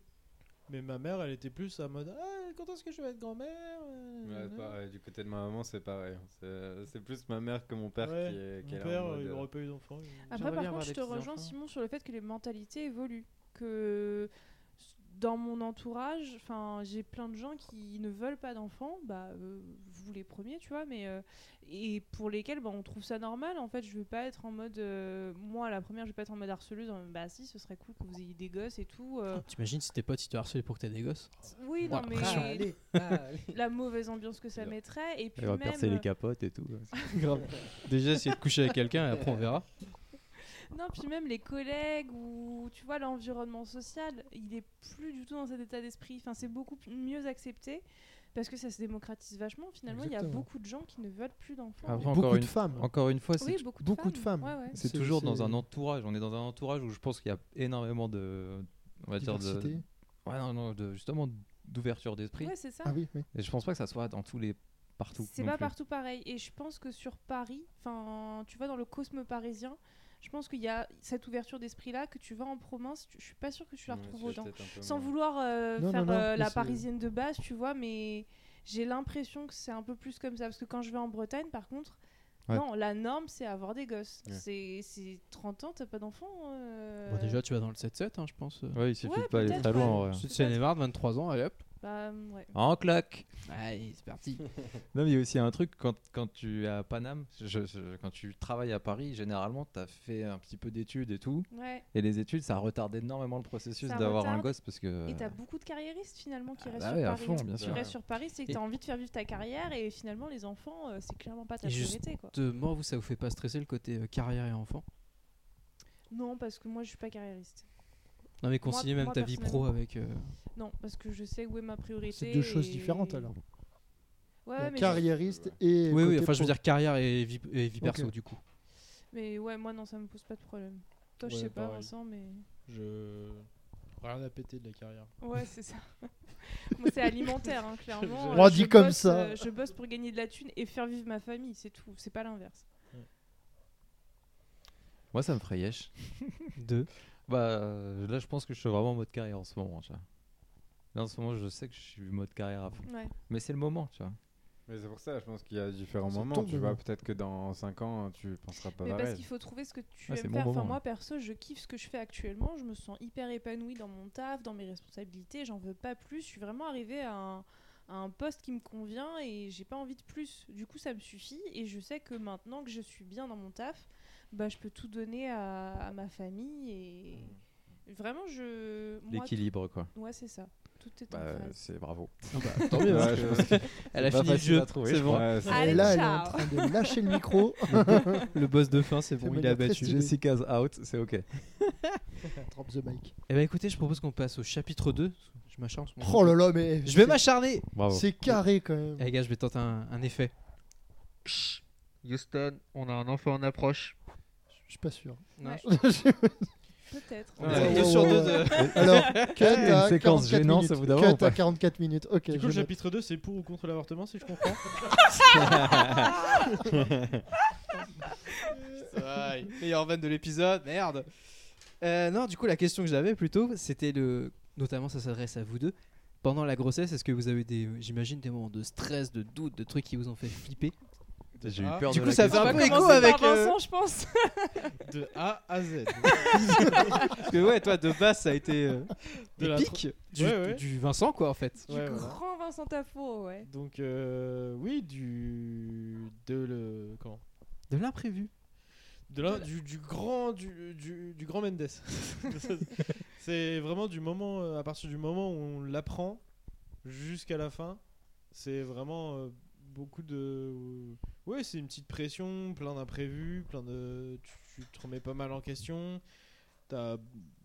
S9: Mais ma mère, elle était plus à mode Ah, quand est-ce que je vais être grand-mère euh,
S3: Ouais,
S9: nanana.
S3: pareil, du côté de ma maman, c'est pareil. C'est c'est plus ma mère que mon père
S9: Ouais,
S3: qui est, qui est
S9: Mon
S3: là en
S9: père,
S3: mode,
S9: il
S3: euh,
S9: aurait pas eu d'enfant. il-
S8: Après,
S9: J'aimerais bien
S8: par contre,
S9: avoir
S8: je
S9: des
S8: te rejoins,
S9: petits-enfants.
S8: Simon, sur le fait que les mentalités évoluent. Que dans mon entourage, enfin, j'ai plein de gens qui ne veulent pas d'enfants, bah, euh, vous les premiers, tu vois, mais euh, et pour lesquels bah, on trouve ça normal. En fait, je veux pas être en mode, euh, moi, la première, je vais pas être en mode harceleuse. en mode, bah, si, ce serait cool que vous ayez des gosses et tout. euh.
S10: T'imagines si tes potes ils te harcèlent pour que t'aies des gosses
S8: oui, non,
S10: Ouah,
S8: mais
S10: pression.
S8: ah, la mauvaise ambiance que ça mettrait. Et puis
S10: va
S8: même, euh, Ah.
S10: percer les
S4: capotes et tout.
S10: Grave. Déjà essayer de coucher avec quelqu'un et après on verra.
S8: Non, puis même les collègues ou tu vois l'environnement social, il est plus du tout dans cet état d'esprit. Enfin, c'est beaucoup p- mieux accepté parce que ça se démocratise vachement. Finalement, il y a
S2: Exactement.
S8: beaucoup de gens qui ne veulent plus d'enfants.
S4: Après,
S2: Et
S4: encore
S2: beaucoup
S4: une-
S2: de femmes.
S4: Encore une fois, c'est
S8: oui, beaucoup de
S2: beaucoup
S8: femmes.
S2: de femmes.
S8: Ouais, ouais.
S4: c'est
S2: C'est-
S4: toujours dans
S2: c'est-
S4: un entourage. On est dans un entourage où je pense qu'il y a énormément de, on va dire de,
S2: Diversité.
S4: ouais, non, non, de- justement d'ouverture d'esprit.
S8: Ouais, c'est ça.
S2: Ah oui, oui.
S4: Et je pense pas que ça soit dans tous les partout.
S8: C'est
S4: non
S8: pas
S4: plus.
S8: partout pareil. Et je pense que sur Paris, enfin, tu vois, dans le cosme parisien, je pense qu'il y a cette ouverture d'esprit-là que tu vas en province. tu- Je suis pas sûre que tu la retrouves autant. Sans vouloir euh,
S2: Non,
S8: faire
S2: non, non,
S8: euh,
S2: mais
S8: la
S2: c'est-
S8: parisienne de base, tu vois, mais j'ai l'impression que c'est un peu plus comme ça. Parce que quand je vais en Bretagne, par contre,
S4: Ouais.
S8: non, la norme, c'est avoir des gosses.
S3: Ouais.
S8: C'est- C'est 30 ans, t'as pas d'enfant. euh,
S10: Bon, déjà, tu vas dans le 7-7, hein, je pense.
S1: euh.
S4: Ouais, il suffit
S8: Ouais,
S4: de pas aller
S8: peut-être,
S4: très loin
S8: ouais.
S4: en vrai.
S10: Je suis de Seine-et-Marne, 23 ans, allez hop.
S8: bah, ouais.
S4: En claque.
S10: Allez, c'est parti.
S4: Non, mais il y a aussi un truc quand, quand tu es à Paname, je- je- quand tu travailles à Paris, généralement, tu as fait un petit peu d'études et tout.
S8: Ouais.
S4: Et les études, ça retarde énormément le processus
S8: Ça
S4: d'avoir un
S8: retarde.
S4: gosse parce que.
S8: Et t'as beaucoup de carriéristes finalement qui
S4: Euh. Ah
S8: restent
S4: bah
S8: sur
S4: ouais, à
S8: Paris.
S4: fond, bien
S8: tu
S4: sûr.
S8: restes sur Paris, c'est que
S10: Et-
S8: t'as envie de faire vivre ta carrière et finalement les enfants, euh, c'est clairement pas ta
S10: Et juste-
S8: priorité quoi.
S1: De mort, vous, ça vous fait pas stresser le côté euh, carrière et enfant
S8: Non, parce que moi je suis pas carriériste.
S1: Non, mais concilier même
S8: moi,
S1: ta vie pro avec. euh,
S8: Non, parce que je sais où est ma priorité.
S2: C'est deux choses
S8: et-
S2: différentes alors.
S8: Ouais,
S2: Il y a
S8: mais je-
S2: carriériste et.
S1: Oui, oui,
S2: côté
S1: enfin, je veux
S2: pro.
S1: dire carrière et vie, et vie
S2: Ok.
S1: perso, du coup.
S8: Mais ouais, moi non, ça me pose pas de problème. Toi, je
S9: Ouais,
S8: sais pas,
S9: pareil.
S8: Vincent, mais.
S9: Je. Rien à péter de la carrière.
S8: Ouais, c'est ça. Moi, c'est alimentaire, hein, clairement.
S2: On
S8: Euh,
S2: dit
S8: je
S2: comme
S8: bosse,
S2: ça.
S8: euh, je bosse pour gagner de la thune et faire vivre ma famille, c'est tout. C'est pas l'inverse.
S4: Moi, ça me ferait yesh.
S1: Deux.
S4: Bah, euh, là, je pense que je suis vraiment en mode carrière en ce moment. tu vois. Là, en ce moment, je sais que je suis mode carrière à fond.
S8: Ouais.
S4: Mais c'est le moment, tu vois.
S3: Mais c'est pour ça, je pense qu'il y a différents
S2: C'est
S3: moments.
S2: ton
S3: Tu vois,
S2: moment.
S3: peut-être que dans 5 ans, tu penseras pas
S8: Mais parce
S3: pareil.
S8: qu'il faut trouver ce que tu
S4: Ah, c'est
S8: aimes
S4: mon
S8: faire. Enfin,
S4: moment,
S8: moi,
S4: là.
S8: perso, je kiffe ce que je fais actuellement. Je me sens hyper épanouie dans mon taf, dans mes responsabilités. J'en veux pas plus. Je suis vraiment arrivée à un, à un poste qui me convient et j'ai pas envie de plus. Du coup, ça me suffit. Et je sais que maintenant que je suis bien dans mon taf, bah, je peux tout donner à, à ma famille. Et vraiment, je. moi,
S4: L'équilibre, quoi.
S8: tout- Ouais, c'est ça. Tout est
S4: Bah,
S8: en
S4: euh,
S8: phase.
S4: c'est bravo.
S1: Tant mieux,
S3: Ouais,
S1: hein.
S3: je pense que
S1: Elle a
S3: c'est pas
S1: fini le
S3: facile
S1: jeu.
S3: à trouver,
S1: C'est
S3: je
S1: bon.
S3: crois.
S2: Et
S8: Allez,
S2: Ah, là, elle est en
S8: ciao.
S2: train de lâcher le micro.
S1: Le boss de fin, c'est
S2: Ça
S1: bon,
S2: m'a
S1: il a
S2: l'air très
S1: battu.
S2: stylé.
S4: Jessica's out, c'est ok.
S2: Drop the mic.
S1: Eh ben écoutez, je propose qu'on passe au chapitre 2. Je m'acharne. sur mon
S2: Oh là là, mais.
S1: Je vais
S2: c'est-
S1: m'acharner
S4: Bravo.
S2: C'est carré quand même.
S1: Eh les gars, je vais tenter un, un effet. Houston, on a un enfant en approche.
S2: Je suis pas sûr.
S8: Ouais. Peut-être.
S1: On a
S2: Ouais,
S1: deux
S2: ouais,
S1: sur
S2: ouais,
S1: deux
S2: ouais.
S1: de-
S2: Alors, cut à
S4: Eh, une séquence
S2: 44
S4: gênante,
S2: minutes.
S4: ça vous d'abord ou
S2: Cut
S4: pas
S2: à 44 minutes. Ok.
S9: Du coup,
S2: je
S9: le
S2: note.
S9: chapitre 2, c'est pour ou contre l'avortement, si je comprends.
S1: Aïe, Meilleur van de l'épisode, merde. Euh, non, du coup, la question que j'avais plutôt, c'était le. Notamment, ça s'adresse à vous deux. Pendant la grossesse, est-ce que vous avez des, j'imagine, des moments de stress, de doute, de trucs qui vous ont fait flipper
S4: J'ai
S9: Ah.
S4: eu peur
S1: Du
S4: de
S1: coup,
S4: la
S1: ça fait
S4: question.
S1: un peu écho
S8: Commencer
S1: avec,
S8: par
S1: euh,
S8: Vincent, je pense.
S9: De A à Z.
S1: Parce que ouais, toi, de base, ça a été euh,
S9: De la
S1: épique du,
S9: Ouais, ouais.
S1: du Vincent, quoi, en fait.
S9: Ouais, voilà.
S8: Grand Vincent Tafo, ouais.
S9: Donc, euh, oui, du. De le. Comment
S1: De l'imprévu.
S9: de l'un- du, du grand du, du, du grand Mendes. c'est vraiment du moment euh, à partir du moment où on l'apprend jusqu'à la fin, c'est vraiment euh, beaucoup de euh, ouais, c'est une petite pression, plein d'imprévus, plein de tu, tu te remets pas mal en question. T'as-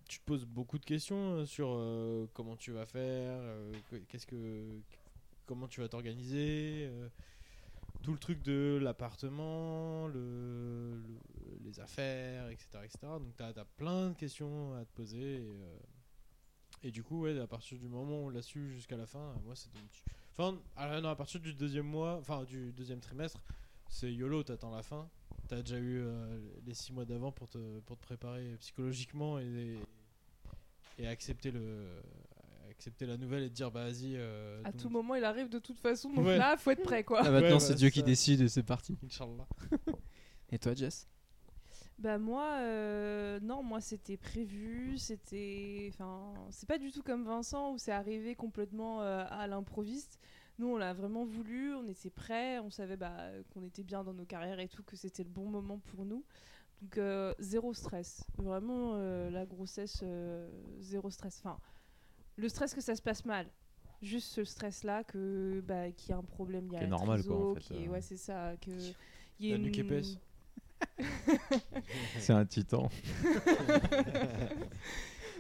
S9: tu te poses beaucoup de questions euh, sur euh, comment tu vas faire, euh, qu- qu'est-ce que comment tu vas t'organiser, euh, tout le truc de l'appartement, le, le- les affaires, etc. etc. Donc tu as, plein de questions à te poser. Et, euh, et du coup, ouais, à partir du moment où on l'a su jusqu'à la fin, euh, moi c'était une petite- Enfin, ah non, à partir du deuxième mois, enfin du deuxième trimestre, c'est YOLO, t'attends la fin. T'as déjà eu euh, les six mois d'avant pour te, pour te préparer psychologiquement et, et accepter, le, accepter la nouvelle et te dire, bah vas-y. euh,
S8: À
S9: donc-
S8: tout moment, il arrive de toute façon, donc
S9: Ouais.
S8: là, faut être prêt, quoi.
S1: Ah, maintenant,
S9: Ouais,
S1: c'est
S9: voilà,
S1: Dieu qui
S9: ça.
S1: décide et c'est parti.
S9: Inch'Allah.
S1: Et toi, Jess
S8: Bah moi, euh, non, moi c'était prévu, c'était, enfin, c'est pas du tout comme Vincent où c'est arrivé complètement euh, à l'improviste. Nous, on l'a vraiment voulu, on était prêts, on savait bah, qu'on était bien dans nos carrières et tout, que c'était le bon moment pour nous. Donc euh, zéro stress, vraiment euh, la grossesse euh, zéro stress. Enfin, le stress que ça se passe mal, juste ce stress-là que bah, qu'il y a un problème, il y a
S4: Qui est
S8: la
S4: normal, quoi, en
S8: triso,
S4: fait,
S8: qui est-
S4: euh.
S8: ouais c'est ça, que il y
S9: La
S8: une-
S9: nuque épaisse.
S4: C'est un titan.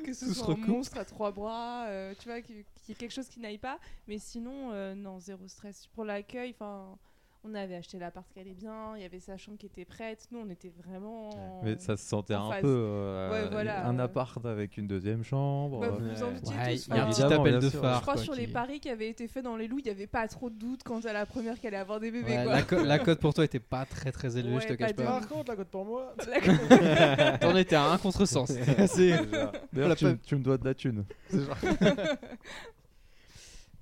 S8: que ce
S1: Tout se
S8: soit un
S1: recoupe.
S8: monstre à trois bras, euh, tu vois, qu'il qu'il y ait quelque chose qui n'aille pas. Mais sinon, euh, non, zéro stress. Pour l'accueil, enfin, on avait acheté l'appart qui allait bien, il y avait sa chambre qui était prête. Nous, on était vraiment.
S4: Mais ça se sentait
S8: En
S4: un
S8: face.
S4: peu euh,
S8: Ouais, voilà,
S4: un
S8: ouais.
S4: appart avec une deuxième chambre.
S8: Ouais,
S4: euh,
S8: vous vous en doutiez
S1: Ouais,
S8: tous.
S1: il y a un
S8: enfin,
S1: petit
S4: Évidemment,
S1: appel
S4: bien
S1: de
S4: sûr.
S1: phare.
S8: Je crois
S1: quoi,
S8: sur
S1: qui-
S8: les paris qui avaient été faits dans les loups, il n'y avait pas trop de doutes quant à la première qui allait avoir des bébés.
S1: Ouais,
S8: quoi.
S1: la, co- la cote pour toi était pas très très élevée,
S8: Ouais,
S1: je te
S8: pas
S1: cache
S8: du
S1: pas.
S9: Par contre, la cote pour moi.
S1: T'en étais à un contresens.
S4: C'est-
S1: On l'a
S4: D'ailleurs, tu,
S1: pas
S4: me- tu me dois de la thune.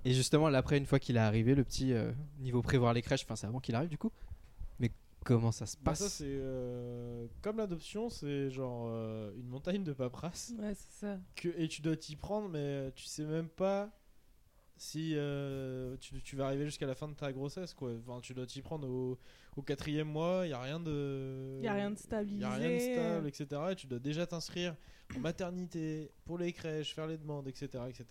S1: Et justement, là, après, une fois qu'il est arrivé, le petit euh, niveau prévoir les crèches, enfin, c'est avant qu'il arrive du coup. Mais comment ça se
S9: Bah,
S1: passe
S9: ça, c'est euh, comme l'adoption, c'est genre euh, une montagne de paperasse.
S8: Ouais, c'est ça.
S9: que- et tu dois t'y prendre, mais euh, tu sais même pas si euh, tu, tu vas arriver jusqu'à la fin de ta grossesse. Quoi. Enfin, tu dois t'y prendre au, au quatrième mois, il n'y a rien de.
S8: Il n'y a rien de
S9: y
S8: stabilisé.
S9: a rien de stable, etc. Et tu dois déjà t'inscrire en maternité, pour les crèches, faire les demandes, etc. etc.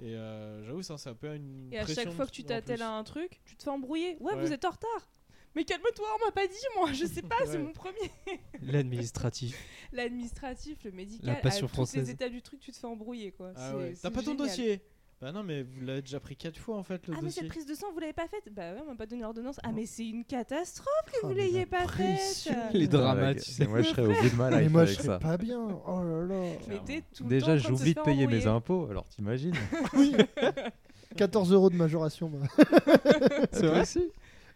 S9: Et euh, j'avoue, ça, c'est un peu une.
S8: Et à
S9: pression
S8: chaque fois que
S9: en
S8: tu
S9: plus.
S8: t'attelles à un truc, tu te fais embrouiller. Ouais,
S9: Ouais.
S8: vous êtes en retard. Mais calme-toi, on m'a pas dit, moi. Je sais pas,
S9: Ouais.
S8: c'est mon premier.
S1: L'administratif.
S8: L'administratif, le médical,
S1: La
S8: à
S1: passion
S8: tous
S1: française.
S8: les états du truc, tu te fais embrouiller, quoi.
S9: Ah
S8: C'est-
S9: ouais.
S8: c'est
S9: T'as pas ton
S8: génial.
S9: dossier Bah non, mais vous l'avez déjà pris quatre fois en fait le
S8: Ah, mais
S9: dossier.
S8: cette prise de sang, vous l'avez pas faite Bah ouais, on m'a pas donné l'ordonnance. Ah, mais c'est une catastrophe
S4: Ah,
S8: que vous l'ayez pas faite
S1: les dramas,
S4: dramatique
S1: tu sais.
S4: Moi, je serais au bout de ma
S2: Mais
S4: life
S2: moi,
S4: avec
S2: je serais
S4: ça.
S2: pas bien. Oh là là.
S8: Mais t'es tout le temps
S4: Déjà,
S8: en
S4: je
S8: train de se
S4: j'oublie de
S8: faire
S4: payer mes
S8: embrouiller.
S4: impôts, alors t'imagines
S2: 14 euros de majoration. moi.
S4: C'est vrai si.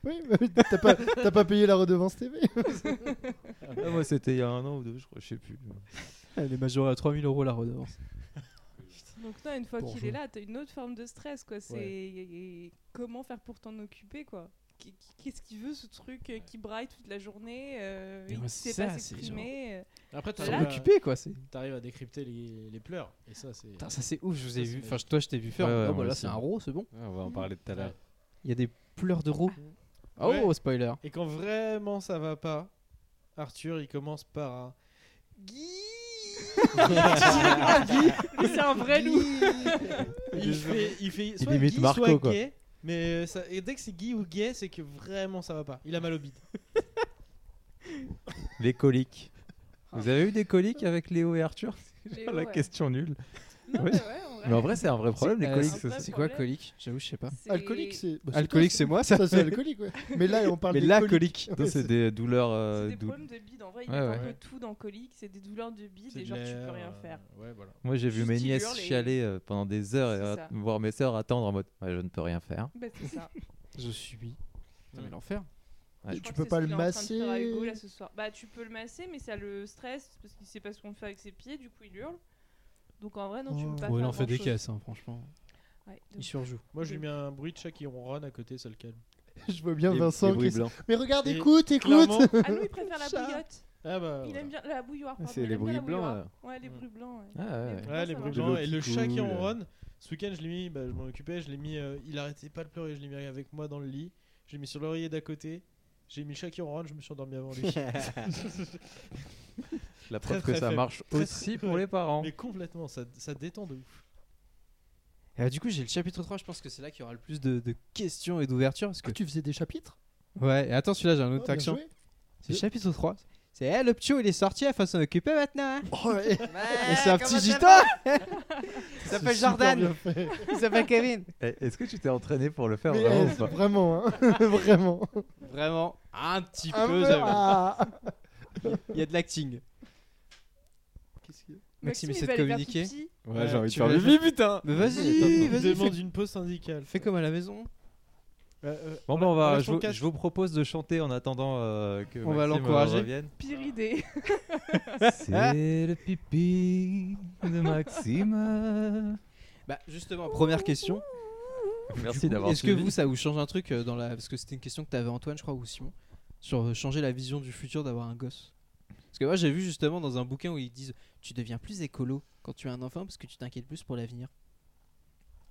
S2: Oui, mais t'as pas, t'as pas payé la redevance TV.
S4: Ah, Moi, c'était il y a un an ou deux, je crois, je sais plus.
S1: Elle est majorée à 3000 euros la redevance.
S8: Donc, non, une fois
S1: Pour
S8: qu'il
S1: jouer.
S8: est là, t'as une autre forme de stress, quoi. C'est et comment faire pour t'en occuper, quoi. Qu- Qu'est-ce qu'il veut, ce truc euh, qui braille toute la journée euh,
S1: Mais
S8: Il
S1: ouais, c'est
S8: sait
S1: ça,
S8: pas
S1: c'est
S8: s'exprimer. euh.
S9: Après,
S1: T'en
S8: T'en
S9: t'arrives à,
S1: occupé, quoi. C'est...
S9: t'arrives à décrypter les, les pleurs. Et ça, c'est.
S1: Putain, ça c'est ouf, je vous ai
S9: Ça,
S1: vu.
S9: c'est
S1: Enfin, je- toi, je t'ai vu faire.
S4: Ouais, ouais,
S1: Oh, bah
S4: moi
S1: là,
S4: aussi.
S1: c'est un raw, c'est bon.
S3: on va en parler tout à l'heure.
S1: Il y a des pleurs de raw. Oh,
S9: Ouais.
S1: spoiler.
S9: Et quand vraiment ça va pas, Arthur il commence par un Guy
S8: Mais c'est un vrai loup
S9: il fait, il fait soit
S4: imite
S9: Guy,
S4: Marco,
S9: soit
S4: quoi.
S9: gay, mais euh, ça- et dès que c'est Guy ou gay, c'est que vraiment ça va pas. Il a mal au bide.
S4: Les coliques. Vous avez eu des coliques avec Léo et Arthur La
S8: Léo, Ah. ouais.
S4: question nulle.
S8: Non,
S4: Ouais.
S8: mais ouais, en vrai.
S4: Mais en vrai, c'est un vrai problème, les
S1: Euh,
S4: coliques.
S1: c'est,
S8: ça,
S1: c'est
S8: c'est-
S1: quoi
S8: problème.
S1: colique J'avoue, je sais pas.
S8: C'est-
S2: Alcoolique, c'est. bah, c'est
S1: Alcoolique,
S2: toi,
S1: c'est moi, ça.
S2: ça. Ça, c'est alcoolique, ouais. Mais là, on parle
S1: Mais
S2: des
S1: la
S2: coliques.
S1: colique.
S2: Ouais,
S4: Ça, c'est
S2: c'est-
S4: des douleurs. euh,
S8: C'est des
S4: dou-
S8: problèmes de bide en vrai, il
S4: Ouais,
S8: y a
S4: ouais.
S8: un peu tout dans colique, c'est des douleurs de bide
S9: C'est
S8: et
S9: de
S8: genre tu
S9: l'air,
S8: peux rien
S9: euh,
S8: faire.
S9: Ouais, voilà.
S4: Moi, j'ai vu
S8: Juste
S4: mes
S8: qui
S4: nièces
S8: hurlent et-
S4: chialer euh, pendant des heures et
S8: C'est
S4: euh,
S8: ça.
S4: voir mes sœurs attendre en mode Ah, Je ne peux rien faire.
S8: Bah, c'est ça.
S1: Je subis. Putain, mais
S9: Mm.
S1: l'enfer.
S4: Ouais.
S8: Je
S2: Tu
S8: crois que
S2: peux
S8: c'est
S2: pas
S8: ce
S2: le
S8: qu'il est en train de faire à
S2: masser.
S8: Hugo, là, ce soir. Bah tu peux le masser mais ça le stresse parce qu'il sait pas ce qu'on fait avec ses pieds, du coup il hurle. Donc en vrai non, tu
S2: Oh.
S8: peux pas
S1: Ouais, il
S8: faire
S1: en fait des
S8: grand-chose.
S1: caisses, hein, franchement.
S8: Ouais, de
S1: Il
S8: ouf.
S1: surjoue.
S9: Moi je lui mets un bruit de chat qui ronronne à côté, ça le calme.
S2: Je vois bien
S4: Les-
S2: Vincent
S4: les bruits
S2: qui.
S4: blancs.
S2: Mais regarde,
S9: Et
S2: écoute, écoute.
S9: Clairement.
S8: Ah nous il préfère la
S9: Chat.
S8: bouillotte.
S9: Ah bah.
S8: Il
S9: voilà.
S8: aime bien la bouilloire. pardon,
S3: c'est
S8: il
S3: les
S8: aime bien la
S3: bruits blancs,
S8: bouilloire. Ouais, les
S9: Mm.
S8: bruits blancs. ouais.
S4: Ah, ouais, ouais.
S8: bruits
S9: Ouais,
S8: blancs,
S9: les
S8: ça
S9: bruits
S8: marche.
S9: blancs.
S3: l'eau
S9: Et
S3: qui
S9: le chat qui
S3: coule.
S1: euh.
S9: ronronne, ce week-end je l'ai mis, bah, je m'en occupais, je l'ai mis, euh, il arrêtait pas de pleurer, je l'ai mis avec moi dans le lit, je l'ai mis sur l'oreiller d'à côté, j'ai mis le chat qui ronronne, je me suis endormi avant lui.
S4: La
S9: Très,
S4: preuve que
S9: très
S4: ça
S9: faible.
S4: marche
S9: Très,
S4: aussi
S9: très-
S4: pour les parents.
S9: Mais complètement, ça, ça détend de ouf.
S1: Et, euh, du coup, j'ai le chapitre 3, je pense que c'est là qu'il y aura le plus de, de questions et d'ouverture. Parce que...
S2: Ah, Tu faisais des chapitres
S1: Ouais, et attends, celui-là, j'ai un
S2: Oh,
S1: autre
S2: bien
S1: accent.
S2: joué.
S1: C'est le chapitre 3. C'est Eh, le ptio, il est sorti, il faut s'en occuper maintenant. hein.
S2: Oh, ouais.
S1: Et
S8: Eh,
S1: c'est un petit gitan Il
S2: C'est
S1: s'appelle
S2: super
S1: Jordan,
S2: bien fait.
S1: il s'appelle Kevin.
S4: Eh, Est-ce que tu t'es entraîné pour le faire
S2: Mais,
S4: vraiment
S2: euh,
S4: ou pas
S2: Vraiment, hein. vraiment.
S1: Vraiment, un petit
S2: Un
S1: peu,
S2: peu,
S1: j'avoue.
S2: ah.
S1: il y a de l'acting.
S2: Qu'est-ce qu'il y a
S1: Maxime
S8: il
S1: essaie
S8: va
S1: de
S8: aller faire
S1: communiquer.
S8: pipi.
S3: Ouais,
S9: Ouais,
S3: j'ai envie de
S1: tu
S3: faire
S1: vas-
S3: le vie, putain
S1: Mais vas-y, vas-y,
S9: demande
S1: fais,
S9: une pause syndicale.
S1: fais comme à la maison.
S2: Euh,
S4: Bon, bah, on va,
S9: Enlève
S4: je,
S9: ton
S4: vous,
S9: casque.
S4: je vous propose de chanter en attendant euh, que
S1: On va
S4: Maxime, euh,
S1: l'encourager.
S4: revienne.
S8: Pire idée.
S4: C'est le pipi de Maxime.
S1: Bah, justement, première question.
S4: Merci d'avoir
S1: Est-ce que
S4: suivi.
S1: vous, ça vous change un truc euh, dans la. Parce que c'était une question que t'avais, Antoine, je crois, ou Simon, sur euh, changer la vision du futur d'avoir un gosse. Parce Parce que moi, j'ai vu justement dans un bouquin où ils disent Tu deviens plus écolo quand tu as un enfant parce que tu t'inquiètes plus pour l'avenir.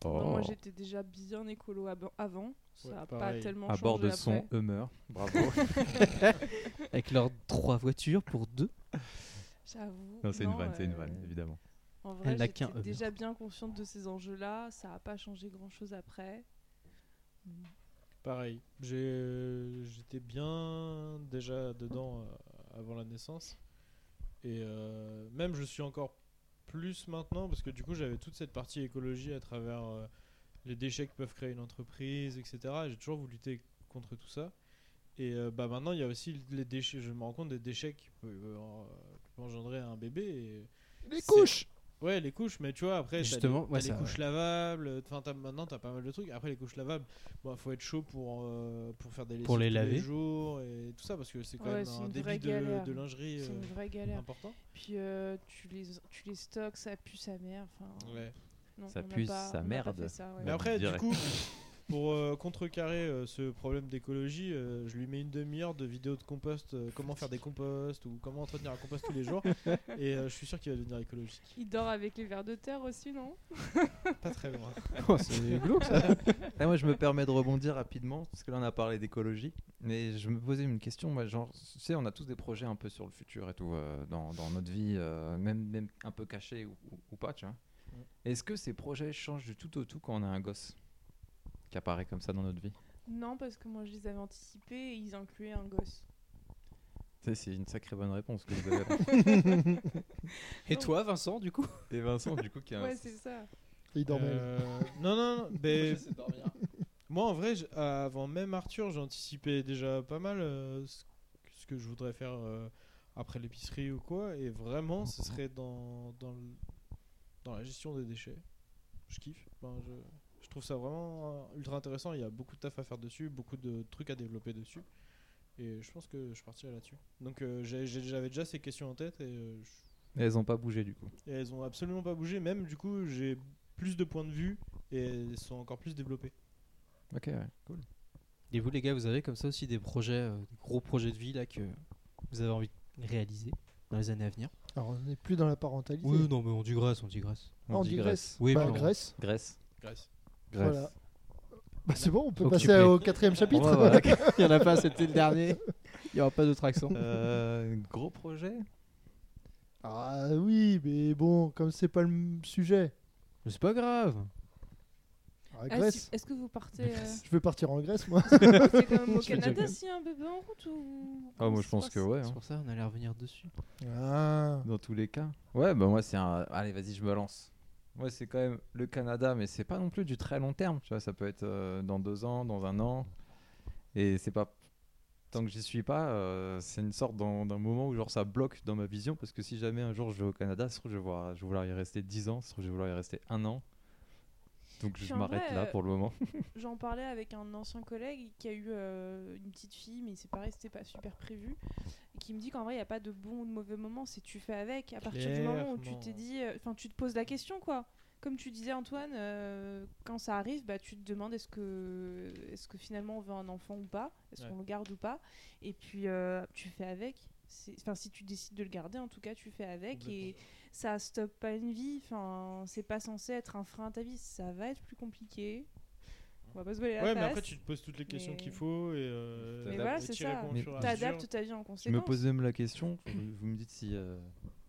S8: Non,
S4: Oh.
S8: moi j'étais déjà bien écolo ab- avant, ça
S9: Ouais,
S8: a pas
S9: pareil.
S8: tellement
S4: à bord
S8: changé
S4: de son
S8: après.
S4: Hummer. Bravo.
S1: Avec leurs trois voitures pour deux.
S8: J'avoue.
S4: non, c'est une
S8: non,
S4: vanne, c'est une
S8: euh,
S4: vanne, évidemment.
S8: En vrai,
S1: Elle n'a qu'un
S8: j'étais
S1: Hummer.
S8: déjà bien consciente de ces enjeux-là, ça a pas changé grand-chose après.
S9: Pareil. J'ai- euh, J'étais bien déjà dedans euh, avant la naissance. Et euh, même, je suis encore plus maintenant parce que du coup, j'avais toute cette partie écologie à travers euh, les déchets que peuvent créer une entreprise, etc. Et J'ai toujours voulu lutter contre tout ça. Et euh, bah maintenant, il y a aussi les déchets. Je me rends compte des déchets qui peuvent, en- qui peuvent engendrer un bébé. et-
S2: Les
S9: C'est-
S2: couches
S9: Ouais, les couches, mais tu vois, après, t'as
S1: Justement,
S9: les,
S1: ouais,
S9: t'as
S1: ça-
S9: les couches lavables, euh, enfin, t'as- maintenant t'as pas mal de trucs. Après, les couches lavables, bon, faut être chaud pour, euh, pour faire des
S10: Pour les
S9: lessives tous
S10: laver.
S9: jours et tout ça, parce que c'est quand
S8: Ouais,
S9: même
S8: c'est
S9: un
S8: une
S9: débit
S8: vraie
S9: de,
S8: galère.
S9: de lingerie
S8: C'est une
S9: euh,
S8: vraie galère.
S9: important.
S8: Puis euh, tu, les, tu les stocks, ça pue sa mère. Enfin,
S9: Ouais.
S8: non,
S4: Ça
S8: on n'a
S4: pue
S8: pas-
S4: sa
S8: on n'a pas
S4: merde.
S8: fait ça, ouais.
S9: Mais après,
S4: direct.
S9: du coup, pour euh, contrecarrer euh, ce problème d'écologie, euh, je lui mets une demi-heure de vidéos de compost, euh, comment faire des composts ou comment entretenir un compost tous les jours, et euh, je suis sûr qu'il va devenir écologique.
S8: Il dort avec les vers de terre aussi, non
S9: Pas très loin.
S2: C'est glauque ça
S4: Ah, moi, je me permets de rebondir rapidement, parce que là, on a parlé d'écologie. Mais je me posais une question, moi, genre, tu sais, on a tous des projets un peu sur le futur et tout, euh, dans, dans notre vie, euh, même, même un peu cachés ou, ou- ou pas, tu vois. Est-ce que ces projets changent du tout au tout quand on a un gosse qui apparaît comme ça dans notre vie
S8: Non, parce que moi je les avais anticipés et ils incluaient un gosse.
S4: Tu sais, C'est une sacrée bonne réponse que vous avez.
S1: Et
S8: Non.
S1: toi, Vincent, du coup
S4: Et Vincent, du coup, qui a
S8: Ouais, c'est ça.
S2: Il dormait.
S9: Euh, non, non, non. ben, moi, en vrai, j'- avant même Arthur, j'anticipais déjà pas mal euh, ce ce que je voudrais faire euh, après l'épicerie ou quoi. Et vraiment,
S2: Mhm.
S9: ce serait dans, dans, le- dans la gestion des déchets. Je kiffe. Enfin, je, je trouve ça vraiment euh, ultra intéressant. Il y a beaucoup de taf à faire dessus, beaucoup de trucs à développer dessus. Et je pense que je partirai là-dessus. Donc euh, j'ai- j'ai- j'avais déjà ces questions en tête et euh, je-
S4: Elles n'ont pas bougé, du coup.
S9: et elles ont absolument pas bougé, même du coup j'ai plus de points de vue et elles sont encore plus développées.
S4: Ok, ouais, cool.
S1: Et vous, les gars, vous avez comme ça aussi des projets, euh, des gros projets de vie là que vous avez envie de réaliser dans les années à venir
S2: Alors on n'est plus dans la parentalité.
S1: Oui, non, mais on digresse, on digresse.
S2: Ah, on digresse.
S1: Oui,
S2: bah,
S1: pardon.
S2: Grèce.
S4: Grèce.
S9: Grèce.
S4: Grèce.
S2: Voilà. Bah, c'est bon, on peut
S1: Faut que tu
S2: passer
S1: plaies.
S2: au quatrième chapitre.
S10: Bon, bah, voilà. Il y en a pas, c'était le dernier. Il y aura pas d'autre accent.
S4: Euh, gros projet
S2: Ah oui, mais bon, comme c'est pas le m- sujet.
S1: Mais c'est pas grave.
S2: Ah,
S8: Ah,
S2: Grèce.
S8: si- Est-ce que vous partez euh,
S2: Je veux partir en Grèce, moi.
S8: C'est quand même au
S1: Je me
S8: Canada
S1: déconne.
S8: s'il y a un bébé en route ou.
S4: Ah, moi, je pense que ouais.
S1: C'est
S4: hein.
S1: pour ça on allait revenir dessus.
S2: Ah.
S4: Dans tous les cas. Ouais, bah moi c'est un. Allez, vas-y, je me lance. Moi c'est quand même le Canada, mais c'est pas non plus du très long terme. Tu vois, ça peut être euh, dans deux ans, dans un an. Et c'est pas. Tant que j'y suis pas, euh, c'est une sorte d'en- d'un moment où genre ça bloque dans ma vision. Parce que si jamais un jour je vais au Canada, ça se trouve je vais, voir- je vais vouloir y rester dix ans, ça se trouve je vais vouloir y rester un an. Donc
S8: Puis
S4: je
S8: en
S4: m'arrête
S8: vrai,
S4: là
S8: euh,
S4: pour le moment.
S8: J'en parlais avec un ancien collègue qui a eu euh, une petite fille, mais c'est pareil, c'était pas super prévu. Et qui me dit qu'en vrai, il n'y a pas de bon ou de mauvais moment, c'est tu fais avec. À partir du moment où tu
S9: Clairement.
S8: t'es dit. euh, Enfin, tu te poses la question, quoi. Comme tu disais, Antoine, euh, quand ça arrive, bah, tu te demandes est-ce que, est que finalement on veut un enfant ou pas Est-ce
S9: Ouais.
S8: qu'on le garde ou pas Et puis, euh, tu fais avec. C'est- Enfin, si tu décides de le garder, en tout cas, tu fais avec. Et ça stoppe pas une vie. Enfin, c'est pas censé être un frein à ta vie. Ça va être plus compliqué. On va pas se voler la
S9: Ouais, mais
S8: face.
S9: après tu te poses toutes les questions
S8: Mais-
S9: qu'il faut et. euh,
S8: Mais voilà, c'est
S9: t'y
S8: ça.
S9: réponds au
S4: Mais-
S9: fur et à
S8: T'adaptes
S9: mesure.
S8: ta vie en
S4: Je
S8: conséquence.
S4: me pose même la question. vous vous me dites si, euh,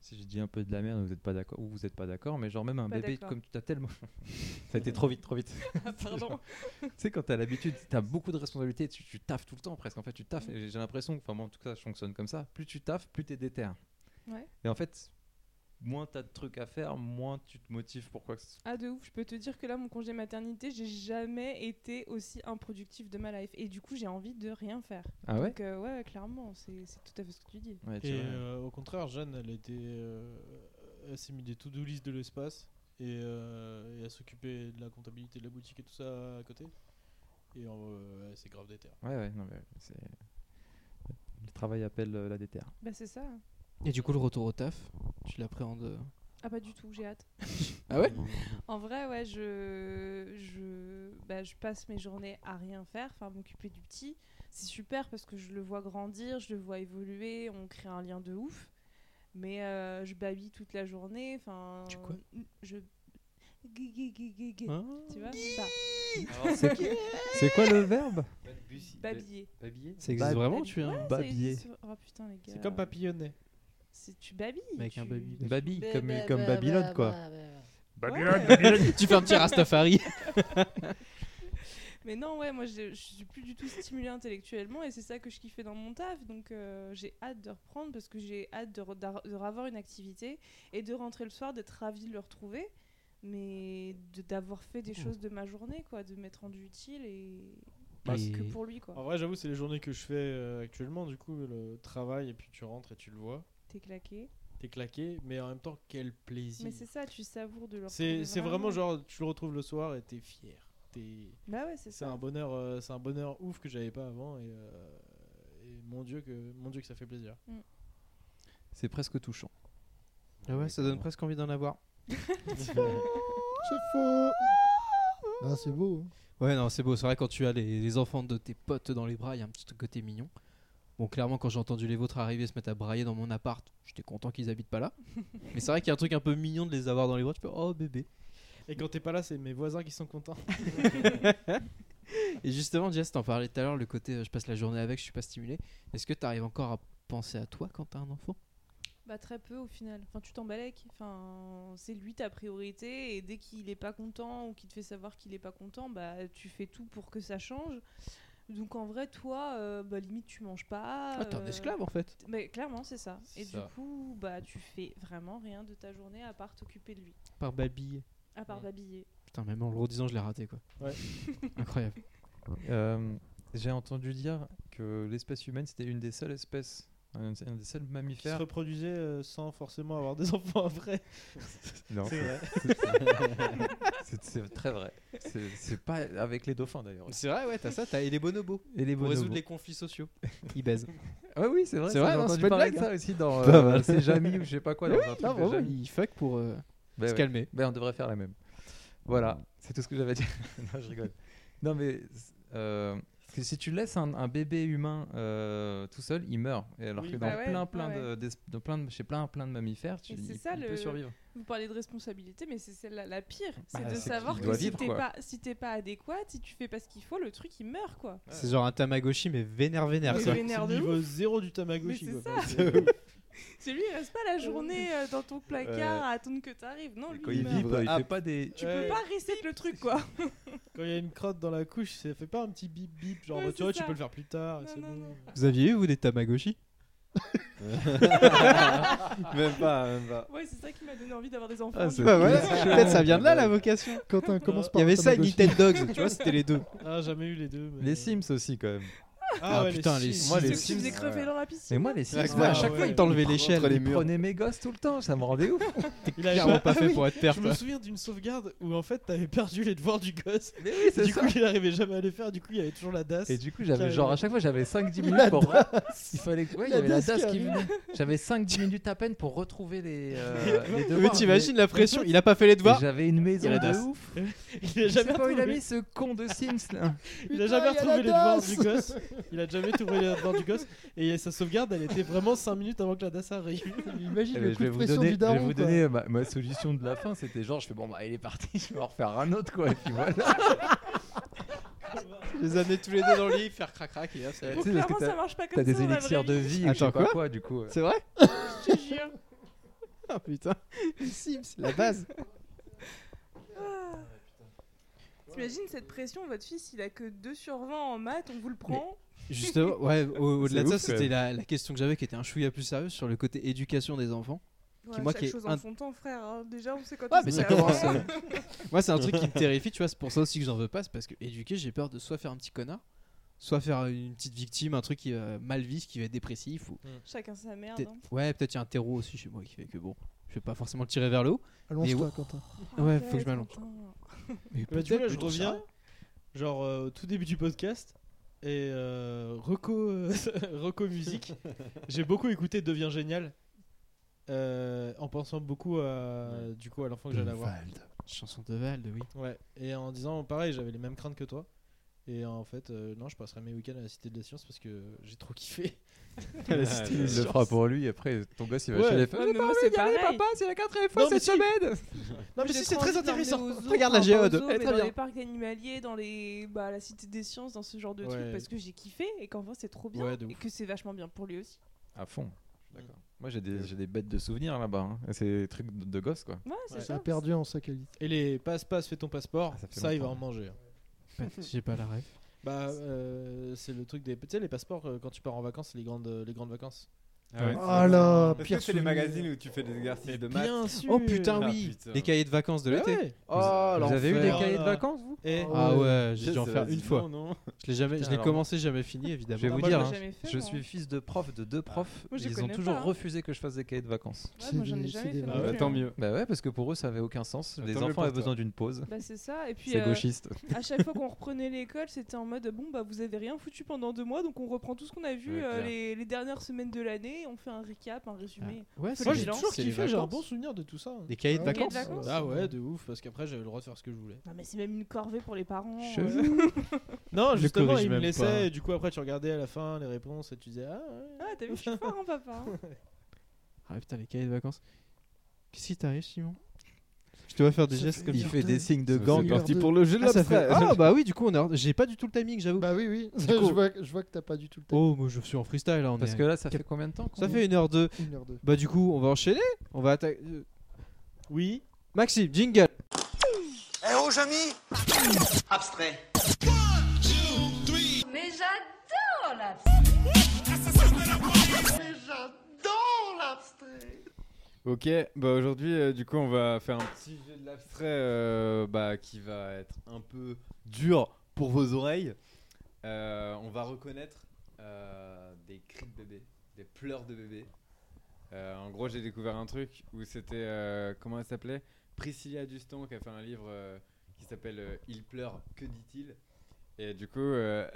S4: si j'ai dit un peu de la merde, vous n'êtes pas d'accord ou vous n'êtes pas d'accord, mais genre même un
S8: Pas
S4: bébé
S8: d'accord.
S4: comme tu t'as tellement. Ça a été trop vite, trop vite.
S8: Ah, pardon.
S4: tu sais, quand t'as l'habitude, t'as beaucoup de responsabilités, tu, tu taffes tout le temps presque. En fait, tu taffes. Et j'ai l'impression que, enfin, moi en tout cas, je fonctionne comme ça. Plus tu taffes, plus t'es déter.
S8: Ouais.
S4: Et en fait, moins t'as de trucs à faire, moins tu te motives pour quoi que ce
S8: Ah de ouf, je peux te dire que là mon congé maternité, j'ai jamais été aussi improductif de ma life et du coup j'ai envie de rien faire.
S4: Ah ouais
S8: Donc euh, ouais, ouais, clairement, c'est c'est tout à fait ce que tu dis.
S4: Ouais, tu
S9: Et
S4: vois.
S9: euh, au contraire, Jeanne, elle était, euh, elle s'est mis des to-do list de l'espace et, euh, et elle s'occupait de la comptabilité de la boutique et tout ça à côté. Et euh, elle s'est grave déter.
S4: ouais, ouais, non, mais c'est. Le travail appelle euh, la déter.
S8: Bah c'est ça.
S1: Et du coup, le retour au taf, tu l'appréhendes. euh,
S8: Ah pas du tout, j'ai hâte.
S1: Ah ouais
S8: En vrai, ouais, je, je, bah, je passe mes journées à rien faire, enfin m'occuper du petit. C'est super parce que je le vois grandir, je le vois évoluer, on crée un lien de ouf. mais euh, je babille toute la journée. Enfin,
S1: Tu quoi
S8: Je. Gui, gui, gui, gui, gui.
S1: Ah.
S8: Tu vois Bah, ça.
S4: C'est c'est quoi le verbe
S8: Babiller.
S1: Ça existe
S10: Bab-
S1: vraiment, tu es un
S8: Ça
S10: Babiller.
S8: existe- Oh putain, les gars.
S9: C'est comme papillonner.
S8: C'est- Tu babilles.
S1: mec, un
S8: tu-
S1: baby.
S4: Baby, comme, comme Babylone, quoi.
S8: Ouais.
S1: tu fais un petit Rastafari.
S8: Mais non, ouais, moi je je suis plus du tout stimulée intellectuellement et c'est ça que je kiffais dans mon taf. Donc euh, j'ai hâte de reprendre parce que j'ai hâte de, re- d'a- de revoir une activité et de rentrer le soir, d'être ravie de le retrouver, mais de- d'avoir fait
S9: Mmh.
S8: des choses de ma journée, quoi, de m'être rendue utile et.
S1: Et-
S8: que pour lui, quoi.
S9: En vrai, j'avoue, c'est les journées que je fais euh, actuellement, du coup, le travail, et puis tu rentres et tu le vois.
S8: T'es claqué.
S9: T'es claqué, mais en même temps, quel plaisir.
S8: Mais c'est ça, tu savoures de leur
S9: C'est c'est vraiment genre, tu le retrouves le soir et t'es fier. T'es-
S8: Bah ouais, c'est
S9: C'est
S8: ça.
S9: un bonheur, euh, c'est un bonheur ouf que j'avais pas avant, et, euh, et mon dieu que, mon dieu que ça fait plaisir.
S4: C'est presque touchant.
S1: Ah ouais, ça donne presque envie d'en avoir.
S2: C'est faux. Ah, c'est beau. hein.
S1: Ouais, non, c'est beau. C'est vrai, quand tu as les, les enfants de tes potes dans les bras, il y a un petit côté mignon. Bon, clairement, quand j'ai entendu les vôtres arriver se mettre à brailler dans mon appart, j'étais content qu'ils habitent pas là. Mais c'est vrai qu'il y a un truc un peu mignon de les avoir dans les bras. Tu peux, oh bébé.
S9: Et quand t'es pas là, c'est mes voisins qui sont contents.
S1: Et justement, Jess, t'en parlais tout à l'heure, le côté euh, je passe la journée avec, je suis pas stimulé. Est-ce que t'arrives encore à penser à toi quand t'as un enfant
S8: Bah très peu au final. Enfin tu t'emballes avec. Enfin c'est lui ta priorité et dès qu'il est pas content ou qu'il te fait savoir qu'il est pas content, bah tu fais tout pour que ça change. Donc en vrai toi, euh, bah limite tu manges pas.
S1: Ah, t'es un
S8: euh,
S1: esclave en fait.
S8: t- Mais clairement c'est ça. Et
S9: C'est ça.
S8: du coup bah tu fais vraiment rien de ta journée à part t'occuper de lui,
S1: Par babille.
S8: à part babiller.
S1: Putain, même en le redisant, je l'ai raté quoi.
S9: Ouais.
S1: Incroyable.
S4: Euh, J'ai entendu dire que l'espèce humaine, c'était une des seules espèces, un un des seuls
S9: Qui se
S4: mammifères.
S9: reproduisaient euh, sans forcément avoir des enfants après.
S4: Non,
S9: C'est vrai.
S4: c'est- c'est très vrai. C'est c'est pas avec les dauphins d'ailleurs.
S1: C'est vrai, ouais, t'as ça, t'as et les bonobos
S4: Et les
S1: pour résoudre les conflits sociaux. Ils baisent.
S4: Ouais, Ah oui, c'est vrai.
S1: C'est
S4: ça,
S1: vrai,
S4: j'ai
S1: non, c'est
S4: entendu
S1: pas une
S4: parler de
S1: blague, hein.
S4: ça aussi dans
S1: Pas
S4: euh,
S1: mal.
S4: c'est Jamy ou je sais pas quoi. Dans un truc
S1: Non, bah
S4: de
S1: vraiment,
S4: Jamy.
S1: ils fuck pour euh,
S4: Ben
S1: se
S4: ouais.
S1: calmer.
S4: Ben, on devrait faire la même. Voilà, c'est tout ce que j'avais à dire. non, je rigole. Non, mais euh, parce que si tu laisses un, un bébé humain euh, tout seul, il meurt. Et alors
S9: Oui,
S4: que
S8: bah
S4: dans
S8: ouais,
S4: plein,
S8: bah
S4: plein de, d'es- de plein de- chez plein, plein de mammifères, tu
S8: Et c'est
S4: il,
S8: ça,
S4: il
S8: le-
S4: peut survivre.
S8: Vous parlez de responsabilité mais c'est celle-là la pire. C'est
S4: Bah,
S8: de
S4: c'est qu'il
S8: savoir
S4: doit
S8: que si
S4: vivre,
S8: t'es
S4: quoi.
S8: pas, si t'es pas adéquat, si tu fais pas ce qu'il faut, le truc il meurt quoi.
S1: C'est genre un Tamagotchi, mais vénère, vénère.
S8: Mais
S1: quoi.
S9: C'est
S8: vénère
S9: le
S8: de ouf.
S9: niveau zéro du Tamagotchi.
S8: Mais c'est
S9: quoi.
S8: ça.
S9: Enfin, c'est-
S8: Celui il reste pas la journée euh, dans ton placard à attendre que t'arrives. Non, lui
S4: Quand
S8: il
S4: il
S8: meurt.
S4: vibre, il
S3: Ah,
S4: fait pas des.
S8: Tu
S9: Ouais.
S8: peux pas reset le truc quoi.
S9: Quand il y a une crotte dans la couche, ça fait pas un petit bip bip, genre
S8: Ouais,
S9: tu
S8: c'est
S9: vois, tu
S8: ça.
S9: peux le faire plus tard. et
S8: Non,
S9: c'est
S8: non,
S9: bon.
S8: non.
S1: Vous aviez eu, vous, des Tamagotchi
S3: même pas, même pas.
S8: Ouais, c'est ça qui m'a donné envie d'avoir des enfants.
S4: Ah,
S8: du
S4: c'est-
S8: coup.
S1: Peut-être ça vient de là, la vocation.
S2: Quentin, commence
S1: Il
S2: par.
S1: y
S2: un
S1: avait ça et
S2: Tamagotchi.
S1: Nintendo Dogs, tu vois, c'était les deux.
S9: Ah, jamais eu les deux. mais-
S4: Les Sims aussi, quand même.
S9: Ah,
S1: Ah,
S9: ouais,
S1: putain, les
S9: les Sims.
S4: Moi, les
S8: Tu
S4: Sims.
S8: faisais crever dans la piscine.
S4: Mais moi, les Sims,
S3: Ouais,
S4: moi, à
S9: ouais,
S4: chaque
S9: ouais.
S4: fois,
S1: T'enlevais
S4: ils t'enlevaient
S1: les Ah chaînes.
S4: les
S3: les
S4: Ils
S3: murs.
S4: prenaient mes gosses tout le temps, ça me rendait ouf.
S9: Il a-
S1: Clairement pas fait
S9: oui,
S1: pour être père,
S9: Je
S1: toi.
S9: me souviens d'une sauvegarde où en fait t'avais perdu les devoirs du gosse.
S4: Mais oui,
S9: Du coup, il arrivait jamais à les faire, du coup, il y avait toujours la DAS.
S4: Et du coup, j'avais
S9: Carrément.
S4: genre à chaque fois, j'avais 5-10 minutes pour. Il fallait. Ouais, il y
S2: La
S4: avait la
S2: DAS qui
S4: DAS qui
S2: arrive.
S4: venait. J'avais 5-10 minutes à peine pour retrouver les. euh, les devoirs,
S1: Mais t'imagines la pression, il a pas fait les
S4: Et
S1: devoirs.
S4: J'avais une maison
S1: Il y a la
S4: de
S1: DAS.
S4: ouf.
S9: Il a
S4: Je sais
S9: jamais
S4: pas où il a
S9: retrouvé,
S4: mis ce con de Sims là.
S9: il
S2: Putain,
S9: a jamais
S2: il y a
S9: retrouvé
S2: la
S9: les devoirs
S2: DAS.
S9: du gosse. Il a jamais trouvé les devoirs du gosse. Et sa sauvegarde, elle était vraiment 5 minutes avant que la DAS arrive.
S2: Imagine le
S4: Eh, ben, je
S2: coup
S4: vais
S2: de
S4: vous
S2: pression
S4: donner,
S2: du daron.
S4: je vais vous
S2: quoi.
S4: donner ma, ma solution de la fin. C'était genre, je fais bon bah il est parti, je vais en refaire un autre quoi. Et puis voilà.
S1: Les amener tous les deux dans le lit, faire crac crac, et hop, ça va
S8: Bon,
S4: tu sais, parce que
S8: clairement,
S4: t'as-
S8: ça marche pas comme
S4: T'as
S8: ça.
S4: des
S8: dans la
S4: élixirs de
S8: vraie
S4: vie, ou je sais
S1: Attends,
S4: pas
S1: quoi
S4: quoi du coup. euh.
S1: C'est vrai
S8: Je te jure.
S1: Ah putain, les Sims, la base.
S8: Ah. T'imagines cette pression, votre fils il a que 2 sur 20 en maths, on vous le prend.
S1: Justement, ouais, au- au-delà
S4: C'est
S1: de ça,
S4: ouf, quand
S1: c'était la, la question que j'avais qui était un chouïa plus sérieuse sur le côté éducation des enfants.
S8: Ouais,
S1: Qui, moi,
S8: chaque
S1: qui est
S8: chose
S1: un-
S8: en son temps, frère. hein. Déjà, on sait quand
S1: Ouais,
S8: est-ce
S1: mais
S8: que
S1: ça
S8: la fin.
S1: commence. euh, Moi, c'est un truc qui me terrifie, tu vois. C'est pour ça aussi que j'en veux pas. C'est parce que éduquer, j'ai peur de soit faire un petit connard, soit faire une petite victime, un truc qui va mal vivre, qui va être dépressif. Ou...
S8: Chacun sa merde.
S1: peut-être-
S8: hein.
S1: Ouais, peut-être il y a un terreau aussi chez moi qui fait que bon, je vais pas forcément le tirer vers le haut.
S2: Allonge-toi, Quentin.
S1: Ouais, faut que je
S8: Arrête,
S1: m'allonge.
S8: Quentin.
S1: Mais
S9: Bah, tu vois, là,
S1: peut-être
S9: je
S1: que trouve ça-
S9: reviens, genre euh, au tout début du podcast, et euh, Reco, euh, Reco Musique, j'ai beaucoup écouté Devient Génial, euh, en pensant beaucoup à, du coup, à l'enfant que j'allais avoir.
S1: Chanson de Valde, oui.
S9: Ouais. Et en disant, pareil, j'avais les mêmes craintes que toi. Et en fait, euh, non, je passerai mes week-ends à la Cité de la Science parce que j'ai trop kiffé.
S4: Ah, il le fera pour lui, après ton gosse il va
S9: Ouais.
S4: chez les feux.
S9: Ouais,
S4: J'ai
S9: mais
S4: pas
S9: moi,
S4: envie
S9: c'est
S4: d'y aller,
S9: pareil.
S4: papa, c'est la quatrième fois
S9: Non, mais
S4: cette
S9: si.
S4: semaine
S9: Non, mais
S8: J'ai
S9: si, c'est
S8: trop
S9: très
S8: envie d'emmener
S9: intéressant.
S8: aux zoos,
S10: Regarde la
S8: enfin, pas aux
S10: géode. Elle
S8: zoos,
S10: est
S8: mais
S10: très
S8: dans
S10: bien.
S8: les parcs animaliers, dans les, bah, la cité des sciences, dans ce genre de
S9: Ouais.
S8: trucs, parce que j'ai kiffé et qu'enfin c'est trop bien
S9: Ouais, de
S8: et que c'est vachement bien pour lui aussi.
S4: À fond.
S3: D'accord.
S4: Moi j'ai des, j'ai des bêtes de souvenirs là-bas. hein. Et C'est des trucs de, de gosse quoi.
S8: Ouais, c'est
S9: Ouais.
S2: Ça a
S8: ça.
S2: perdu en sa qualité.
S9: Et les passe-passe, fais ton passeport,
S4: Ah, ça
S9: ça,
S4: fait
S9: il va
S4: longtemps.
S9: en manger.
S1: J'ai pas la ref.
S9: Bah, euh, c'est le truc des. Tu sais, les passeports, euh, quand tu pars en vacances, les grandes, euh, les grandes vacances.
S1: ouais.
S2: Ah là,
S3: Est-ce
S2: pire
S3: que c'est les
S2: souvenir.
S3: magazines où tu fais des exercices de maths
S9: Bien sûr
S1: Oh putain,
S3: Ah,
S1: oui
S3: putain.
S1: Les cahiers de vacances de
S9: Ouais,
S1: l'été.
S9: ouais.
S10: Oh, l'enfer.
S4: Vous avez eu des
S9: Oh
S4: cahiers de
S9: là.
S4: vacances vous
S9: Eh,
S1: Ah ouais, j'ai dû en
S3: Ça
S1: faire
S3: va,
S1: une
S3: dis
S1: fois.
S3: non, non.
S1: Je l'ai jamais, je
S4: Putain,
S1: l'ai
S4: alors-
S1: commencé, jamais fini évidemment.
S4: Je vais vous
S9: moi,
S4: dire,
S9: je
S4: hein,
S9: l'ai
S8: jamais fait,
S4: je
S8: moi.
S4: suis fils de prof de deux profs.
S8: Moi, je
S4: ils ont
S8: connais
S4: toujours
S8: pas, hein.
S4: refusé que je fasse des cahiers de vacances.
S8: Ouais, moi j'en ai
S2: C'est
S8: jamais
S2: des- c'est
S8: fait.
S2: des-
S8: non
S3: Ah bah,
S8: plus. hein.
S3: tant mieux.
S4: Bah ouais, parce que pour eux ça avait aucun sens.
S3: Bah,
S4: Les
S3: tant mieux
S4: enfants
S3: pour
S4: avaient
S3: toi.
S4: besoin d'une pause.
S8: Bah, c'est ça. Et puis
S4: C'est
S8: euh,
S4: gauchiste.
S8: à chaque fois qu'on reprenait l'école, c'était en mode bon bah vous avez rien foutu pendant deux mois, donc on reprend tout ce qu'on a vu
S3: Ouais,
S8: euh,
S3: clair.
S8: les, les dernières semaines de l'année, on fait un récap, un résumé.
S1: hein. Ouais,
S8: c'est
S9: Moi,
S8: les
S9: j'ai
S8: vacances,
S9: toujours
S1: c'est les
S9: kiffé, j'ai un
S1: vacances.
S9: bon souvenir de tout ça. hein.
S1: Des cahiers de
S2: Ah,
S8: cahiers
S1: vacances
S8: de vacances.
S9: Ah ouais, de ouf, parce qu'après, j'avais le droit de faire ce que je voulais.
S8: Non mais c'est même une corvée pour les parents.
S4: Chelou.
S8: euh.
S9: Non,
S1: Le
S9: justement,
S1: corrige
S9: il me
S1: même pas.
S9: laissait, et du coup, après, tu regardais à la fin les réponses et tu disais Ah, ouais.
S8: Ah t'as vu je suis fort hein, papa. hein.
S1: Ah putain, les cahiers de vacances. Qu'est-ce qui t'arrive, Simon Je te vois faire des
S2: Ça
S1: gestes
S2: fait
S1: comme
S2: Il
S1: ça.
S2: fait des
S4: signes de
S3: Ça, C'est parti pour le jeu de
S1: Ah, ça fait-
S3: l'abstrait.
S1: ah, bah oui, du coup, on a... j'ai pas du tout le timing, j'avoue.
S2: Bah oui, oui.
S1: Du coup-
S2: je, vois, je vois que t'as pas du tout le temps.
S1: oh, moi je suis en freestyle là, on
S4: Parce
S1: est-
S4: que là, ça
S1: Cap-
S4: fait combien de temps qu'on-
S1: Ça fait une heure deux.
S2: Une heure deux.
S1: Bah du coup, on va enchaîner. On va attaquer. euh,
S9: Oui,
S1: Maxime, jingle.
S7: Eh oh, Jamy
S5: Abstrait.
S11: Mais j'adore la
S3: Ok, bah aujourd'hui, euh, du coup, on va faire un petit jeu de l'abstrait euh, bah, qui va être un peu dur pour vos oreilles. Euh, on va reconnaître euh, des cris de bébé, des pleurs de bébé. Euh, en gros, j'ai découvert un truc où c'était, euh, comment elle s'appelait Priscilla Duston qui a fait un livre euh, qui s'appelle euh, Il pleure, que dit-il Et du coup, euh,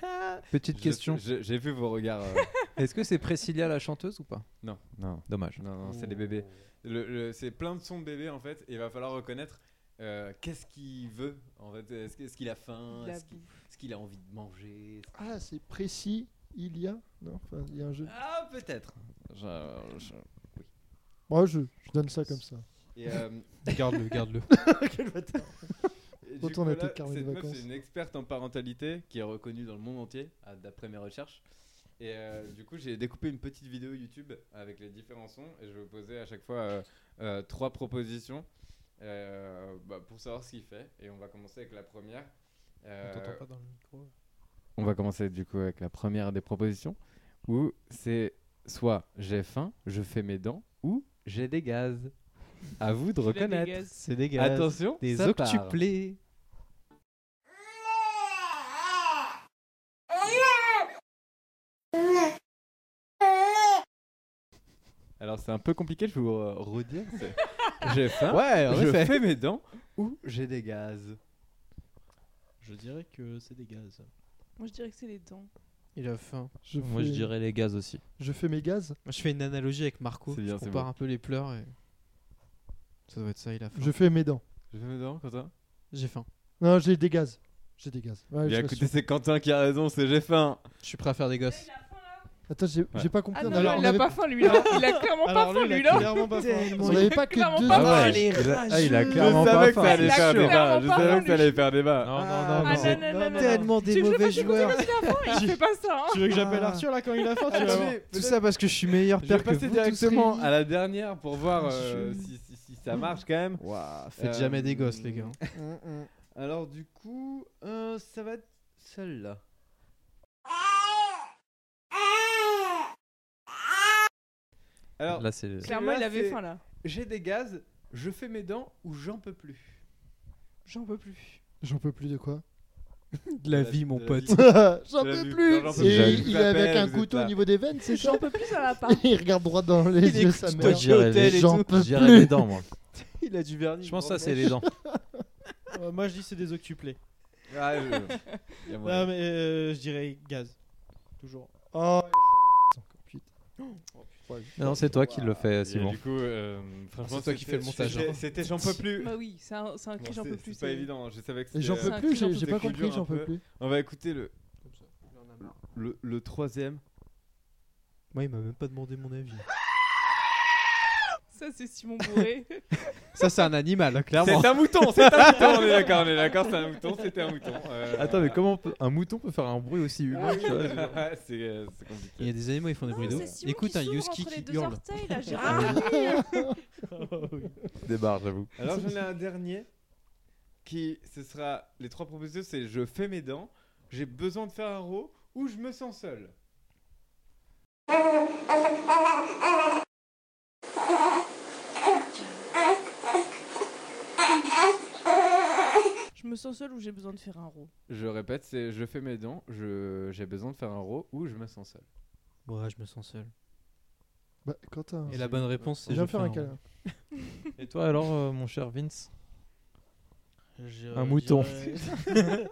S4: Petite
S3: je-
S4: question.
S3: je- j'ai vu vos regards. euh,
S4: Est-ce que c'est Priscilla la chanteuse ou pas
S3: non, non.
S4: Dommage.
S3: Non, non, c'est des bébés. Le- le- c'est plein de sons de bébés en fait, et il va falloir reconnaître euh, qu'est-ce qu'il veut en fait. Est-ce, que- est-ce qu'il a faim
S8: La
S3: est-ce qu'il, est-ce qu'il a envie de manger Est-ce-
S2: Ah, c'est précis. Il y a. Non, enfin, il y a un jeu.
S3: Ah, peut-être Je- je-
S2: Moi, je, je donne ça comme ça.
S3: Et, euh,
S1: Garde-le, garde-le.
S3: et du
S2: Autant on
S3: coup,
S2: a
S3: là,
S2: tes carnets de
S3: cette meuf,
S2: vacances.
S3: c'est une experte en parentalité qui est reconnue dans le monde entier, à- d'après mes recherches. Et euh, du coup, j'ai découpé une petite vidéo YouTube avec les différents sons, et je vais vous poser à chaque fois euh, euh, trois propositions euh, bah, pour savoir ce qu'il fait. Et on va commencer avec la première.
S9: on
S3: Euh,
S9: t'entend pas dans le micro.
S3: On va commencer du coup avec la première des propositions où c'est soit j'ai faim, je fais mes dents ou j'ai des gaz. À vous de
S8: Il a des
S3: reconnaître.
S8: gaz.
S1: C'est des gars.
S3: Attention,
S1: Des
S3: ça part.
S1: octuplés.
S3: Alors c'est un peu compliqué, je vais vous euh, redire. c'est J'ai faim,
S1: Ouais, en
S3: je
S1: effet.
S3: fais mes dents ou j'ai des gaz.
S9: Je dirais que c'est des gaz.
S8: Moi je dirais que c'est les dents.
S1: Il a faim.
S2: Je
S4: Moi,
S2: fais-
S4: je dirais les gaz aussi.
S2: Je fais mes gaz.
S1: Moi, je fais une analogie avec Marco.
S3: C'est bien,
S1: je
S3: c'est
S1: compare
S3: bon.
S1: un peu les pleurs et. Ça doit être ça, il a faim.
S2: Je fais mes dents.
S3: Je fais mes dents, Quentin
S1: J'ai faim.
S2: Non, j'ai des gaz. J'ai des gaz. Ouais,
S3: Bien
S2: je
S3: écoutez,
S2: l'assume.
S3: c'est Quentin qui a raison, c'est j'ai faim.
S1: Je suis prêt à faire des gosses.
S2: Attends, j'ai j'ai pas compris.
S8: Ah non,
S2: on avait-
S8: non,
S2: on
S8: il a
S2: avait-
S8: pas faim lui là. Il a clairement pas faim
S9: lui,
S8: lui
S9: il a
S8: là.
S9: clairement pas faim.
S2: On avait pas que
S8: clairement
S2: deux.
S8: pas
S2: Ah ouais.
S4: il, a, ah, il a
S3: Je
S4: clairement pas
S3: savais que ça
S4: faim.
S3: allait
S8: Il a
S3: faire débat.
S8: clairement
S3: Je
S8: pas
S3: savais
S8: faim,
S3: que ça allait faire débat.
S4: Non,
S2: Ah,
S4: non, non,
S8: Ah
S4: non.
S8: non, non, non, non, non.
S1: Tellement des
S8: Tu veux
S1: mauvais
S8: pas
S1: joueurs.
S8: qu'il a faim Il fait pas ça. hein.
S9: Tu veux que
S1: Ah.
S9: j'appelle Bah, Arthur là quand il a
S3: Ah,
S9: faim Ah, tu vas voir.
S1: Tout ça parce que je suis meilleur
S3: Je vais
S1: père que
S3: passer
S1: vous.
S3: directement à la dernière pour voir
S4: Ah,
S3: euh, si, si- si ça marche quand même.
S1: Waouh, faites
S3: Euh,
S1: jamais des gosses, les gars.
S9: hum,
S3: Alors du coup, euh, ça va être celle-là. Alors,
S4: Là, c'est.
S8: Clairement il avait
S3: c'est-
S8: faim là.
S3: j'ai des gaz, je fais mes dents ou j'en peux plus.
S8: J'en peux plus.
S2: J'en peux plus de quoi
S1: De la vie, mon
S3: de la
S1: pote.
S3: vie.
S2: J'en
S3: Je l'ai
S2: peux
S3: vu.
S2: plus.
S3: J'en peux
S2: Et
S3: plus.
S2: il est avec
S3: J'appelle,
S2: un
S3: vous
S2: couteau
S3: êtes
S2: au
S3: là.
S2: niveau des veines, c'est ça
S8: J'en peux plus à la part.
S2: Il regarde droit dans les
S1: Il
S2: yeux
S1: écoute
S2: sa
S1: toi,
S2: mère.
S4: je dirais les-
S2: J'en peux
S4: Je dirais les
S2: plus.
S4: dents, moi.
S1: Il a du vernis.
S4: Je pense que ça, c'est les dents.
S9: Euh, Moi je dis c'est des octuplés.
S3: Ah, je- y a moyen.
S9: Non mais euh, je dirais gaz. Toujours.
S2: Oh,
S4: Non, c'est toi qui le fais,
S3: Et
S4: Simon.
S3: Du coup, euh,
S4: Ah,
S3: franchement,
S1: C'est toi qui
S3: c'était-
S1: fais le montage,
S3: c'était-
S1: hein.
S3: C'était j'en peux plus.
S8: Bah oui, c'est un, c'est un cri,
S3: Bon,
S8: j'en
S3: c'est-
S8: peux plus.
S3: C'est pas
S8: c'est-
S3: évident, je savais que
S2: Et j'en
S3: c'était-
S2: peux
S3: euh,
S2: plus, j'ai- j'ai
S3: c'était
S2: pas
S3: coup
S2: compris,
S8: hein.
S3: dur un
S2: j'en peux
S3: peu.
S2: plus.
S3: On va écouter le le, le troisième.
S1: Moi, il m'a même pas demandé mon avis.
S8: Ça, c'est Simon Bourré.
S10: Ça, c'est un animal, hein, clairement.
S3: C'est un mouton, c'est un mouton. On est d'accord, on est d'accord, c'est un mouton, c'était un mouton. Euh,
S4: Attends, mais comment on peut- un mouton peut faire un bruit aussi humain tu vois
S3: voilà. c'est euh, c'est compliqué.
S10: Il y a des animaux, ils font des bruits
S8: Non,
S10: d'eau.
S8: c'est Simon
S10: Écoute
S8: qui
S10: un
S8: s'ouvre
S10: husky
S8: entre les
S10: qui
S8: deux
S10: hurle.
S8: orteils, là, j'ai
S3: Ah
S8: rien compris.
S4: Des barres, j'avoue.
S3: Alors j'en ai un dernier qui ce sera les trois propositions c'est je fais mes dents, j'ai besoin de faire un row ou je me sens seul.
S8: Je me sens seule ou j'ai besoin de faire un roux.
S3: Je répète, c'est je fais mes dents, je j'ai besoin de faire un row ou je me sens seul.
S10: Ouais, je me sens seul.
S4: Ah,
S2: Bah, Quentin,
S10: Et la bonne réponse, c'est.
S2: viens
S10: je
S2: faire un
S10: fais
S2: câlin.
S4: Et toi alors, euh, mon cher Vince
S9: Je
S4: Un mouton.
S9: dirais-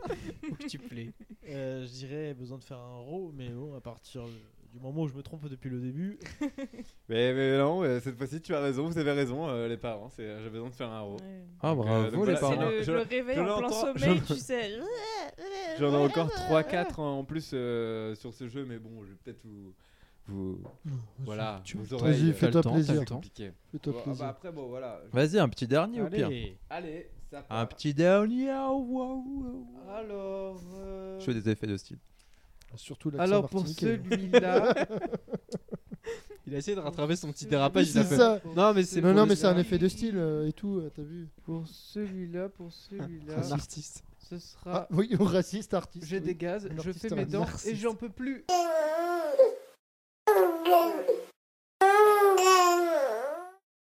S10: Petit play.
S9: euh, je dirais besoin de faire un row, mais bon, à partir du moment où je me trompe depuis le début,
S3: Mais, mais non, euh, cette fois-ci tu as raison, vous avez raison euh, les parents, c'est euh, j'ai besoin de faire un row.
S8: Ouais.
S4: Ah,
S3: Donc, euh,
S4: bravo
S3: donc
S4: les
S3: voilà,
S8: C'est
S4: parents.
S8: le,
S3: Je-
S8: le réveil
S3: je
S8: en plein
S3: l'entends-
S8: sommeil,
S3: je-
S8: tu sais.
S3: J'en ai encore 3 4 en plus euh, sur ce jeu mais bon, je vais peut-être vous vous voilà,
S2: tu-
S3: vous
S2: vas-y,
S3: aurez euh,
S2: fais-toi plaisir.
S3: compliqué.
S2: Fais-toi
S3: Bon, ah bah,
S2: plaisir.
S3: après bon voilà.
S4: Vas-y, un petit dernier au pire.
S9: allez.
S3: Allez, ça part.
S4: Un petit dernier. ah, waouh, waouh.
S3: Alors euh,
S4: Je fais des effets de style.
S3: bah.
S2: Surtout l'accent
S10: Alors pour
S2: martiniquais.
S10: celui-là. Il a essayé de rattraper son petit
S2: Oui,
S10: dérapage. il a
S2: c'est
S10: fait-
S2: ça.
S10: Non, mais c'est
S2: Non,
S10: pour
S2: non,
S10: le-
S2: mais c'est un
S8: Ah,
S2: effet de style euh, et tout, euh, t'as vu
S10: Pour celui-là, pour celui-là,
S2: Un artiste.
S10: ce sera.
S2: Ah, oui, raciste, artiste.
S10: J'ai
S2: oui.
S10: des gaz, je
S2: L'artiste
S10: fais mes
S2: raciste.
S10: dents et j'en peux plus.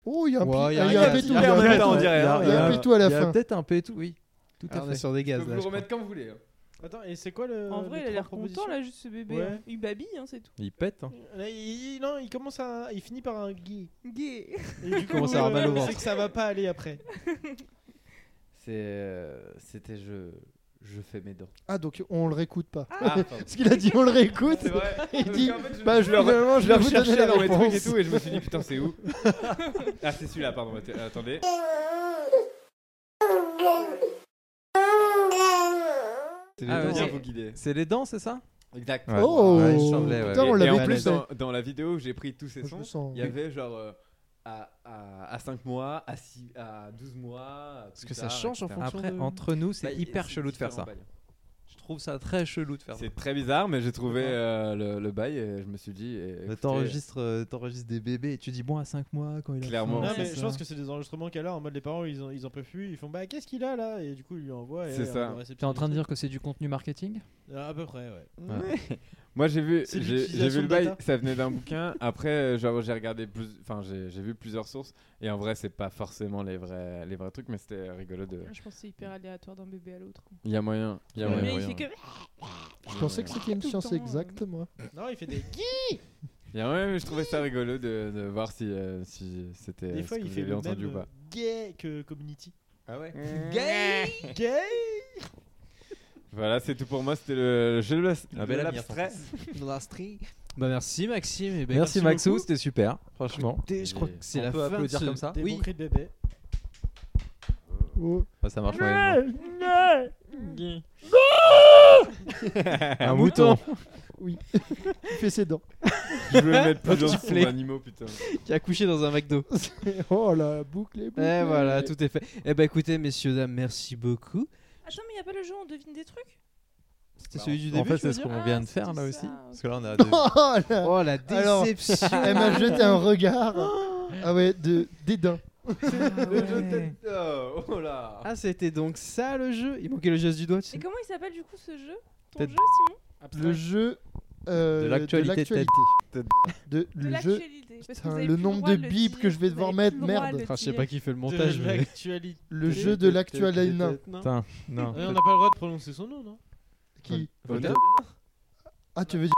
S2: Oh, il y a un
S10: Ouais,
S2: pi-
S10: il y a
S2: ah,
S10: un
S2: il y a un
S10: gaz.
S2: pétou.
S3: Il y
S2: il y
S3: a un
S2: a un
S3: gaz.
S2: pétou.
S3: on dirait, hein.
S2: Il y a un pétou à la
S4: il y a
S2: fin.
S4: peut-être un pétou, oui. Tout
S10: Ah,
S4: à
S10: on est
S4: fait.
S10: sur des
S3: Je
S10: gaz
S3: peux vous
S10: là. je
S3: le
S10: crois.
S3: remettre quand vous voulez. hein.
S9: Attends, et c'est quoi le.
S8: En
S9: les
S8: vrai, il a
S9: trois
S8: l'air content
S9: propositions
S8: là, juste ce bébé.
S9: Ouais.
S8: hein. Il babille, hein, c'est tout.
S4: Il pète. hein.
S9: Là, il, il- non, il commence à. Il finit par un gay.
S8: Gay.
S9: Et du coup,
S4: commence à avoir mal au
S9: euh,
S4: ventre.
S9: C'est que ça va pas aller après.
S3: C'est, euh, c'était je, je fais mes dents.
S2: Ah, donc on le réécoute pas.
S3: Ah, pardon.
S2: Ce qu'il a dit, on le réécoute.
S3: c'est vrai.
S2: Il
S3: Parce
S2: dit,
S3: qu'en fait,
S2: bah, je,
S3: le re-
S2: finalement, je
S3: je le
S2: vais vous donner la
S3: recherchais dans mes trucs et
S2: réponse.
S3: tout et je me suis dit putain c'est où Ah c'est celui-là pardon att- attendez. C'est
S4: Ah,
S3: bien
S4: vas-y.
S3: vous guider.
S4: C'est les dents, c'est ça
S3: Exact.
S4: Ouais.
S2: Oh,
S4: Ouais, il semblait, ouais.
S2: putain, on
S3: et en
S2: l'avait
S3: plus
S2: plus.
S3: dans, dans la vidéo où j'ai pris tous ces
S2: Je me
S3: sons,
S2: sens.
S3: il y avait genre euh, à, à, 5 mois, à, 6, à 12 mois.
S1: Parce que ça change en fonction
S4: Après,
S1: de-
S4: entre nous, c'est
S3: Bah,
S4: hyper
S3: c'est
S4: chelou de faire ça.
S3: différent, bah,
S4: Je trouve ça très chelou de faire ça.
S3: C'est très bizarre, mais j'ai trouvé euh, le, le bail et je me suis dit. eh,
S4: Bah,
S3: écoutez,
S4: T'enregistres euh, t'enregistres des bébés et tu dis bon à 5 mois quand il a
S3: Clairement.
S4: faim,
S9: Non,
S3: c'est
S9: mais
S4: ça.
S9: je pense que c'est des enregistrements qu'elle a en mode les parents ils en, ils en peuvent plus, ils font bah qu'est-ce qu'il a là Et du coup, il lui envoie. et
S3: C'est
S9: elle,
S3: ça.
S9: on le réceptionne
S4: T'es en train de
S9: et
S4: dire que c'est du contenu marketing
S9: tout. Ah, À peu près, ouais.
S3: Moi j'ai vu,
S9: C'est
S3: j'ai j'ai
S9: l'utilisation
S3: vu le
S9: de
S3: bail,
S9: data.
S3: ça venait d'un bouquin. Après, euh, genre j'ai regardé plus, enfin j'ai j'ai vu plusieurs sources et en vrai c'est pas forcément les vrais, les vrais trucs, mais c'était rigolo de.
S8: Je pense que c'est hyper aléatoire d'un bébé à l'autre.
S3: Il y a moyen, il y a
S8: le
S3: moyen.
S8: mien, il
S3: moyen.
S8: fait que.
S2: Je pensais que
S3: Il
S2: c'était une
S8: Tout le
S2: science
S8: temps, euh.
S2: exacte, moi.
S9: Non, il fait des.
S3: y a moyen, mais je trouvais ça rigolo de, de voir si, euh, si c'était.
S9: Des
S3: euh,
S9: fois,
S3: ce que
S9: il
S3: vous
S9: fait
S3: avez
S9: le
S3: entendu
S9: même
S3: ou pas.
S9: euh, gay que Community.
S3: Ah ouais.
S9: Gay
S3: Voilà, c'est tout pour moi. C'était le jeu de l'as-
S4: Un
S3: de
S4: bel
S3: l'abstrait.
S10: Bah merci Maxime.
S3: bah,
S10: et ben,
S4: Merci Maxou,
S10: beaucoup.
S4: c'était super, franchement.
S10: Écoutez, Je crois que c'est
S4: On
S10: la
S4: peut
S10: fin de
S4: applaudir
S10: ce-
S4: comme ça
S9: Des bons
S10: Oui.
S9: cris de bébé.
S2: Oh.
S4: Bah, ça marche moyennement. Un
S2: mouton.
S4: mouton
S2: Oui, il fait ses dents.
S3: Je voulais mettre
S10: Petit
S3: plus de sons
S10: play.
S3: animaux, putain.
S10: Qui a couché dans un McDo.
S2: oh la boucle est bouclée.
S10: Et Eh, voilà, tout est fait. Eh ben écoutez, messieurs, dames, merci beaucoup.
S8: Attends, mais il a pas le jeu, on devine des trucs
S10: C'était
S3: Bah,
S10: celui du
S4: En
S10: début.
S4: fait,
S10: tu veux
S4: c'est ce
S10: dire
S4: qu'on
S8: Ah,
S4: vient de faire
S8: c'était
S4: là
S8: ça,
S4: aussi.
S8: ok.
S4: Parce que là, on a des-
S2: Oh, la-
S10: Oh la
S2: Alors,
S10: déception
S2: Elle m'a jeté un regard. Ah ouais, de dédain.
S3: Le jeu de tête- Oh, oh là.
S10: Ah, c'était donc ça le jeu Il manquait le geste du doigt, tu sais.
S8: Et comment il s'appelle du coup ce jeu Ton jeu,
S10: Peut-être-
S8: Simon
S2: Le jeu. euh,
S4: De l'actualité
S2: De,
S8: De
S2: le jeu.
S8: l'actualité. parce que
S2: Putain,
S8: vous avez
S2: le
S8: plus
S2: nombre
S8: droit
S2: de
S8: le
S2: bips
S8: dire,
S2: que je vais
S8: vous
S2: devoir
S8: avez
S2: mettre,
S8: plus le droit de
S2: merde.
S8: le
S10: Enfin, Ah, je sais
S8: dire.
S10: pas qui fait le montage,
S9: De
S10: mais.
S9: l'actualité.
S2: Le jeu de l'actualité.
S9: Non.
S4: Putain, non.
S9: Ouais, On n'a pas le droit de prononcer son nom, non
S2: Qui
S3: Faudrait-
S2: Ah, tu veux dire.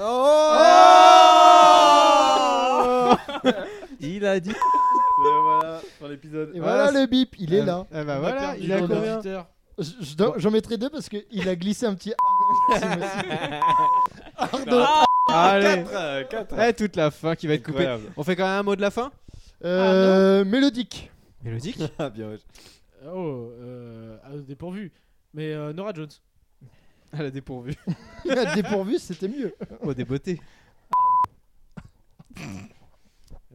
S10: Oh
S4: Il a dit.
S3: Et ben voilà, pour l'épisode.
S2: Et voilà le bip, il est là.
S10: Ah bah
S9: On a
S10: voilà,
S9: perdu
S10: il a
S9: nos
S10: combien
S9: auditeurs.
S2: Je- je don- J'en mettrai deux parce qu'il a glissé un petit. Arnaud.
S10: Allez.
S7: Quatre, euh, quatre.
S10: Eh, toute la fin qui va être coupée.
S7: Incroyable.
S10: On fait quand même un mot de la fin
S2: Euh, mélodique.
S1: Mélodique
S7: Ah, bien, ouais.
S9: Oh, euh, à- dépourvu. Mais euh, Nora Jones.
S10: À la dépourvue.
S2: Dépourvu, c'était mieux.
S10: Oh, des beautés.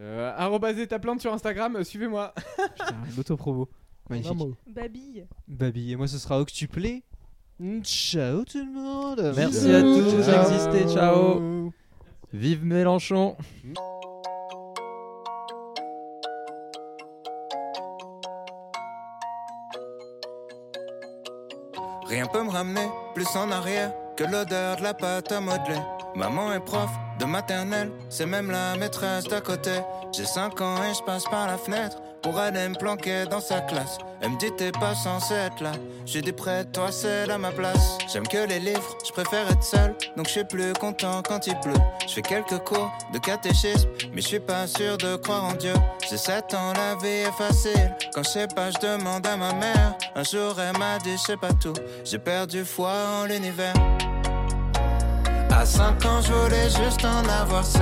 S3: Euh, arrobasez ta plante sur Instagram, euh, suivez-moi.
S1: Putain, l'autopromo.
S2: Un
S1: Magnifique.
S2: mot.
S8: Babille.
S1: Babi, et moi ce sera octuplé. Mm, Ciao tout le monde
S4: Merci à
S2: Bisous,
S4: tous
S2: ciao.
S4: d'exister. Ciao. Vive Mélenchon.
S6: Rien peut me ramener plus en arrière que l'odeur de la pâte à modeler. Maman est prof de maternelle, c'est même la maîtresse d'à côté. J'ai 5 ans et je passe par la fenêtre pour aller me planquer dans sa classe. Elle me dit t'es pas censé être là. J'ai des prêts, toi c'est à ma place. J'aime que les livres, je préfère être seul, donc je suis plus content quand il pleut. Je fais quelques cours de catéchisme, mais je suis pas sûr de croire en Dieu. J'ai 7 ans, la vie est facile. Quand je sais pas, je demande à ma mère. Un jour elle m'a dit je sais pas tout. J'ai perdu foi en l'univers. À 5 ans, je voulais juste en avoir 7.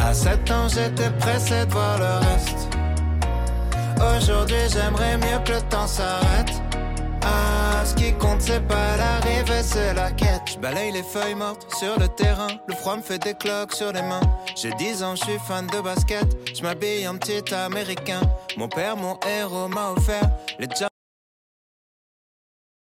S6: À 7 ans, j'étais pressé de voir le reste. Aujourd'hui, j'aimerais mieux que le temps s'arrête. Ah, ce qui compte, c'est pas l'arrivée, c'est la quête. Je balaye les feuilles mortes sur le terrain. Le froid me fait des cloques sur les mains. J'ai 10 ans, je suis fan de basket. Je m'habille en petit américain. Mon père, mon héros, m'a offert les Jordans